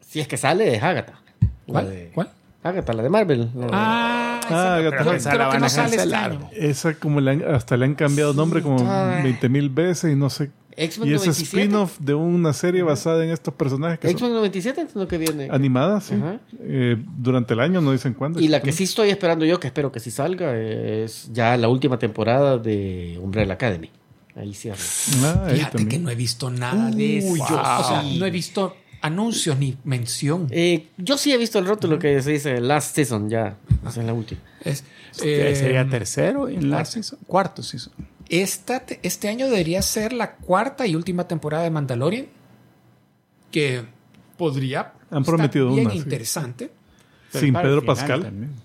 Si es que sale, es Agatha. La
¿Cuál?
de-
¿Cuál?
Agatha, la de Marvel. la de-
Ah,
Ah,
esa no,
que
creo-
también
creo
se la
que
van
no
a
sale este
cancelar.
año.
Esa como le han- hasta le han cambiado nombre como
ay.
20 mil veces y no sé.
X-Men
Y ese
97.
spin-off de una serie basada en estos personajes que son
X-Men 97 es lo que viene.
animadas, sí.
Ajá.
Eh, durante el año, no dicen cuándo.
Y la que sí estoy esperando yo, que espero que sí salga, es ya la última temporada de Umbrella Academy. Ahí cierra.
Ah, ahí
Fíjate
también.
que no he visto nada de
Uy,
eso.
yo
O sea,
sí.
no he visto anuncios ni mención.
Eh, yo sí he visto el rótulo que se dice Last Season, ya. Esa es la última.
Es-
Eh,
eh,
sería tercero en la season, cuarto season.
Esta, te- este año debería ser la cuarta y última temporada de Mandalorian, que podría
Han
estar
prometido
bien
una, sí.
interesante.
Sin
Para el
Pedro
final
Pascal.
también.
Eh,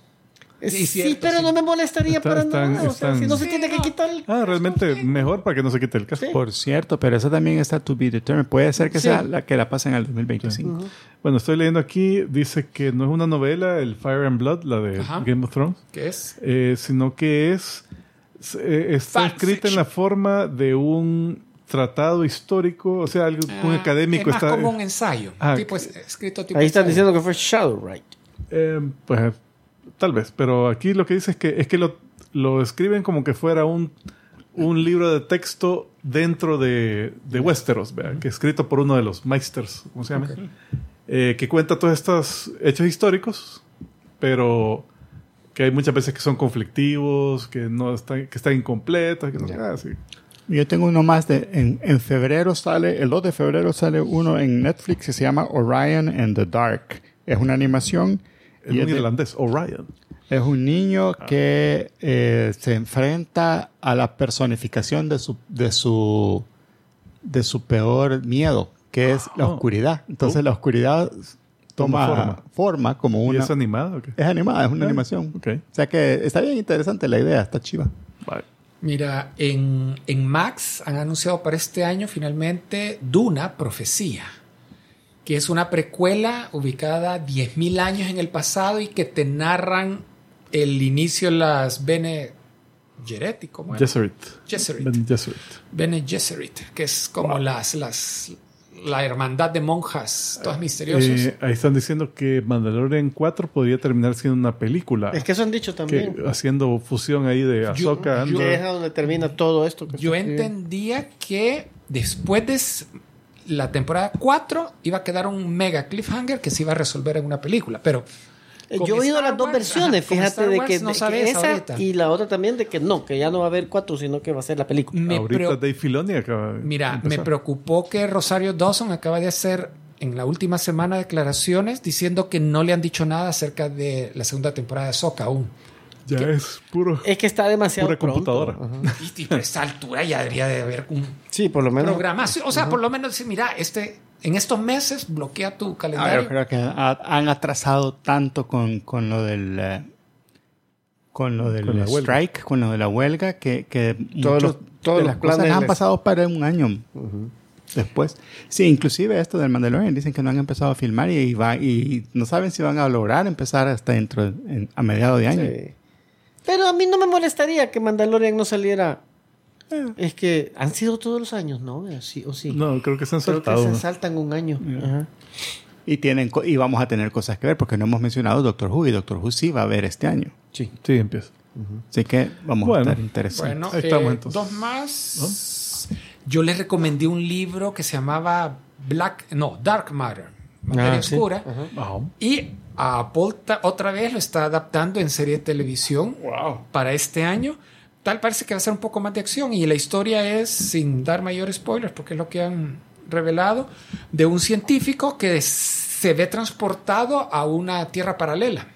Sí,
Sí,
cierto,
pero
sí.
no me molestaría
Está-
para
están-
nada. o sea,
están-
si no se
Sí,
tiene que
no.
quitar el...
Ah, realmente mejor para que no se quite el caso.
Por cierto, pero esa también está to be determined. Puede ser que
Sí.
sea la que la pasen al 2025.
Bueno, estoy leyendo aquí, dice que no es una novela, el Fire and Blood, la de
Ajá.
Game of Thrones,
Que es
eh, sino que es s- eh, está
Fan
escrita en
fiction.
la forma de un tratado histórico, o sea, algo un
Ah,
académico
es más
está
como un ensayo.
Ah,
tipo, es- escrito tipo
Ahí están
ensayo.
diciendo que fue Shadowright.
eh, pues tal vez, pero aquí lo que dice es que es que lo, lo escriben como que fuera un un libro de texto dentro de, de Westeros, ¿verdad? que escrito por uno de los Meisters, ¿cómo se llama? Eh, que cuenta todos estos hechos históricos, pero que hay muchas veces que son conflictivos, que no están, que están incompletos, que no ah, sí.
Yo tengo uno más de en, en febrero sale, el 2 de febrero sale uno en Netflix que se llama Orion and the Dark. Es una animación
Es
y
un
es, de-
irlandés, Orion.
es un niño
Ah.
que eh, se enfrenta a la personificación de su de su de su peor miedo, que es la
Oh.
oscuridad. Entonces la oscuridad toma
Toma
forma.
forma.
como
¿Y
una
es animado? o qué?
es animada, es una
Ah,
animación.
ok.
O sea que está bien interesante la idea, está chiva.
Vale.
Mira, en, en Max han anunciado para este año finalmente Duna, Profecía, que es una precuela ubicada 10.000 años en el pasado y que te narran el inicio de las Bene Gesserit, ¿cómo era?
Jesuit.
Gesserit.
Ben Jesuit.
Bene Gesserit, que es como las, las, la hermandad de monjas, todas misteriosas.
Eh, ahí están diciendo que Mandalorian 4 podría terminar siendo una película.
Es que eso han dicho
Ah. que-
también.
haciendo fusión ahí de Ahsoka.
Que
Andor.
es donde termina todo esto. que
Yo
se escribe.
entendía que después de s- la temporada 4 iba a quedar un mega cliffhanger que se iba a resolver en una película, pero
Eh,
con
Yo he oído
Star
las dos
Wars,
versiones,
ajá, con
fíjate,
Star
de
Wars
que,
no
de que
sabes
esa
ahorita.
y la otra también de que no, que ya no va a haber cuatro, sino que va a ser la película.
me
Ahorita
preo-
Dave Filoni acaba de
mira, me
empezar.
preocupó que Rosario Dawson acaba de hacer en la última semana declaraciones diciendo que no le han dicho nada acerca de la segunda temporada de Soca aún.
Ya es puro.
Es que está demasiado
Pura
pronto.
computadora.
Ajá.
Y, y por esta altura ya debería de haber un
Sí, por lo menos.
programa. O sea, por lo menos decir, mira, este, en estos meses bloquea tu
Ah,
calendario.
yo creo que ha- han atrasado tanto con, con lo del eh, con lo del
Con la huelga.
strike, con lo de la huelga, que, que
Todos los- todos
de
los
las cosas
planes
han
les-
pasado para un año después. Sí, inclusive esto del Mandalorian, dicen que no han empezado a filmar y, y va, y no saben si van a lograr empezar hasta dentro, en- a mediados de año.
Sí. Pero a mí no me molestaría que Mandalorian no saliera. Es que han sido todos los años, ¿no? O sí. O sí.
Eh. No, creo que se han
Creo que
saltado.
se
¿no?
saltan un año. Ajá.
Y, tienen, co- y vamos a tener cosas que ver, porque no hemos mencionado Doctor Who, y Doctor Who sí va a haber este año.
Sí, empieza.
Así que vamos
Bueno.
a estar interesados.
Bueno,
Ahí estamos,
eh,
entonces.
dos más. Yo les recomendé un libro que se llamaba Black, no, Dark Matter, materia
Ah, sí.
oscura.
Ajá.
Ah,
Y Apple ta- otra vez lo está adaptando en serie de televisión para este año. Tal parece que va a ser un poco más de acción y la historia es, sin dar mayor spoilers, porque es lo que han revelado, de un científico que se ve transportado a una tierra paralela,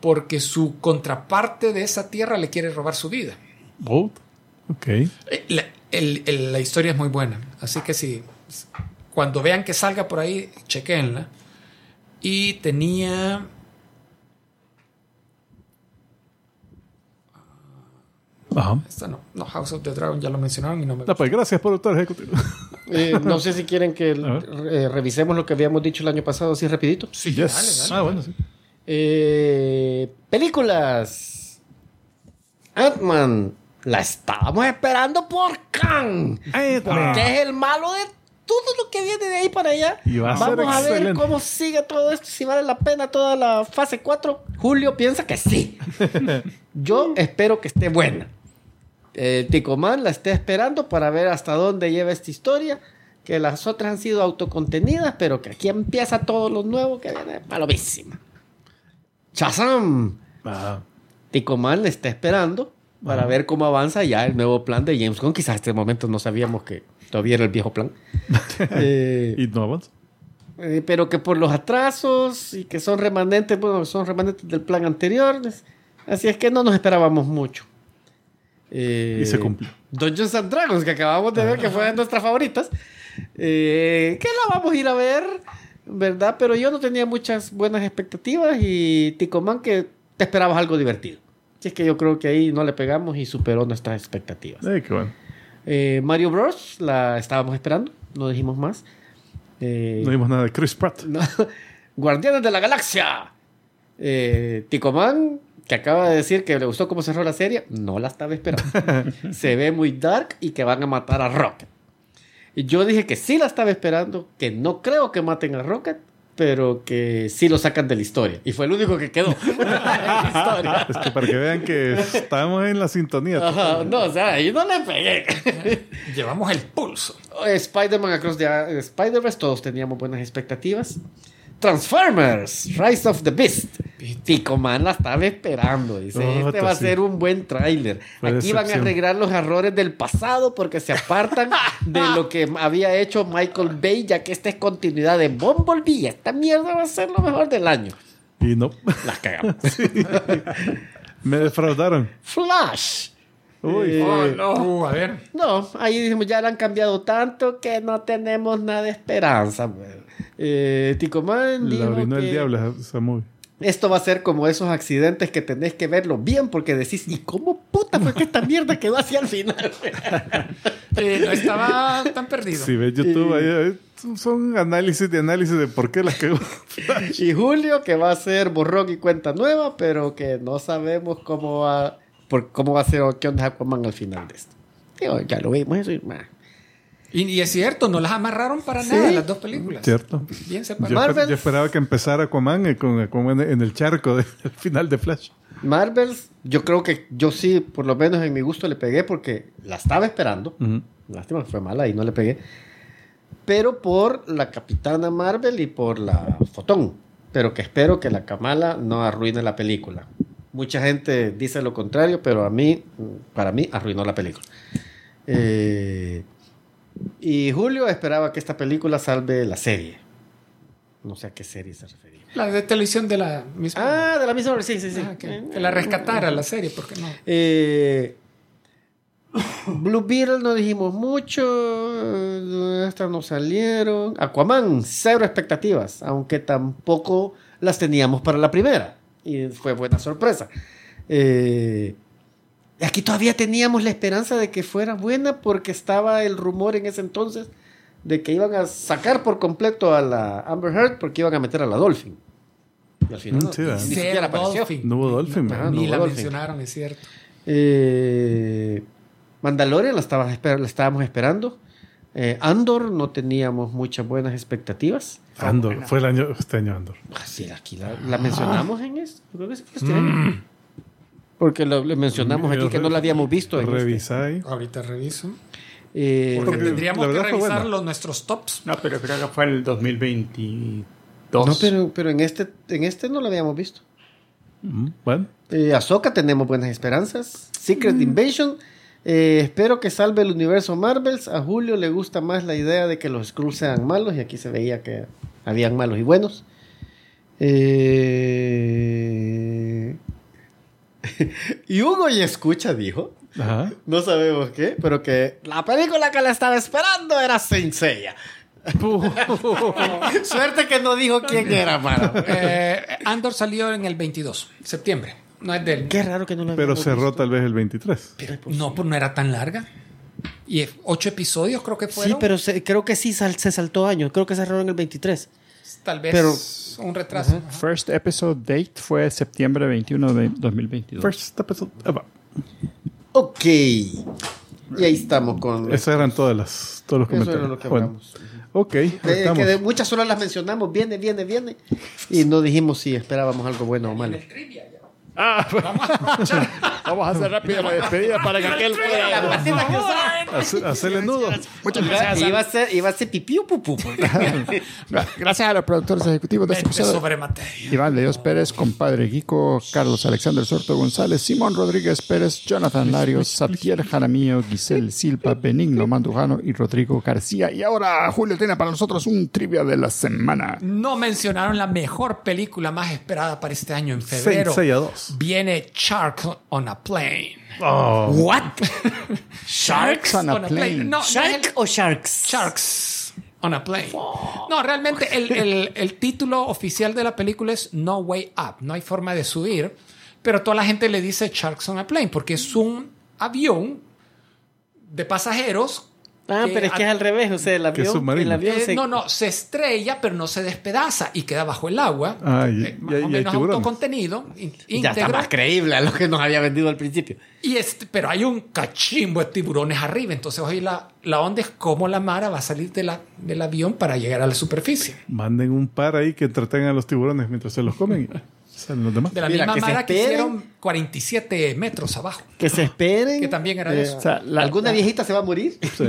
porque su contraparte de esa tierra le quiere robar su vida.
Bolt. Ok.
Eh, La, el- el- la historia es muy buena, así que si cuando vean que salga por ahí, chequenla. Y tenía
Ajá.
Esta no, no, House of the Dragon ya lo mencionaron y no me
No, pues gracias por estar ejecutivo.
Eh, no sé si quieren que
A ver.
eh, revisemos lo que habíamos dicho el año pasado así rapidito.
Sí, dale,
Ah,
dale.
bueno, sí.
Eh, películas. Ant-Man. La estábamos esperando por Kang.
Eh,
Ah,
Porque es el malo de todo lo que viene de ahí para allá.
Y va a ser
Vamos a ver
excelente.
cómo sigue todo esto. Si vale la pena toda la fase 4. Julio piensa que sí. Yo espero que esté buena. Eh, Tico Man la está esperando para ver hasta dónde lleva esta historia. Que las otras han sido autocontenidas, pero que aquí empieza todo lo nuevo que viene palomísima. Chazam.
Ah,
Tico Man la está esperando para ver cómo avanza ya el nuevo plan de James Gunn. Quizás hasta el momento no sabíamos que todavía era el viejo plan. Eh,
y no avanza.
eh, pero que por los atrasos y que son remanentes, bueno, son remanentes del plan anterior. es- Así es que no nos esperábamos mucho. Eh,
Y se cumplió.
Dungeons and Dragons, que acabamos de ver que fue de nuestras favoritas. Eh, que la vamos a ir a ver, ¿verdad? Pero yo no tenía muchas buenas expectativas y Ticomán que te esperabas algo divertido. Así es que yo creo que ahí no le pegamos y superó nuestras expectativas.
Eh, qué bueno.
Eh, Mario Bros. la estábamos esperando, no dijimos más. Eh,
No vimos nada de Chris Pratt.
no. Guardianes de la Galaxia. Eh, Ticomán, que acaba de decir que le gustó cómo cerró la serie, no la estaba esperando. Se ve muy dark y que van a matar a Rocket. Y yo dije que sí la estaba esperando, que no creo que maten a Rocket, pero que sí lo sacan de la historia. Y fue el único que quedó. en la historia.
Es que para que vean que estamos en la sintonía.
Ajá, no, o sea, ahí no le pegué.
Llevamos el pulso.
Spider-Man Across the eh, Spider-Verse, todos teníamos buenas expectativas. Transformers, Rise of the Beast. Tico Man la estaba esperando. Dice, este
Ota,
va a
sí.
ser un buen tráiler.
Fue
Aquí van a
decepción.
arreglar los errores del pasado porque se apartan de lo que había hecho Michael Bay, ya que esta es continuidad de Bumblebee. y Esta mierda va a ser lo mejor del año.
Y no.
Las cagamos.
Me defraudaron.
Flash.
Uy.
Eh,
Oh, no. Uh, a ver.
No, ahí dijimos, ya la han cambiado tanto que no tenemos nada de esperanza. pues. Eh, Ticomán
La
dijo
orinó el
que
diablo esa- esa movie.
Esto va a ser como esos accidentes que tenés que verlo bien porque decís, ¿y cómo puta fue que esta mierda quedó así al final?
Eh, no estaba tan perdido.
Si ves YouTube, ahí, ahí son- son análisis de análisis de por qué las cagó.
y Julio, que va a ser borrón y cuenta nueva, pero que no sabemos cómo va, por, cómo va a ser o qué onda Aquaman al final de esto. Digo, ya lo vimos eso y más.
Y, y es cierto, no las amarraron para nada las dos películas.
Cierto.
Bien
Yo,
separadas.
esper-
Marvel.
yo esperaba que empezara Aquaman eh, con Aquaman en el charco de- del final de Flash.
Marvels, yo creo que yo sí, por lo menos en mi gusto le pegué porque la estaba esperando.
Ah,
Lástima que fue mala y no le pegué. Pero por la Capitana Marvel y por la Fotón. Pero que espero que la Kamala no arruine la película. Mucha gente dice lo contrario, pero a mí, para mí, arruinó la película. Eh, y Julio esperaba que esta película salve la serie. No sé a qué serie se refería.
La de televisión de la misma.
Ah, de la misma. Sí, sí, Eh, sí.
Ah, que, que la rescatara la serie, porque no.
Eh, Blue Beetle no dijimos mucho. Estas no salieron. Aquaman, cero expectativas. Aunque tampoco las teníamos para la primera. Y fue buena sorpresa. eh, aquí todavía teníamos la esperanza de que fuera buena porque estaba el rumor en ese entonces de que iban a sacar por completo a la Amber Heard porque iban a meter a la Dolphin. Y al final
Mm,
no,
sí,
ni-
ah.
ni siquiera apareció.
No hubo Dolphin,
Pero
¿verdad?
ni
No
la
hubo Dolphin.
mencionaron, es cierto.
Eh, Mandalorian la, estaba esper- la estábamos esperando. Eh, Andor no teníamos muchas buenas expectativas.
Andor, fue el año, este año Andor.
Ah, sí, aquí la, la mencionamos en esto. Yo creo que sí fue este año. Porque lo, le mencionamos aquí que no la habíamos visto. En este.
Revisai.
Ahorita reviso.
Eh,
Porque
Porque
tendríamos
la
que
verdad fue
revisar
buena.
los, nuestros tops.
No, pero creo que fue el 2022.
no, pero, pero en, este, en este no la habíamos visto.
Mm, Bueno,
Eh, Ahsoka tenemos buenas esperanzas. Secret Invasion. eh, espero que salve el universo Marvels. A Julio le gusta más la idea de que los Skrulls sean malos. Y aquí se veía que habían malos y buenos. Eh, y Hugo y escucha, dijo.
ajá.
No sabemos qué, pero que la película que la estaba esperando era Senseiya. Oh, Suerte que no dijo quién era, mano.
Eh, Andor salió en el 22, septiembre. No es del...
Qué raro que no lo
Pero
habíamos
cerró
visto.
tal vez el 23.
No, pues no era tan larga. Y es- ocho episodios creo que fueron.
Sí, pero se- creo que sí sal- se saltó años. Creo que cerró en el 23.
Tal vez
pero-
un retraso. Ajá.
First episode date fue septiembre 21 de 2022.
First episode. Ah, ever.
Ok. Y ahí estamos con.
Esas eran todas las, todos los
Eso
comentarios.
era lo que
Bueno,
hablamos.
ok,
De-
estamos.
que de muchas solo las mencionamos. Viene, viene, viene. Y no dijimos si esperábamos algo bueno o malo.
Vamos a hacer rápido la despedida para que aquel pueda.
Hace- Hacerle nudo.
Muchas
Iba,
gracias.
iba a ser, iba a ser pipí o pupú. pues.
a- Gracias a los productores ejecutivos de este
Vete
episodio.
sobre materia.
Iván de Dios Pérez, compadre Guico, Carlos Alexander Sorto González, Simón Rodríguez Pérez, Jonathan Larios, Sapier Jaramillo, Giselle Silva, Benigno Mandujano y Rodrigo García. Y ahora Julio tiene para nosotros un trivia de la semana.
No mencionaron la mejor película más esperada para este año en febrero.
6 a 2.
Viene Shark on a Plane.
Oh,
¿What?
Sharks
on a Plane.
No, no es el-
¿Shark o Sharks?
Sharks on a Plane. No, realmente el, el- el título oficial de la película es No Way Up, no hay forma de subir, pero toda la gente le dice Sharks on a Plane porque es un avión de pasajeros.
Ah, pero es que es al revés. O sea, el
Que es
avión.
submarino.
El avión
eh,
se-
no, no, se estrella, pero no se despedaza y queda bajo el agua.
Ah, y-
Eh, más
y-
o
y hay
menos
tiburones.
autocontenido, in-
Ya está
íntegro.
más creíble a lo que nos había vendido al principio.
Y este, pero hay un cachimbo de tiburones arriba. Entonces, hoy la, la onda es cómo la Mara va a salir de la, del avión para llegar a la superficie.
manden un par ahí que entretengan a los tiburones mientras se los comen. y Salen los demás.
De la
Mira,
misma
que se
Mara que
esperen.
hicieron 47 metros abajo.
Que se esperen.
Que también era eso.
O sea, la-
¿Alguna viejita se va a morir?
Sí,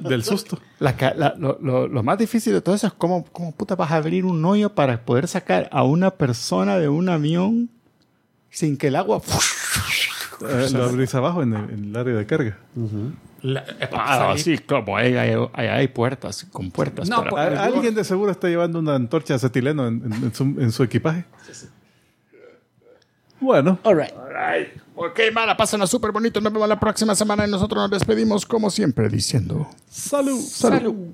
Del susto.
la ca- la- lo, lo- lo más difícil de todo eso es cómo, cómo puta vas a abrir un hoyo para poder sacar a una persona de un avión sin que el agua...
Eh, lo abrís abajo en el, en el área de carga.
La- eh,
Ah,
salí-
sí, como hay, hay, hay- hay puertas, con puertas.
No,
para-
A-
por-
Alguien de seguro está llevando una antorcha de acetileno en, en- en su, en su equipaje. Bueno,
All right.
pues, Ok, Mara, pásenla súper bonito. Nos vemos la próxima semana y nosotros nos despedimos como siempre diciendo...
salud.
Salud.